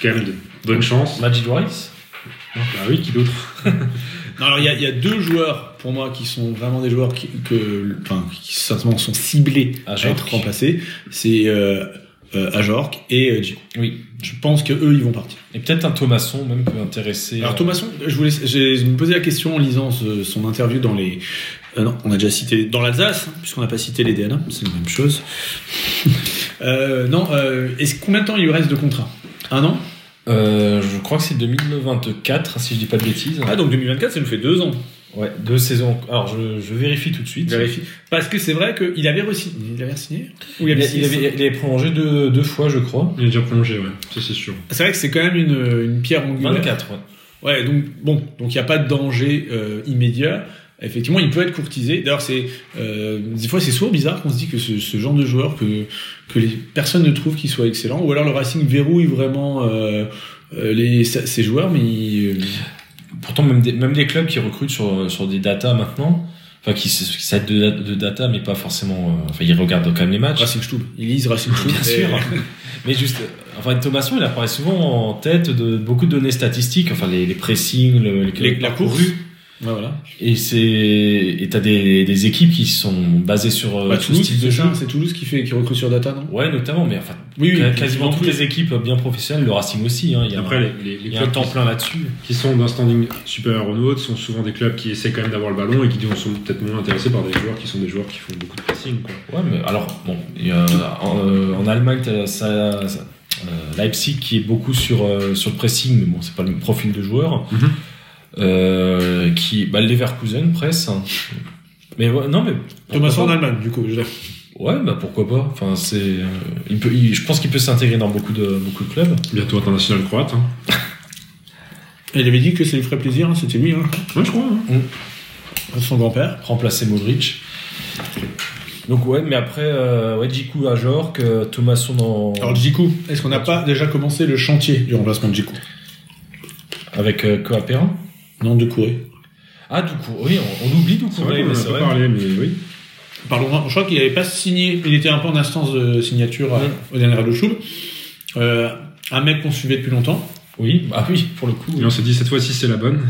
Quand même de Bonne chance. euh, Magic Rice Ah oui, qui d'autre Non, alors il y, a- il y a deux joueurs pour moi qui sont vraiment des joueurs qui, que, enfin, qui certainement sont ciblés à Ajork. être remplacés. C'est euh, euh, Ajork et euh, Djikou. Oui. Je pense que eux, ils vont partir. Et peut-être un Thomasson même peut intéresser. Alors euh, Thomasson, je voulais, j'ai- je me posais la question en lisant ce- son interview dans les, euh, non, on a déjà cité dans l'Alsace, hein, puisqu'on n'a pas cité les DNA, c'est la même chose. Euh, non, euh, est-ce combien de temps il lui reste de contrat Un an euh, je crois que c'est 2024 si je dis pas de bêtises. Ah donc 2024, ça nous fait deux ans. Ouais, deux saisons. Alors je, je vérifie tout de suite. Vérifie. Parce que c'est vrai qu'il avait re-signé. Il avait re-signé Ou il Il, avait a- signé il avait, il avait prolongé deux, deux fois je crois. Il est déjà prolongé, ouais. Ça, c'est sûr. C'est vrai que c'est quand même une, une pierre angulaire. 24. ouais. Ouais, donc bon, donc il n'y a pas de danger euh, immédiat. Effectivement, il peut être courtisé. D'ailleurs, c'est euh, des fois c'est souvent bizarre qu'on se dit que ce, ce genre de joueur que que les personnes ne trouvent qu'il soit excellent, ou alors le Racing verrouille vraiment euh, euh, les sa- ses joueurs, mais il- euh, Pourtant même des, même des clubs qui recrutent sur, sur des data maintenant. Enfin, qui, s- qui s'aident de, de data, mais pas forcément. euh, enfin, ils regardent quand même les matchs. Racing Stub, ils lisent Racing Stub. Ah, Bien Et- sûr. Mais juste, euh, enfin, Thomasson, il apparaît souvent en tête de beaucoup de données statistiques, enfin, les, les pressings, le, Les- la course. parcouru. Ouais, voilà. Et c'est, et t'as des, des équipes qui sont basées sur euh, Bah, tout ce Toulouse, type c'est de jeu. ça, c'est Toulouse qui fait qui recrute sur data, non Ouais, notamment, mais enfin, Oui, ca- oui, quasiment toutes les équipes bien professionnelles, le Racing aussi, hein, il y a, Après, les, les, les il y a un clubs temps qui- plein là-dessus. qui sont d'un standing supérieur au nôtre sont souvent des clubs qui essaient quand même d'avoir le ballon et qui donc, sont peut-être moins intéressés par des joueurs qui sont des joueurs qui font beaucoup de pressing. Quoi. Ouais, mais alors, bon, il y a- en, euh, en Allemagne, t'as ça, ça- euh, Leipzig qui est beaucoup sur, euh, sur le pressing, mais bon, c'est pas le même profil de joueur. Mhm. Euh, qui, bah, le Leverkusen presse. hein. Mais ouais, non, mais. pourquoi Thomas en pas. Allemagne, du coup. je- Ouais, bah pourquoi pas. Enfin, c'est, euh, il peut, il- je pense qu'il peut s'intégrer dans beaucoup de, beaucoup de clubs. Bientôt international croate. Hein. Il avait dit que ça lui ferait plaisir, hein, c'était lui, hein, Mmh. Ouais, je crois. hein. son grand-père. Remplacer Modric. Donc, ouais, mais après, euh, ouais, Djikou à Jork, euh, Thomasson dans, Alors Djikou, est-ce qu'on n'a pas déjà commencé le chantier du remplacement de Djikou avec euh, Koa Perrin. Non, de Couré. Ah, Doucouré, oui, on, on oublie C'est Doucouré, vrai qu'on en mais a c'est pas vrai. parlé, mais oui. Pardon, je crois qu'il n'avait pas signé, il était un peu en instance de signature à- Oui. au dernier Radio Show. Euh, un mec qu'on suivait depuis longtemps, Oui, bah oui, pour le coup. Et on s'est dit cette fois-ci c'est la bonne.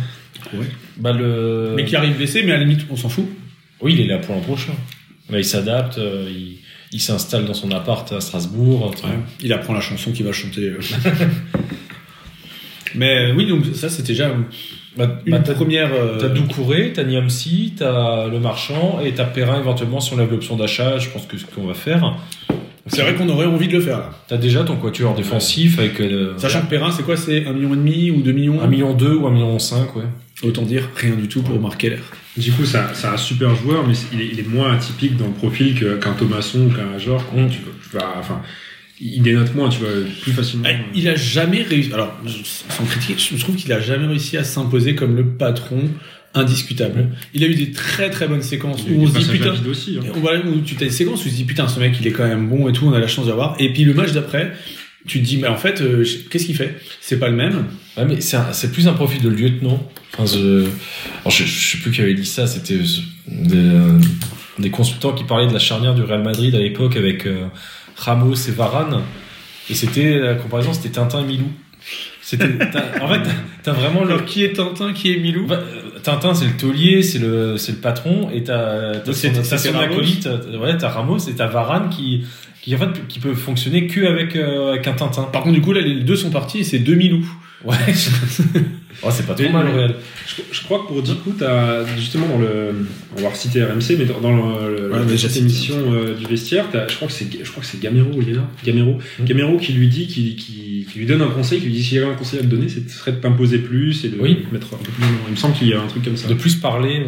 Bah le. mais qui arrive blessé, mais à la limite, on s'en fout. Oui, il est là pour l'an prochain. Bah, il s'adapte, euh, il, il s'installe dans son appart à Strasbourg. Enfin, Il apprend la chanson qu'il va chanter. euh. mais euh, oui, donc ça, c'était déjà Bah, une bah, t'as- première. euh, T'as Doucouré, t'as Niamsi, t'as le marchand et t'as Perrin éventuellement si on lève l'option d'achat, je pense que ce qu'on va faire. C'est vrai qu'on aurait envie de le faire. là. T'as déjà ton quatuor défensif avec euh, Sachant que Perrin, c'est quoi C'est un million et demi ou 2 millions 1,2 million ou 1,5 million, ouais. Autant dire rien du tout pour Marc Keller. Du coup, ça, ça a un super joueur, mais c'est- il est, il est moins atypique dans le profil que- qu'un Thomasson ou qu'un Ajor. Mm. Tu, vas- enfin, il dénote moins, tu vois, plus facilement. Ah, Il a jamais réussi. Alors, je- sans critique, je trouve qu'il a jamais réussi à s'imposer comme le patron indiscutable. Il a eu des très très bonnes séquences euh, Il y a eu où on des se dit passages à putain. vide aussi. hein. on va- où tu as des séquences où tu te dis putain, ce mec il est quand même bon et tout, on a la chance d'avoir. Et puis le match d'après, tu te dis mais en fait, euh, je- qu'est-ce qu'il fait C'est pas le même. Ouais, mais c'est un- c'est plus un profil de lieutenant. Enfin, je, alors, je, je sais plus qui avait dit ça, c'était euh, des, euh, des consultants qui parlaient de la charnière du Real Madrid à l'époque avec euh, Ramos et Varane. Et c'était, la comparaison, c'était Tintin et Milou. C'était, t'as- en fait, t'as- t'as vraiment le. Alors qui est Tintin, qui est Milou Bah, euh, Tintin, c'est le taulier, c'est le, c'est le patron, et t'as, t'as Donc, son, c'est- t'as c'est son Ramos. acolyte, euh, ouais, t'as Ramos et t'as Varane qui, qui, en fait, qui peut fonctionner que avec, euh, avec un Tintin. Par contre, du coup, là, les deux sont partis et c'est deux Milou. Ouais. oh, c'est pas trop Mais- mal, le mais- Real. Je, je crois que pour Djikou, t'as justement dans le. On va reciter RMC, mais dans, dans le, le- Ouais, mais la j'ai petite cité. émission euh, du vestiaire, t'as- je crois que c'est je crois que c'est Gamero, il est là. Gamero, Mm. Gamero qui lui dit, qui, qui, qui lui donne un conseil, qui lui dit s'il y avait un conseil à me donner, ce serait de t'imposer plus et de Oui. te mettre un peu plus. Il me semble qu'il y a un truc comme ça. De plus parler. ouais.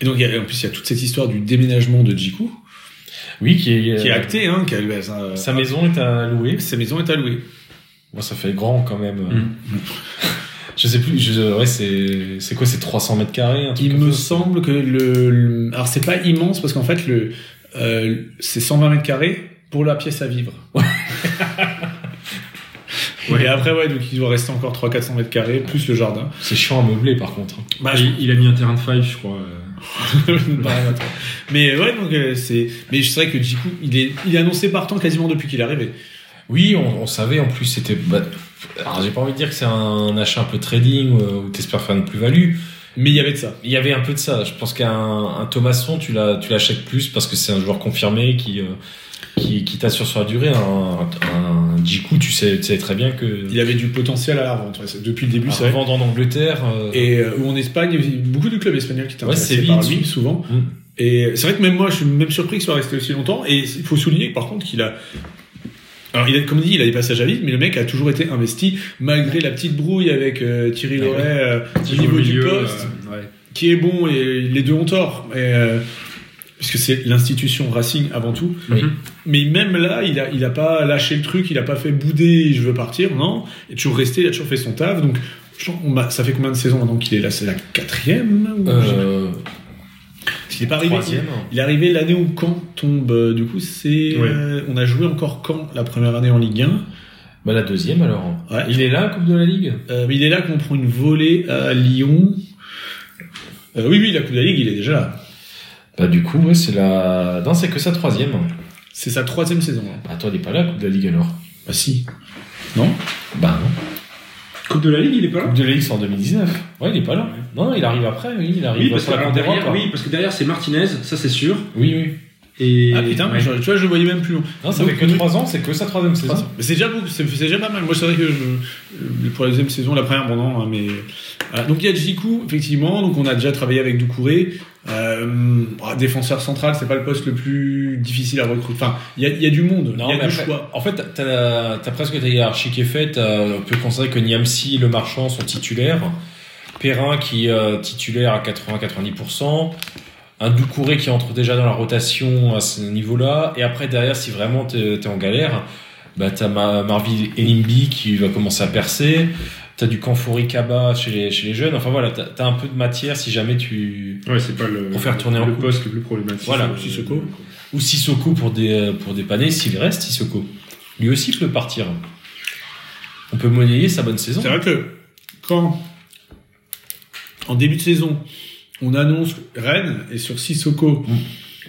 Et donc, il y a- en plus, il y a toute cette histoire du déménagement de Jiku, Oui, qui est, qui est euh, acté, hein, qui a- sa- Sa maison est à louer. sa maison est allouée. Bon, ça fait grand quand même. Mm. Je sais plus, je, ouais, c'est, c'est quoi, c'est 300 mètres carrés un truc Il comme me ça. semble que le, le- alors c'est pas immense parce qu'en fait le euh, c'est 120 mètres carrés pour la pièce à vivre. Et après ouais donc il doit rester encore 3 400 mètres carrés plus le jardin. C'est chiant à meubler par contre. hein. Bah, Ah, il, il a mis un terrain de five, je crois. euh. euh, mais ouais donc euh, c'est mais c'est vrai que Jiku il est il est annoncé partant quasiment depuis qu'il est arrivé. Oui, on, on savait en plus, c'était. bah, alors, j'ai pas envie de dire que c'est un achat un peu trading euh, où t'espères faire une plus-value. Mais il y avait de ça. Il y avait un peu de ça. Je pense qu'un un Thomasson, tu l'as- tu l'achètes plus parce que c'est un joueur confirmé qui, euh, qui, qui t'assure sur la durée. Un, un Djikou, tu sais, tu sais très bien que. Il avait du potentiel à la revente. ouais, c'est- Depuis le début, à c'est vrai. revendre en Angleterre. euh, Et euh, ou en Espagne, il y a beaucoup de clubs espagnols qui étaient Ouais, intéressés Séville, par tu- lui, souvent. Mm. Et c'est vrai que même moi, je suis même surpris qu'il soit resté aussi longtemps. Et il faut souligner, par contre, qu'il a. Alors, il a, comme dit, il a des passages à vide, mais le mec a toujours été investi, malgré la petite brouille avec euh, Thierry Ouais, Loret euh, Petit au jeu niveau du milieu, poste, euh, ouais. qui est bon et les deux ont tort. Et, euh, parce que c'est l'institution Racing avant tout. Oui. Mais même là, il a, il a pas lâché le truc, il a pas fait bouder, je veux partir, non. Il est toujours resté, il a toujours fait son taf. Donc, je pense qu'on m'a- ça fait combien de saisons maintenant qu'il est là C'est la quatrième ou- euh, Parce qu'il est pas arrivé. troisième. Il est arrivé l'année où Caen tombe. euh, Du coup, c'est Ouais. euh, on a joué encore Caen la première année en Ligue 1. Bah, la deuxième alors. Ouais. Il est là, Coupe de la Ligue Euh, mais il est là qu'on prend une volée à Lyon. Euh, oui, oui, la Coupe de la Ligue, il est déjà là. Bah, du coup, ouais, c'est la. Non, c'est que sa troisième. C'est sa troisième saison. hein. Bah, attends, il est pas là, Coupe de la Ligue alors Bah si. Non Bah, non. Coupe de la Ligue, il est pas là Coupe de la Ligue, c'est en 2019. Ouais, il est pas là. Non, non, il arrive après, oui, il arrive oui parce, que, sur la alors, Coupe d'Europe, derrière, là. oui, parce que derrière c'est Martinez, ça c'est sûr. oui, oui. Et Ah putain, Ouais. je- tu vois, je le voyais même plus loin. Non, ça Donc, fait que nous- 3 ans, c'est que sa troisième saison. Mais C'est déjà, beaucoup, c'est c'est déjà pas mal. Moi, c'est vrai que je- euh, pour la deuxième saison, la première, bon, non, hein, mais. voilà. Donc, il y a Jiku, effectivement. Donc, on a déjà travaillé avec Doucouré. Euh, ah, défenseur central, c'est pas le poste le plus difficile à recruter. Enfin, il y a, il y a du monde, il y a mais du après- choix. En fait, t'as la- t'as presque ta hiérarchie qui est faite. T'as- On peut considérer que Niamsi et Le Marchand sont titulaires. Perrin qui est euh, titulaire à 80-90%. Un Doucouré qui entre déjà dans la rotation à ce niveau-là. Et après, derrière, si vraiment t'es es en galère, bah, t'as Ma- Marvin Enimbi qui va commencer à percer. T'as du Canfori Kaba chez les, chez les jeunes. Enfin voilà, t'as t'as un peu de matière si jamais tu... Ouais, c'est pas le, Pour faire tourner en le coupe. poste le plus problématique. Voilà, Euh, Sissoko. Ou Sissoko pour, dé- pour dépanner, s'il reste Sissoko. Lui aussi peut partir. On peut monnayer sa bonne saison. C'est vrai que quand, en début de saison, on annonce Rennes et sur Sissoko, Mm.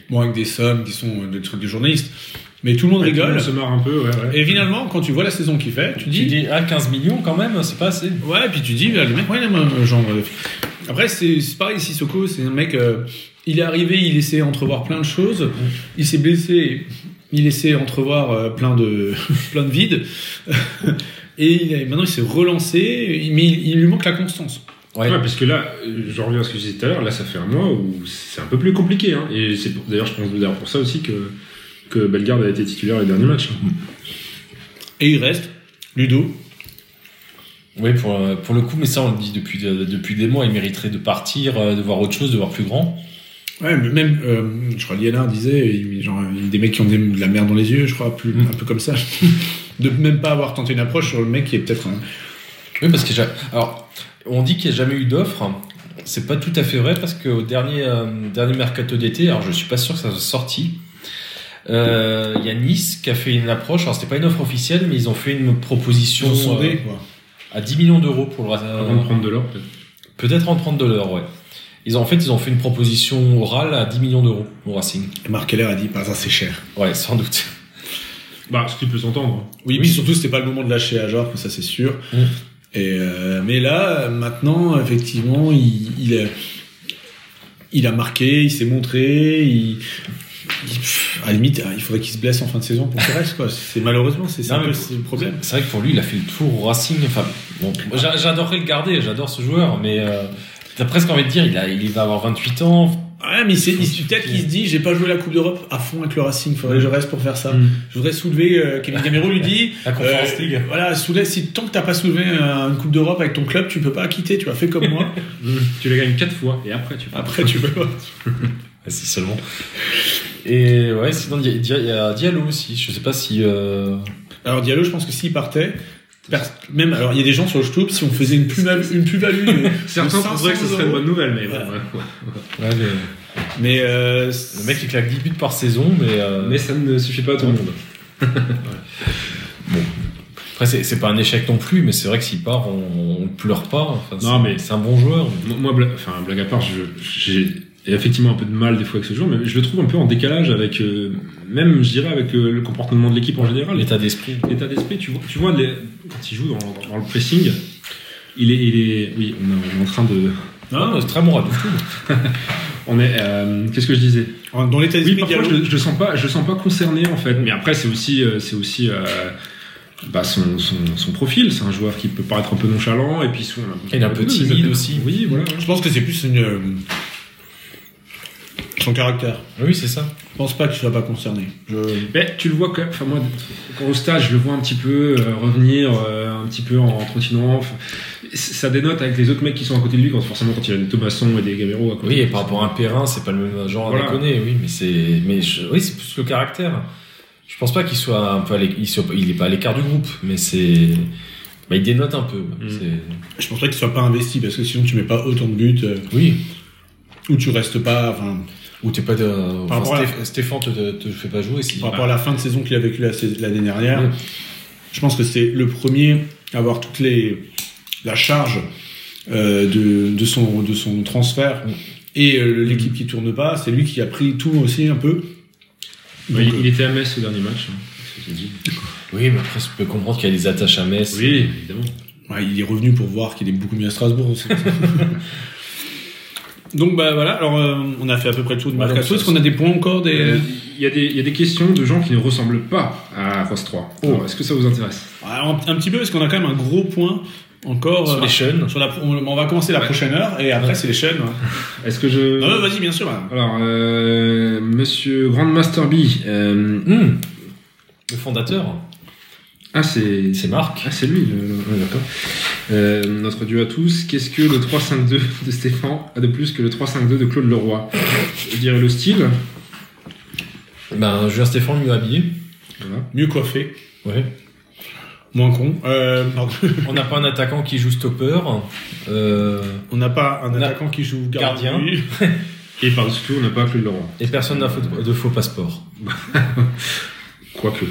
bon, avec des sommes qui sont des trucs de journalistes, mais tout le monde Ouais, tout le rigole. monde se marre un peu, ouais, ouais. Et finalement, quand tu vois la saison qu'il fait, Tu dis, ah, 15 millions quand même, c'est pas assez. Ouais, et puis tu dis, là, le mec, ouais, il aime, euh, genre. euh, Après, c'est c'est pareil, Sissoko, c'est un mec. euh, il est arrivé, il laissait entrevoir plein de choses. Il s'est blessé, il laissait entrevoir euh, plein de, plein de vides. et il est- maintenant, il s'est relancé, mais il, il lui manque la constance. Ouais. Ouais, parce que là, euh, je reviens à ce que je disais tout à l'heure, là ça fait un mois où c'est un peu plus compliqué. hein. Et c'est pour- d'ailleurs, je pense d'ailleurs pour ça aussi que, que Bellegarde a été titulaire les derniers matchs. hein. Et il reste, Ludo. Oui, pour, euh, pour le coup, mais ça on le dit depuis, euh, depuis des mois, il mériterait de partir, euh, de voir autre chose, de voir plus grand. Ouais, mais même, euh, je crois, Lienard disait, il- genre, il y a des mecs qui ont des- de la merde dans les yeux, je crois, plus, un peu comme ça. de même pas avoir tenté une approche sur le mec qui est peut-être un. Oui, parce que j'a- alors on dit qu'il n'y a jamais eu d'offre. C'est pas tout à fait vrai parce qu'au dernier euh, dernier mercato d'été, alors je suis pas sûr que ça soit sorti. euh, Il y a Nice qui a fait une approche. Alors c'était pas une offre officielle, mais ils ont fait une Ils ont proposition sondé, euh, quoi. à 10 millions d'euros pour le euh, Avant de prendre de l'or, peut-être. peut-être en 30 dollars, ouais. Ils ont en fait ils ont fait une proposition orale à 10 millions d'euros au Racing. Et Marc Keller a dit, pas ça, c'est cher. Ouais, sans doute. Bah, ce qui peut s'entendre. Oui, Mmh. mais surtout, c'était pas le moment de lâcher à genre, ça c'est sûr. Mm. Et euh, mais là, euh, maintenant, effectivement, il, il, a, il a marqué, il s'est montré. Il, il- pff, à la limite, il faudrait qu'il se blesse en fin de saison pour qu'il reste. Quoi. C'est malheureusement, c'est ça Non, mais- le problème. C'est vrai que pour lui, il a fait le tour au Racing. Enfin, bon, moi, j'a- j'adorerais le garder, j'adore ce joueur, mais euh, t'as presque envie de dire, il, a, il va avoir 28 ans. Ouais, mais c'est, il- Faut- peut-être qu'il se dit, j'ai pas joué la Coupe d'Europe à fond avec le Racing. Faudrait que je reste pour faire ça. Je voudrais soulever. euh, Kevin Gamero lui dit, La Conference Euh, League. voilà, soulève. Si tant que t'as pas soulevé euh, une Coupe d'Europe avec ton club, tu peux pas quitter. Tu as fait comme moi. Mmh. Tu la gagnes 4 fois et après tu Après, tu peux pas. Ah, si seulement. Et ouais, sinon, il y a- il y, a- il y a Diallo aussi. Je sais pas si. euh, Alors Diallo, je pense que s'il partait, pers- même alors il y a des gens sur le YouTube, si on faisait une plus value, une plus value, Certains trouveraient que ce serait une bonne nouvelle, mais bon, Ouais. ouais. ouais, le, Mais euh, le mec, il claque 10 buts par saison, mais. euh, Mais ça ne suffit pas à tout le monde. Après, c'est- c'est pas un échec non plus, mais c'est vrai que s'il part, on, on pleure pas. Enfin, Non, c'est- mais- C'est un bon joueur. Moi, bla- enfin, blague à part, je- j'ai a effectivement un peu de mal des fois avec ce joueur, mais je le trouve un peu en décalage avec, euh, même je dirais, avec euh, le comportement de l'équipe en général. L'état d'esprit. L'état d'esprit, tu vois, tu vois les- quand il joue dans, dans le pressing, il est, il est, oui, on est- on est en train de, Non, c'est très bon Radou. on est, euh, qu'est-ce que je disais Dans l'état Oui, d'esprit, parfois je, Diallo- le- je le sens pas, je le sens pas concerné en fait. Mais après, c'est aussi, euh, c'est aussi. euh, bah, son, son, son profil, c'est un joueur qui peut paraître un peu nonchalant et puis souvent Il est un peu timide aussi. Oui, voilà. je pense que c'est plus une, euh, son caractère. Oui, c'est ça. Je pense pas qu'il soit pas concerné. Je- Mais tu le vois quand même, enfin moi, quand au stade, je le vois un petit peu euh, revenir euh, un petit peu en, en trottinant. Enfin, c- ça dénote avec les autres mecs qui sont à côté de lui, quand forcément quand il a des Thomasson et des Gamero à côté. Oui, et par rapport à un Perrin, c'est pas le même genre Voilà. à déconner, oui, mais c'est, mais je- oui, c'est plus le caractère. Je pense pas qu'il soit un peu, à l'é- il, soit- il est pas à l'écart du groupe, mais c'est, bah, il dénote un peu. c'est- Je pense pas qu'il soit pas investi parce que sinon tu mets pas autant de buts euh, Oui. ou tu restes pas. Enfin, Ou t'es pas, de, enfin, rapport à la- Stéph- Stéphane te, te, te fait pas jouer, si. par rapport à la fin de saison qu'il a vécue la sais- l'année dernière, Mm. je pense que c'est le premier à avoir toutes les la charge euh, de, de son de son transfert Mm. et euh, l'équipe qui tourne pas, c'est lui qui a pris tout aussi un peu. Ouais, Donc, il, il était à Metz au dernier match. hein, c'est ce que j'ai dit. Oui, mais après, je peux comprendre qu'il y a des attaches à Metz. Oui, évidemment. euh, Ouais, il est revenu pour voir qu'il est beaucoup mieux à Strasbourg aussi. Donc bah voilà, alors euh, on a fait à peu près le tour du Ouais, donc mercato. ça, Est-ce qu'on a des points encore des Euh, Il y, a des- il y a des questions de gens qui ne ressemblent pas à Ross 3. Alors, Est-ce que ça vous intéresse Ah, un, un petit peu parce qu'on a quand même un gros point encore Sur euh, les chaînes. sur la- on, on va commencer la prochaine heure et après c'est les chaînes. hein. Est-ce que je. Ah ouais, vas-y bien sûr. hein. Alors, euh, monsieur Grandmaster B. euh, Hum. Le fondateur, ah, c'est. c'est Marc. Ah, c'est lui, le- le- ouais, d'accord. Euh, notre dieu à tous, qu'est-ce que le 3-5-2 de Stéphane a de plus que le 3-5-2 de Claude Leroy Je dirais le style. Ben, Julien Stéphane mieux habillé. Voilà. Mieux coiffé, Ouais. moins con. Euh, pardon. On n'a pas un attaquant qui joue stopper. Euh, on n'a pas un On a- attaquant qui joue gardien. Gardien. Et par-dessus tout, on n'a pas Claude Leroy. et personne n'a faux- de faux passeport. Quoique.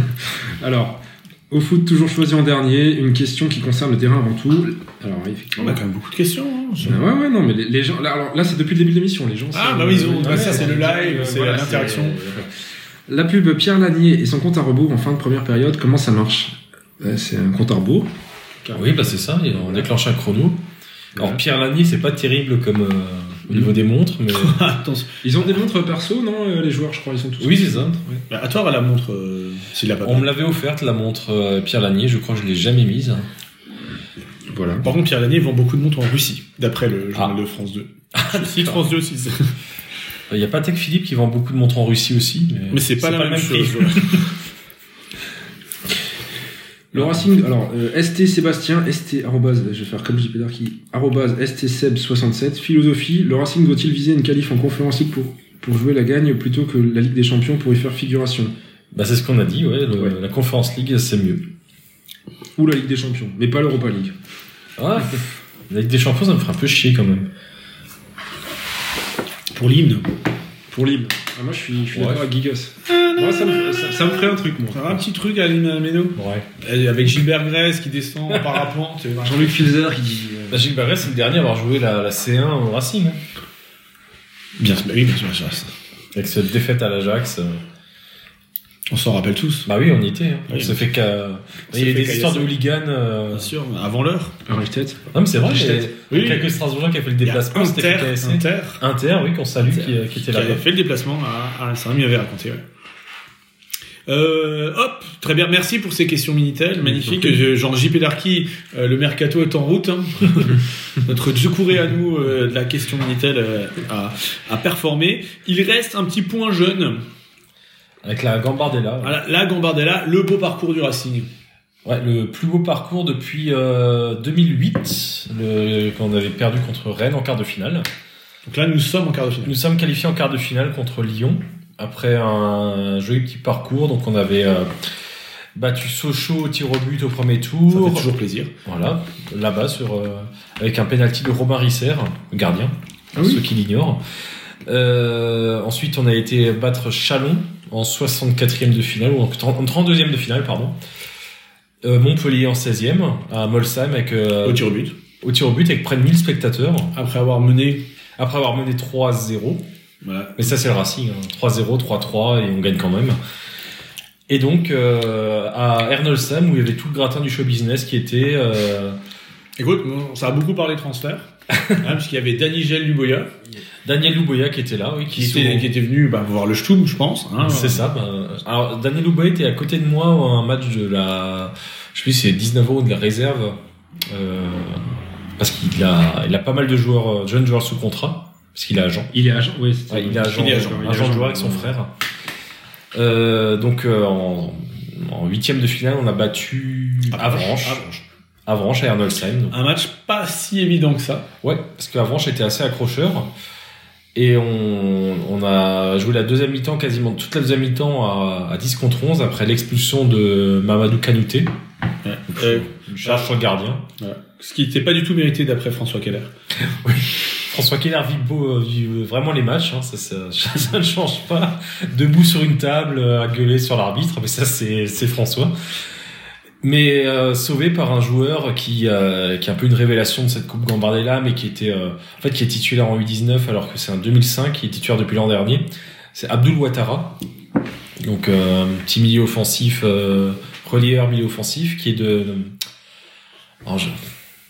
Alors, au foot, toujours choisi en dernier, une question qui concerne le terrain avant tout. Alors, On effectivement. a quand même beaucoup de questions. hein, sur- Ah ouais, ouais, non, mais les, les gens. Là, alors, là c'est depuis le début de l'émission, les gens. Ah, sont- bah oui, ils ont- Ah bah, ça, c'est le live, euh, c'est l'interaction. c'est- euh, La pub Pierre Lanier et son compte à rebours en fin de première période, comment ça marche Euh, C'est un compte à rebours. Oui, bah c'est ça, et on déclenche un chrono. Alors Pierre Lanier, c'est pas terrible comme euh, au niveau des montres, mais Attention. Ils ont des montres perso, non euh, Les joueurs, je crois, ils sont tous. oui c'est ça. Bah, à toi, va la montre euh, s'il l'a pas. On me l'avait offerte la montre euh, Pierre Lanier, je crois que je l'ai jamais mise. Voilà. Par contre, Pierre Lanier vend beaucoup de montres en Russie, d'après le journal Ah. de France 2. si France 2, si c'est- Il y a Patek Philippe qui vend beaucoup de montres en Russie aussi, mais, Mais c'est pas la même, prix. chose. Le Racing, alors euh, ST Sébastien, ST, arrobase, je vais faire comme JP Darky, arrobase STSeb67, philosophie, le Racing doit-il viser une qualif en conférence League pour, pour jouer la gagne plutôt que la Ligue des Champions pour y faire figuration Bah c'est ce qu'on a dit, ouais, le- Ouais. la Conférence League c'est mieux. Ou la Ligue des Champions, mais pas l'Europa League. Ah, la Ligue des Champions ça me ferait un peu chier quand même. Pour l'hymne. Pour l'hymne. Ah, moi je suis, je suis Ouais. d'accord avec Gigas. Moi ça me, ça, ça me ferait un truc, moi. un petit truc à l'hymne à Meno Ouais. Et Avec Gilbert Grèce qui descend en parapente. et voilà. Jean-Luc Filzer qui dit. euh, Bah, Gilles Barret c'est le dernier à avoir joué la, la C1 au Racing. hein. Bien, sûr, bah oui, bien sûr, bien sûr. Avec cette défaite à l'Ajax. euh, On s'en rappelle tous. Bah oui on y était. hein. Oui. On se fait qu'à... Il y fait a des qu'à histoires de Yassine. hooligans... euh, Bien sûr, avant l'heure. Arrive tête. Non, mais c'est vrai, j'ai Oui, oui. quelques Strasbourgeois qui a fait le Il y a déplacement, c'était Inter, KSC. Inter, Inter, oui, qu'on salue, qui, euh, qui était qui là. avait fait le déplacement à, à saint m'avait raconté. ouais. Euh, hop, très bien, merci pour ces questions Minitel, magnifique. Je- Jean J. Pédarki, euh, le mercato est en route. hein. Notre Djokouré à nous euh, de la question Minitel euh, a, a performé. Il reste un petit point jeune. Avec la Gambardella. Voilà, la Gambardella, le beau parcours du Racing. Ouais, le plus beau parcours depuis euh, 2008, le- quand on avait perdu contre Rennes en quart de finale. Donc là, nous sommes en quart de finale. Nous sommes qualifiés en quart de finale contre Lyon, après un joli petit parcours. Donc on avait euh, battu Sochaux au tir au but au premier Ça fait tour. toujours plaisir. Voilà, là-bas, sur, euh, avec un penalty de Romain Risser, le gardien, Ah pour ceux qui l'ignorent. Euh, ensuite, on a été battre Chalon en 64e de finale, ou en 30 en 32e de finale, pardon. Euh, Montpellier en 16e, à Molsheim, avec, euh, Au tir au but. au tir au but, avec près de 1000 spectateurs. Après avoir mené Après avoir mené 3-0, Voilà. mais ça c'est le Racing, hein. 3-0, 3-3 et on gagne quand même. Et donc euh, à Ernolsheim où il y avait tout le gratin du show business qui était euh, Écoute, bon, ça a beaucoup parlé transfert, hein, puisqu'il y avait Danny Gel Luboya, Daniel Louboya qui était là, oui, qui, qui, était, souvent- qui était venu bah, voir le Stum, je pense. Hein, C'est ça. ben, alors, Daniel Ouboy était à côté de moi à un match de la, je sais plus, si c'est 19 ou de la réserve, euh, parce qu'il a, il a pas mal de joueurs, euh, jeunes joueurs sous contrat, parce qu'il a agent. Il est agent, oui. Ouais, il a agent, euh, est agent, agent, de joueur avec son frère. Euh, donc euh, en en huitième de finale, on a battu Avranches, Avranches. Avranches à Ernolsheim. donc Un match pas si évident que ça. Ouais, parce que Avranches était assez accrocheur. Et on, on a joué la deuxième mi-temps, quasiment toute la deuxième mi-temps à, à 10 contre 11 après l'expulsion de Mamadou Kanouté. Euh, Une charge sur le gardien. ce qui n'était pas du tout mérité d'après François Keller. François Keller vit, beau, euh, vit vraiment les matchs, hein, ça, ça, ça ne change pas. Debout sur une table, euh, à gueuler sur l'arbitre, mais ça c'est c'est François. Mais euh, sauvé par un joueur qui, euh, qui est un peu une révélation de cette Coupe Gambardella, mais qui était euh, en fait qui est titulaire en U19 alors que c'est un 2005, qui est titulaire depuis l'an dernier. C'est Abdul Ouattara, donc euh, un petit milieu offensif, euh, relieur milieu offensif, qui est de... Alors, je...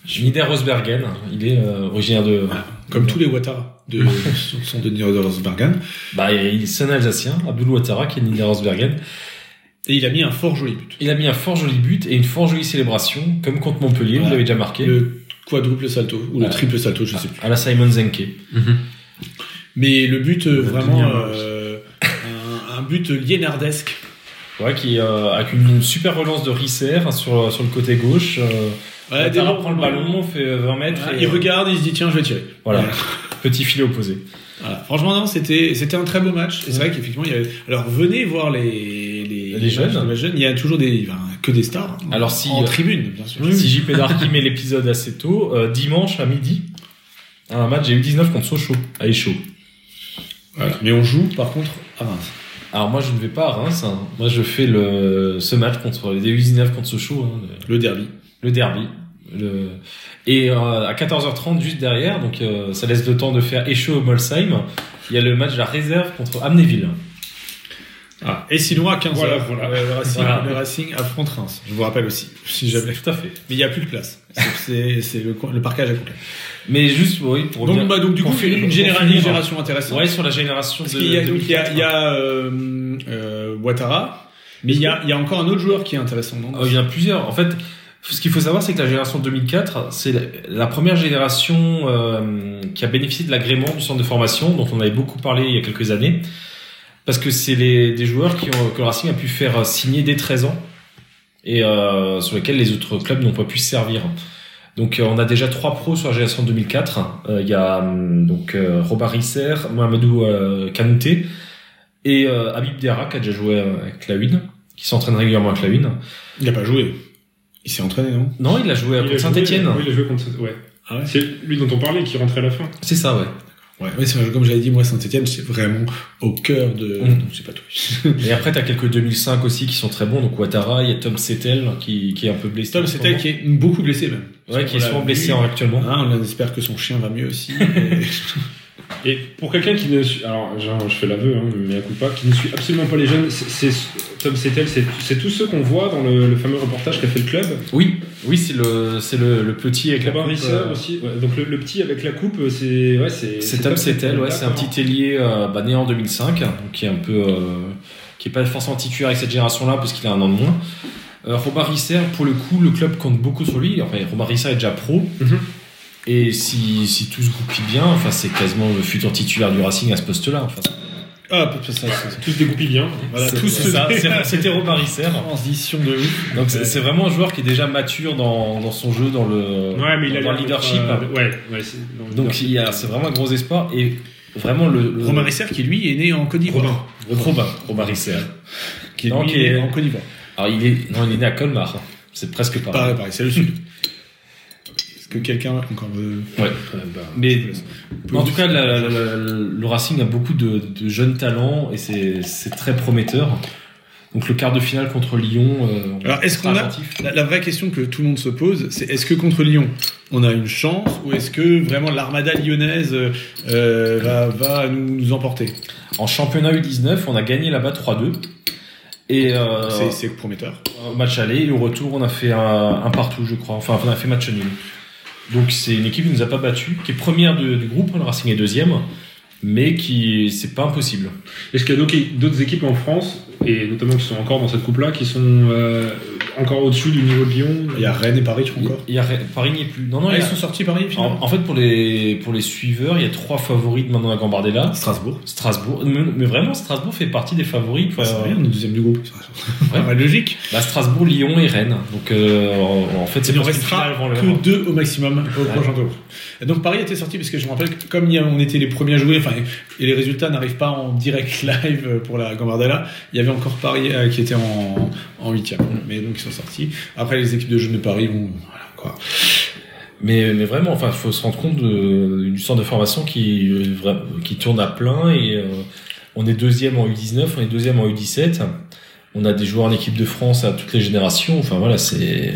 je- Nieder Rosbergen, il est euh, originaire de, Comme tous les Ouattara de, sont de Niedersbergen. Bah, il c'est un Alsacien, Abdul Ouattara, qui est né à Rosbergen. Et il a mis un fort joli but. Il a mis un fort joli but et une fort jolie célébration, comme contre Montpellier, Ouais. vous l'avez déjà marqué, Le quadruple salto, ou le Ouais. Ah. triple salto, je sais plus. à la Simon Zenke. Mais le but, euh, Le vraiment, deuxième, euh, un, un but liénardesque. Ouais, qui, euh, avec une super relance de Risser sur, sur le côté gauche. Euh, Ouais, des- Ouattara prend le ballon, fait 20 mètres. Voilà, et, il euh, regarde, il se dit tiens, je vais tirer. Voilà, petit filet opposé. Voilà. Franchement, non, c'était c'était un très beau match. Et c'est vrai qu'effectivement, il y avait. Alors, venez voir les les, Les jeunes. matchs de la jeune. Il y a toujours des ben, que des stars. hein. Alors, si- euh, en tribune, bien sûr. Si JP Darky met l'épisode assez tôt, euh, dimanche à midi, un match, j'ai eu 19 contre Sochaux, Ah, à Échaux. Voilà. Mais on joue par contre à Reims. Alors, moi, je ne vais pas à Reims. hein. Moi, je fais le, ce match contre les U19 contre Sochaux. hein, le- Le derby. le derby. Le... Et euh, à 14h30, juste derrière, donc euh, ça laisse le temps de faire écho au Molsheim, il y a le match de la réserve contre Amnéville. Et sinon à 15h. Voilà, voilà. Le, Racing, Ah. Voilà. le Racing affronte Reims. Je vous rappelle aussi, si jamais. Tout à fait. Mais il n'y a plus de place. C'est- C'est c'est le, coin- le parcage à complet. Mais juste, oui, pour Donc, revenir- bah, donc du pour coup, finir- une pour généra- une finir. génération intéressante. Ouais, sur la génération Parce de. qu'il y a, donc, il y a, 2004. il y a, euh, euh, Ouattara, mais il y a, il y a encore un autre joueur qui est intéressant. non Euh, Il y en a plusieurs. En fait, ce qu'il faut savoir, c'est que la génération 2004, c'est la, la première génération euh, qui a bénéficié de l'agrément du centre de formation, dont on avait beaucoup parlé il y a quelques années, parce que c'est les- des joueurs qui ont, que le Racing a pu faire signer dès 13 ans et euh, sur lesquels les autres clubs n'ont pas pu se servir. Donc euh, on a déjà trois pros sur la génération 2004. Euh, Il y a hum, donc euh, Robert Risser, Mohamedou euh, Kanouté et euh, Habib Dera qui a déjà joué euh, avec la Une, qui s'entraîne régulièrement avec la Une. Il n'a pas joué. Il s'est entraîné, non Non, il a joué à Il a joué- Euh, Saint-Etienne. Oui, il a joué contre saint Ouais. Ah ouais C'est lui dont on parlait qui rentrait à la fin. C'est ça, ouais. Ouais, ouais, c'est- comme j'avais dit, moi, Saint-Etienne, c'est vraiment au cœur de. Mm. Donc, c'est pas tout. Et après, t'as quelques 2005 aussi qui sont très bons. Donc Ouattara, il y a Tom Settel qui, qui est un peu blessé. Tom, en ce c'était moment. qui est beaucoup blessé, même. Ouais, qui est On l'a souvent vu. blessé en- actuellement. Hein, on espère que son chien va mieux aussi. Et- Et pour quelqu'un qui ne suit, alors genre, je fais l'aveu, hein, mais à coup pas, qui ne suit absolument pas les jeunes, c'est c'est- Tom Settel, c'est c'est tous ceux qu'on voit dans le, le fameux reportage qu'a fait le club. Oui, oui, c'est le, c'est le, le petit avec la Robin coupe, Risser euh, aussi. ouais, donc le, le petit avec la coupe, euh, c'est ouais, c'est. hein. C'est Tom Settel, ouais, c'est un D'accord. petit ailier euh, bah, né en 2005, donc qui est un peu, euh, qui est pas forcément titulaire avec cette génération-là, parce qu'il a un an de moins. Euh, Robin Risser, pour le coup, le club compte beaucoup sur lui. Enfin, Robin Risser est déjà pro. Mhm. Et si, si tout se goupille bien, enfin, c'est quasiment le futur titulaire du Racing à ce poste-là. Enfin, Hop, ça, ça, ça. Tous dégoupillés bien. Voilà, c'est- tous c'est ceux- ça, c'est- c'était Robin Risser. Transition de ouf. Donc, c'est c'est vraiment un joueur qui est déjà mature dans, dans son jeu, dans le, Ouais, mais il a dans le l'air leadership. d'être, euh, ouais, ouais. c'est- dans le Donc, leadership. il y a- c'est vraiment un gros espoir. Et vraiment, le. le- Romain Risser, qui lui est né en Côte d'Ivoire. Robin, Robin Risser. Qui est, Non, lui, euh, qui est né est- en Côte d'Ivoire. Alors il est, non, il est né à Colmar. hein. C'est presque pareil. Pareil, pareil, c'est le sud. Est-ce que quelqu'un encore euh, veut. Ouais. Ouais, bah, Mais en tout cas, la- la- la- le Racing a beaucoup de, de jeunes talents et c'est c'est très prometteur. Donc le quart de finale contre Lyon. euh, on Alors, est-ce qu'on sera a- attentif. La, la vraie question que tout le monde se pose, c'est est-ce que contre Lyon, on a une chance ou est-ce que vraiment l'armada lyonnaise euh, va, va nous, nous emporter En championnat U19, on a gagné là-bas 3-2. Et euh, C'est- C'est prometteur. au match aller et au retour, on a fait un, un partout, je crois. Enfin, on a fait match nul. Donc c'est une équipe qui nous a pas battu, qui est première de- du groupe, hein, le Racing est deuxième, mais qui c'est pas impossible. Est-ce qu'il y a d'autres- d'autres équipes en France, et notamment qui sont encore dans cette coupe-là, qui sont euh, encore au-dessus du niveau de Lyon Il y a Rennes et Paris, je crois encore. Il y a, Paris n'y est plus. Non, non, Ah, il y ils a- sont sortis Paris, finalement en, en fait pour les pour les suiveurs, il y a trois favoris de Mandanda Gambardella. Strasbourg. Ah, Strasbourg, mais, mais vraiment Strasbourg fait partie des favoris. Enfin, C'est rien, le deuxième du groupe. Ouais. Pas logique. bah, Strasbourg, Lyon et Rennes. Donc euh, en fait c'est Il ne presque une finale restera avant le- Ah, que deux au maximum au prochain tour. Et donc Paris était sorti parce que je me rappelle que comme il y a- on était les premiers à jouer, enfin, et les résultats n'arrivent pas en direct live euh, pour la Gambardella, il y avait encore Paris euh, qui était en, en huitième. Mm. Mais donc ils sont sortis. Après les équipes de jeunes de Paris vont... Voilà, quoi. Mais, mais vraiment, enfin, faut se rendre compte de- du centre de formation qui, euh, vra- qui tourne à plein et euh, on est deuxième en U19, on est deuxième en U17. On a des joueurs en équipe de France à toutes les générations. Enfin voilà, c'est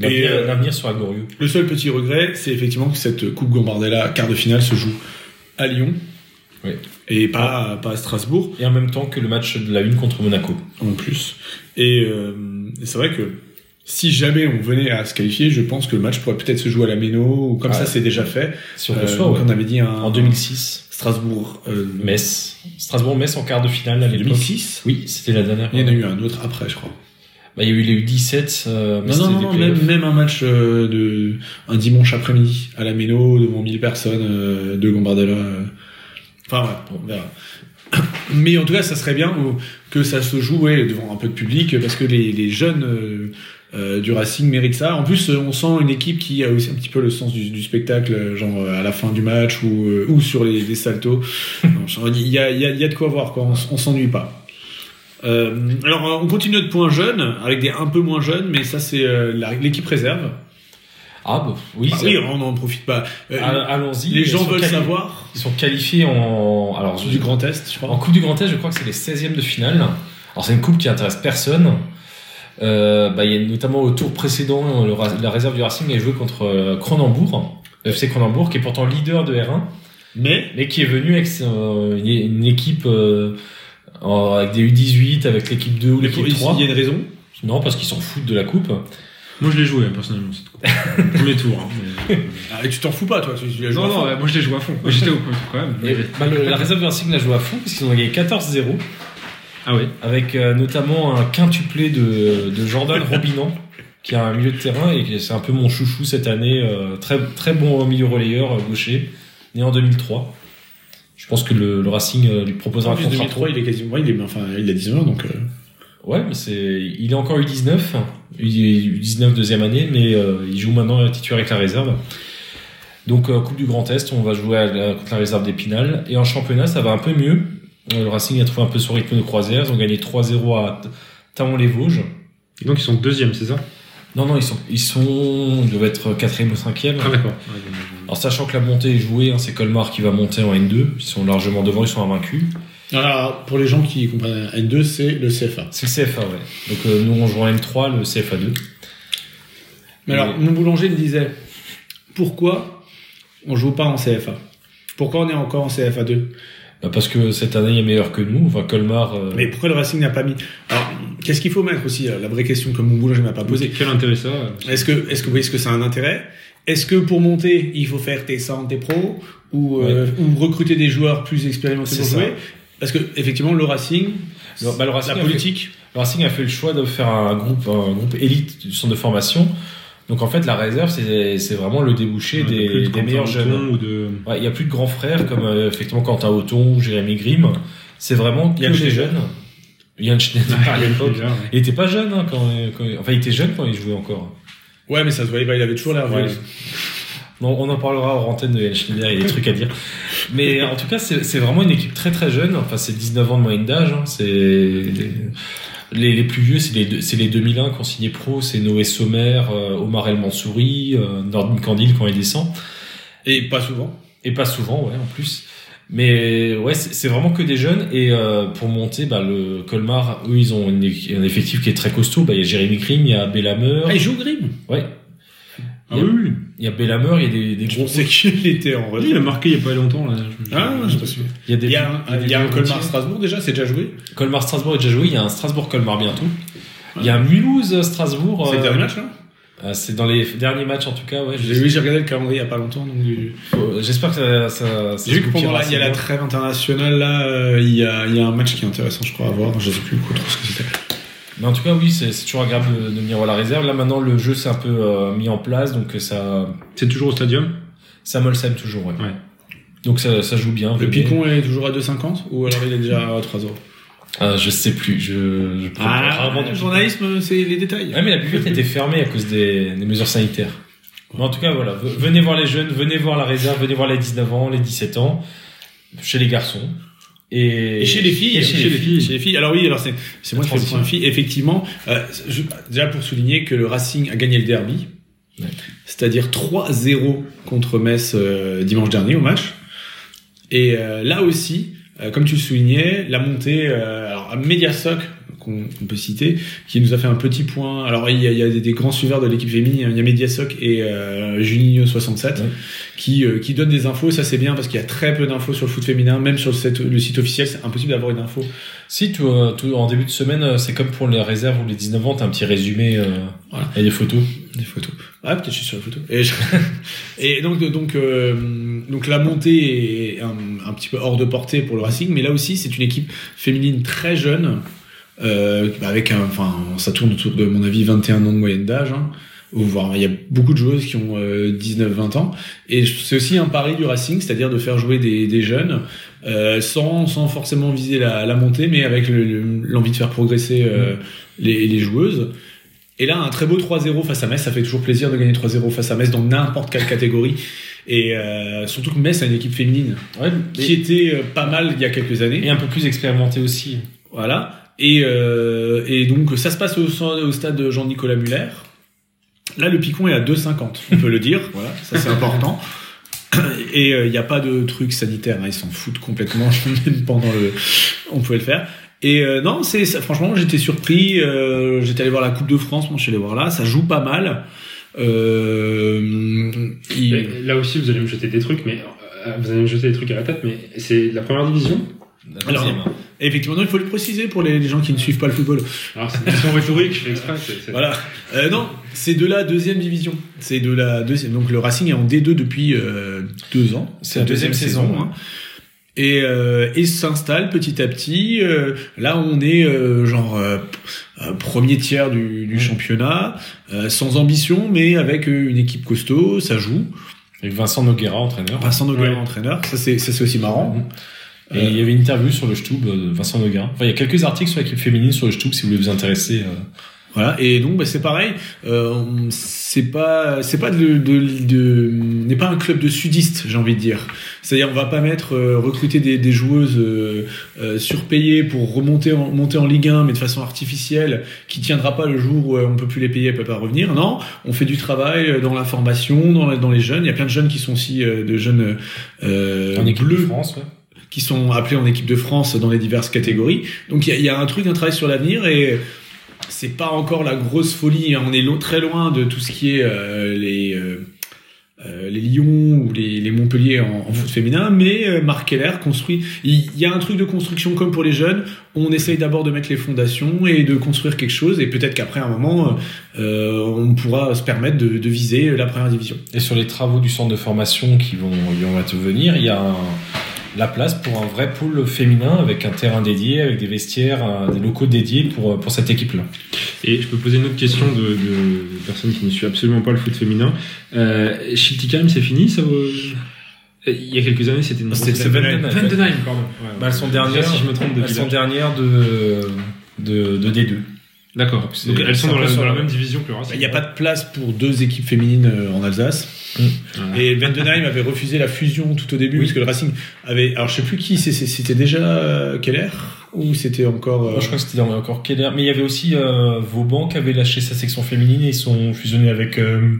l'avenir euh, l'avenir sera glorieux. Le seul petit regret, c'est effectivement que cette Coupe Gambardella quart de finale se joue à Lyon. Oui. Et pas, pas à Strasbourg. Et en même temps que le match de la une contre Monaco. en plus. Et euh, c'est vrai que si jamais on venait à se qualifier, je pense que le match pourrait peut-être se jouer à la Méno, ou comme Ouais. ça c'est déjà fait. Si on Euh, reçoit, donc ouais. on avait dit un, en 2006, Strasbourg euh, Metz, Strasbourg-Metz en quart de finale à l'époque. 2006. Oui, c'était la dernière. Il y en a eu un autre après, je crois. Bah, il y a eu les U17. euh, mais Non, non, c'était non, des non, même, playoffs. même un match euh, de un dimanche après-midi à la Méno devant 1000 personnes euh, de Gambardella. euh. Enfin, voilà, on verra. Mais en tout cas, ça serait bien euh, que ça se joue ouais, devant un peu de public euh, parce que les, les jeunes euh, euh, du Racing méritent ça. En plus, euh, on sent une équipe qui a aussi un petit peu le sens du, du spectacle, euh, genre euh, à la fin du match ou, euh, ou sur les, les saltos. Non, genre, Il y a, il y a- il y a de quoi voir, quoi. on, s- on s'ennuie pas. Euh, alors, euh, on continue notre point jeune avec des un peu moins jeunes, mais ça, c'est euh, la- l'équipe réserve. Ah bah, oui. Bah c'est- oui, on en profite pas. Euh, Ah, Allons-y. les gens Ils sont veulent quali- savoir Ils sont qualifiés en alors du Grand Est, je En crois. Coupe du Grand Est, je crois que c'est les 16e de finale. Alors c'est une coupe qui intéresse personne. Euh, bah, il y a notamment au tour précédent, le Ra- la réserve du Racing a joué contre euh, Cronenbourg, le FC Cronenbourg, qui est pourtant leader de R1, Mais mais qui est venu avec euh, une, une équipe euh, en- avec des U18, avec l'équipe 2 ou il faut- l'équipe il 3. y a une raison. Non, parce qu'ils s'en foutent de la coupe. Moi, je l'ai joué, personnellement, cette coupe. Premier tour. hein, mais- Ah, et tu t'en fous pas, toi. Tu, tu l'as joué Non, à fond. non, bah, moi, je l'ai joué à fond. Moi, J'étais au premier tour, quand même. Et, bah, le- la réserve du Racing l'a joué à fond, parce qu'ils ont gagné 14-0. Ah oui. avec euh, notamment un quintuplé de, de Jordan Robinan, qui est un milieu de terrain et qui- c'est un peu mon chouchou cette année, euh, très, très bon milieu relayeur euh, gaucher, né en 2003. Je pense que le, le Racing euh, lui proposera En un plus, contrat. 2003, il est quasiment, il est, enfin, il a 19 ans, donc. euh, Ouais, mais c'est, il est encore U19, U- U19 deuxième année, mais euh, il joue maintenant titulaire avec la réserve. Donc euh, Coupe du Grand Est, on va jouer à la- contre la réserve d'Épinal. Et en championnat, ça va un peu mieux. Euh, Le Racing a trouvé un peu son rythme de croisière. Ils ont gagné 3-0 à Taon-les-Vosges. Et donc, ils sont deuxième, c'est ça Non, non, ils sont, ils sont, ils doivent être quatrième ou cinquième. Ah, d'accord. Alors, sachant que la montée est jouée, hein, c'est Colmar qui va monter en N2. Ils sont largement devant, ils sont invaincus. Alors, pour les gens qui comprennent N2, c'est le CFA. C'est le CFA, ouais. Donc, euh, nous, on joue en N3, le CFA 2. Mais alors, mon boulanger me disait pourquoi on joue pas en CFA Pourquoi on est encore en CFA 2 Bah, parce que cette année est meilleure que nous. Enfin, Colmar, euh, Mais pourquoi le Racing n'a pas mis Alors, qu'est-ce qu'il faut mettre aussi La vraie question que mon boulanger m'a pas posée. Quel intérêt ça Est-ce que, est-ce que vous voyez ce que ça a un intérêt Est-ce que pour monter, il faut faire tes 100, tes pros ou, euh, ou recruter des joueurs plus expérimentés C'est pour ça. jouer Parce que effectivement, le Racing, le, bah, le Racing la a fait- politique, le Racing a fait le choix de faire un groupe, un groupe élite du centre de formation. Donc, en fait, la réserve, c'est, c'est vraiment le débouché des, Plus de des Quentin meilleurs Anton jeunes. ou de... Ouais, Il n'y a plus de grands frères comme euh, effectivement Quentin Auton ou Jérémy Grimm. C'est vraiment que Yann des Schneider. jeunes. Yann Schneider Ah, à l'époque. Déjà, ouais. Il était pas jeune hein, quand, quand- enfin il était jeune quand il jouait encore. ouais, mais ça se voyait pas, il avait toujours l'air vieux. Ouais. Non, on en parlera hors antenne de Yann Schneider, il y a des trucs à dire. Mais en tout cas, c'est c'est vraiment une équipe très très jeune. Enfin, c'est 19 ans de moyenne d'âge. hein. C'est les, les plus vieux, c'est les, deux- c'est les 2001 qui ont signé pro. C'est Noé Sommer, euh, Omar El Mansouri, euh, Nordin Candil quand il descend. Et pas souvent. Et pas souvent, ouais, en plus. Mais ouais, c'est c'est vraiment que des jeunes. Et euh, pour monter, bah, le Colmar, eux, ils ont une é- un effectif qui est très costaud. Bah, Il y a Jérémy Krim, il y a Bellamer. Ah, il joue Grimm Ouais. Ah oui, oui. Il y a Bellamer, il y a des, des Je gros. pensais qu'il était en Oui, Il relais. a marqué il y a pas longtemps là. Je- Ah, je sais pas si- Il y a des. Il y a un, il y a un Colmar Strasbourg déjà, c'est déjà joué Colmar Strasbourg est déjà joué. Il y a un Strasbourg Colmar bientôt. Il y a un Mulhouse Strasbourg. C'est le euh, dernier match là euh, C'est dans les derniers matchs en tout cas. Ouais. je- J'ai- Oui, j'ai regardé le calendrier il y a pas longtemps. donc j'ai- faut- J'espère que ça. ça, ça J'ai vu se que pendant goupillera la, il y a la assez trêve internationale là, euh, il y, a, il y a un match qui est intéressant, je crois, à voir. Je sais plus trop ce que c'était. Mais en tout cas, oui, c'est c'est toujours agréable de, de venir à la réserve. Là, maintenant, le jeu s'est un peu euh, mis en place, donc euh, ça, C'est toujours au stadium. ça molsème toujours. Ouais. Ouais. Donc ça, ça joue bien. Le venez. picon est toujours à 2,50 ou alors il est déjà à 3 euros Ah, je sais plus. Je, je prends Ah, rarement du- journalisme, c'est les détails. Ouais, mais la buvette était fermée à cause des, des mesures sanitaires. Mais en tout cas, voilà. v- Venez voir les jeunes, venez voir la réserve, venez voir les 19 ans, les 17 ans, chez les garçons. Et, Et chez les filles, et chez les filles. Chez les filles. Alors oui, alors c'est c'est moi qui fais le point filles. Effectivement, euh, je- déjà pour souligner que le Racing a gagné le derby, Ouais. c'est-à-dire 3-0 contre Metz euh, dimanche dernier au match. Et euh, là aussi, euh, comme tu le soulignais, la montée euh, alors à Mediasoc qu'on qu'on peut citer, qui nous a fait un petit point. Alors il y a, il y a des, des grands suiveurs de l'équipe féminine, il y a Mediasoc et euh, Juninho 67 Ouais. qui, euh, qui donnent des infos. Ça c'est bien parce qu'il y a très peu d'infos sur le foot féminin, même sur le site, le site officiel, c'est impossible d'avoir une info. Si, tout, euh, tout- en début de semaine, euh, c'est comme pour les réserves ou les 19 ans, t'as un petit résumé euh, Voilà. et des photos. Des photos. Ah peut-être que je suis sur la photo. Et, je- et donc donc euh, donc la montée est un, un petit peu hors de portée pour le Racing, mais là aussi c'est une équipe féminine très jeune, euh, avec un, enfin ça tourne autour de à mon avis 21 ans de moyenne d'âge. Hein, ou voir il y a beaucoup de joueuses qui ont 19-20 ans et c'est aussi un pari du Racing, c'est-à-dire de faire jouer des, des jeunes euh, sans sans forcément viser la, la montée, mais avec le- le- l'envie de faire progresser euh, les, les joueuses. Et là, un très beau 3-0 face à Metz, ça fait toujours plaisir de gagner 3-0 face à Metz dans n'importe quelle catégorie. Et euh, surtout que Metz a une équipe féminine Ouais, qui était euh, pas mal il y a quelques années. et un peu plus expérimenté aussi. Voilà. Et, euh, et donc, ça se passe au, au stade de Jean-Nicolas Muller. Là, le picon est à 2,50, on peut le dire. Voilà, ça c'est important. Et euh, il n'y a pas de truc sanitaire, hein, ils s'en foutent complètement, même pendant le. On pouvait le faire. Et euh, non, c'est ça, franchement, j'étais surpris. euh, j'étais allé voir la Coupe de France, moi je suis allé voir là, ça joue pas mal. Euh, il- Mais Là aussi, vous allez me jeter des trucs, mais euh, vous allez me jeter des trucs à la tête, mais c'est la première division. La Alors, deuxième, hein. Effectivement, non, il faut le préciser pour les, les gens qui ne suivent pas le football. Alors, c'est une question rhétorique, je fais exprès. c'est- c'est- Voilà. Euh, non, c'est de la deuxième division. C'est de la deuxième. Donc le Racing est en D2 depuis euh, deux ans. C'est la deuxième saison, hein. Et, euh, et s'installe petit à petit. Euh, là, on est euh, genre euh, euh, premier tiers du, du championnat, euh, sans ambition, mais avec euh, une équipe costaud, ça joue. Avec Vincent Noguera, entraîneur. Mhm. Vincent Noguera, Ouais. entraîneur, ça c'est ça, c'est aussi marrant. Euh. Et il y avait une interview sur le Stub de Vincent Noguera. Enfin, il y a quelques articles sur l'équipe féminine sur le Stub si vous voulez vous intéresser. euh. Voilà. Et donc, bah, c'est pareil. Euh, on- c'est pas, c'est pas de, de, de- n'est pas un club de sudistes, j'ai envie de dire. C'est-à-dire, on va pas mettre euh, recruter des, des joueuses euh, euh, surpayées pour remonter en, monter en Ligue 1, mais de façon artificielle, qui tiendra pas le jour où euh, on peut plus les payer, elles peuvent pas revenir. Non, on fait du travail euh, dans la formation, dans, la- dans les jeunes. Il y a plein de jeunes qui sont aussi euh, de jeunes euh, en équipe de bleus France, ouais. qui sont appelés en équipe de France dans les diverses catégories. Donc il y, a- il y a un truc, un travail sur l'avenir et c'est pas encore la grosse folie. hein. On est lo- très loin de tout ce qui est euh, les euh, euh, les Lyons ou les, les Montpellier en, en foot féminin, mais euh, Marc Keller construit. Il il y a un truc de construction comme pour les jeunes. On essaye d'abord de mettre les fondations et de construire quelque chose, et peut-être qu'après un moment, euh, on pourra se permettre de, de viser la première division. Et sur les travaux du centre de formation qui vont, qui vont venir, il y a un- la place pour un vrai pôle féminin avec un terrain dédié, avec des vestiaires, un- des locaux dédiés pour, euh, pour cette équipe-là. Et je peux poser une autre question de, de personne qui ne suit absolument pas le foot féminin. Euh, Schiltigheim, c'est fini ça euh, Il y a quelques années, c'était une C'était grosse- Vendenheim. Vendenheim, pardon. Ouais, Bah, elles sont ouais. dernières, si je me trompe, elles depuis sont là. dernières de, de, de D2. D'accord. C'est- Donc elles sont c'est un dans peu la, sur dans la la- Bah, même division que le Racing. Il n'y a pas de place pour deux équipes féminines euh, en Alsace. Voilà. Et Vendenheim avait refusé la fusion tout au début, Oui. parce que le Racing avait. Alors, je sais plus qui, c'est- c'est- c'était déjà euh, Keller Ou c'était encore. euh, Moi, je crois que c'était dans- encore Keller. Mais il y avait aussi euh, Vauban qui avait lâché sa section féminine et ils sont fusionnés avec, euh,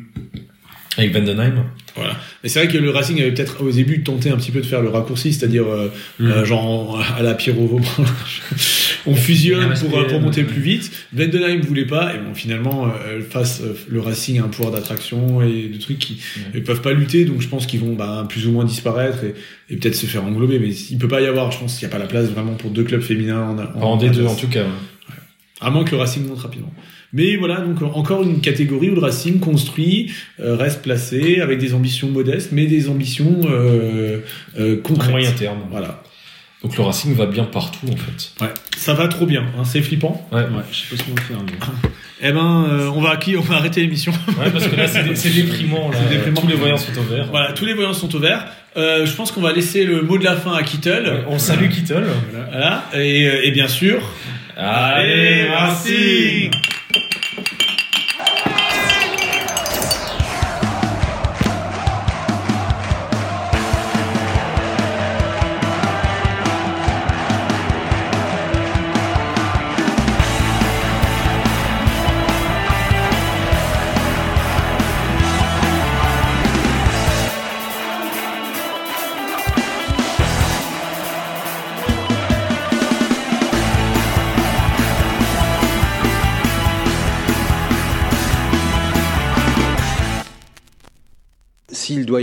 avec Vandenheim. Voilà. Mais c'est vrai que le Racing avait peut-être au début tenté un petit peu de faire le raccourci, c'est-à-dire euh, Mm. euh, genre à la Pierre on fusionne Il y a un pour, euh, pour aspect, monter euh, plus vite. Blendenheim voulait pas, et bon finalement euh, face euh, le Racing a un pouvoir d'attraction et de trucs qui Ouais. ils peuvent pas lutter, donc je pense qu'ils vont bah, plus ou moins disparaître et, et peut-être se faire englober. Mais il peut pas y avoir, je pense qu'il n'y a pas la place vraiment pour deux clubs féminins en, Pas en D2 en tout cas. ouais. à moins que le Racing monte rapidement. Mais voilà, donc encore une catégorie où le Racing construit, euh, reste placé, avec des ambitions modestes, mais des ambitions euh, euh, À concrètes. moyen terme. Voilà. Donc le Racing va bien partout en fait. Ouais. Ça va trop bien, hein, c'est flippant. Ouais, Ouais, je sais pas ce qu'on va faire. mais- Eh ben, euh, on va acquis- on va arrêter l'émission. Ouais, parce que là c'est dé- c'est déprimant. Là. C'est déprimant. Tous les voyants sont au vert. voilà, tous les voyants sont au vert. Euh, je pense qu'on va laisser le mot de la fin à Kittle. Ouais, On salue Kittle. Voilà. Et, euh, et bien sûr. Allez, Racing S'il doit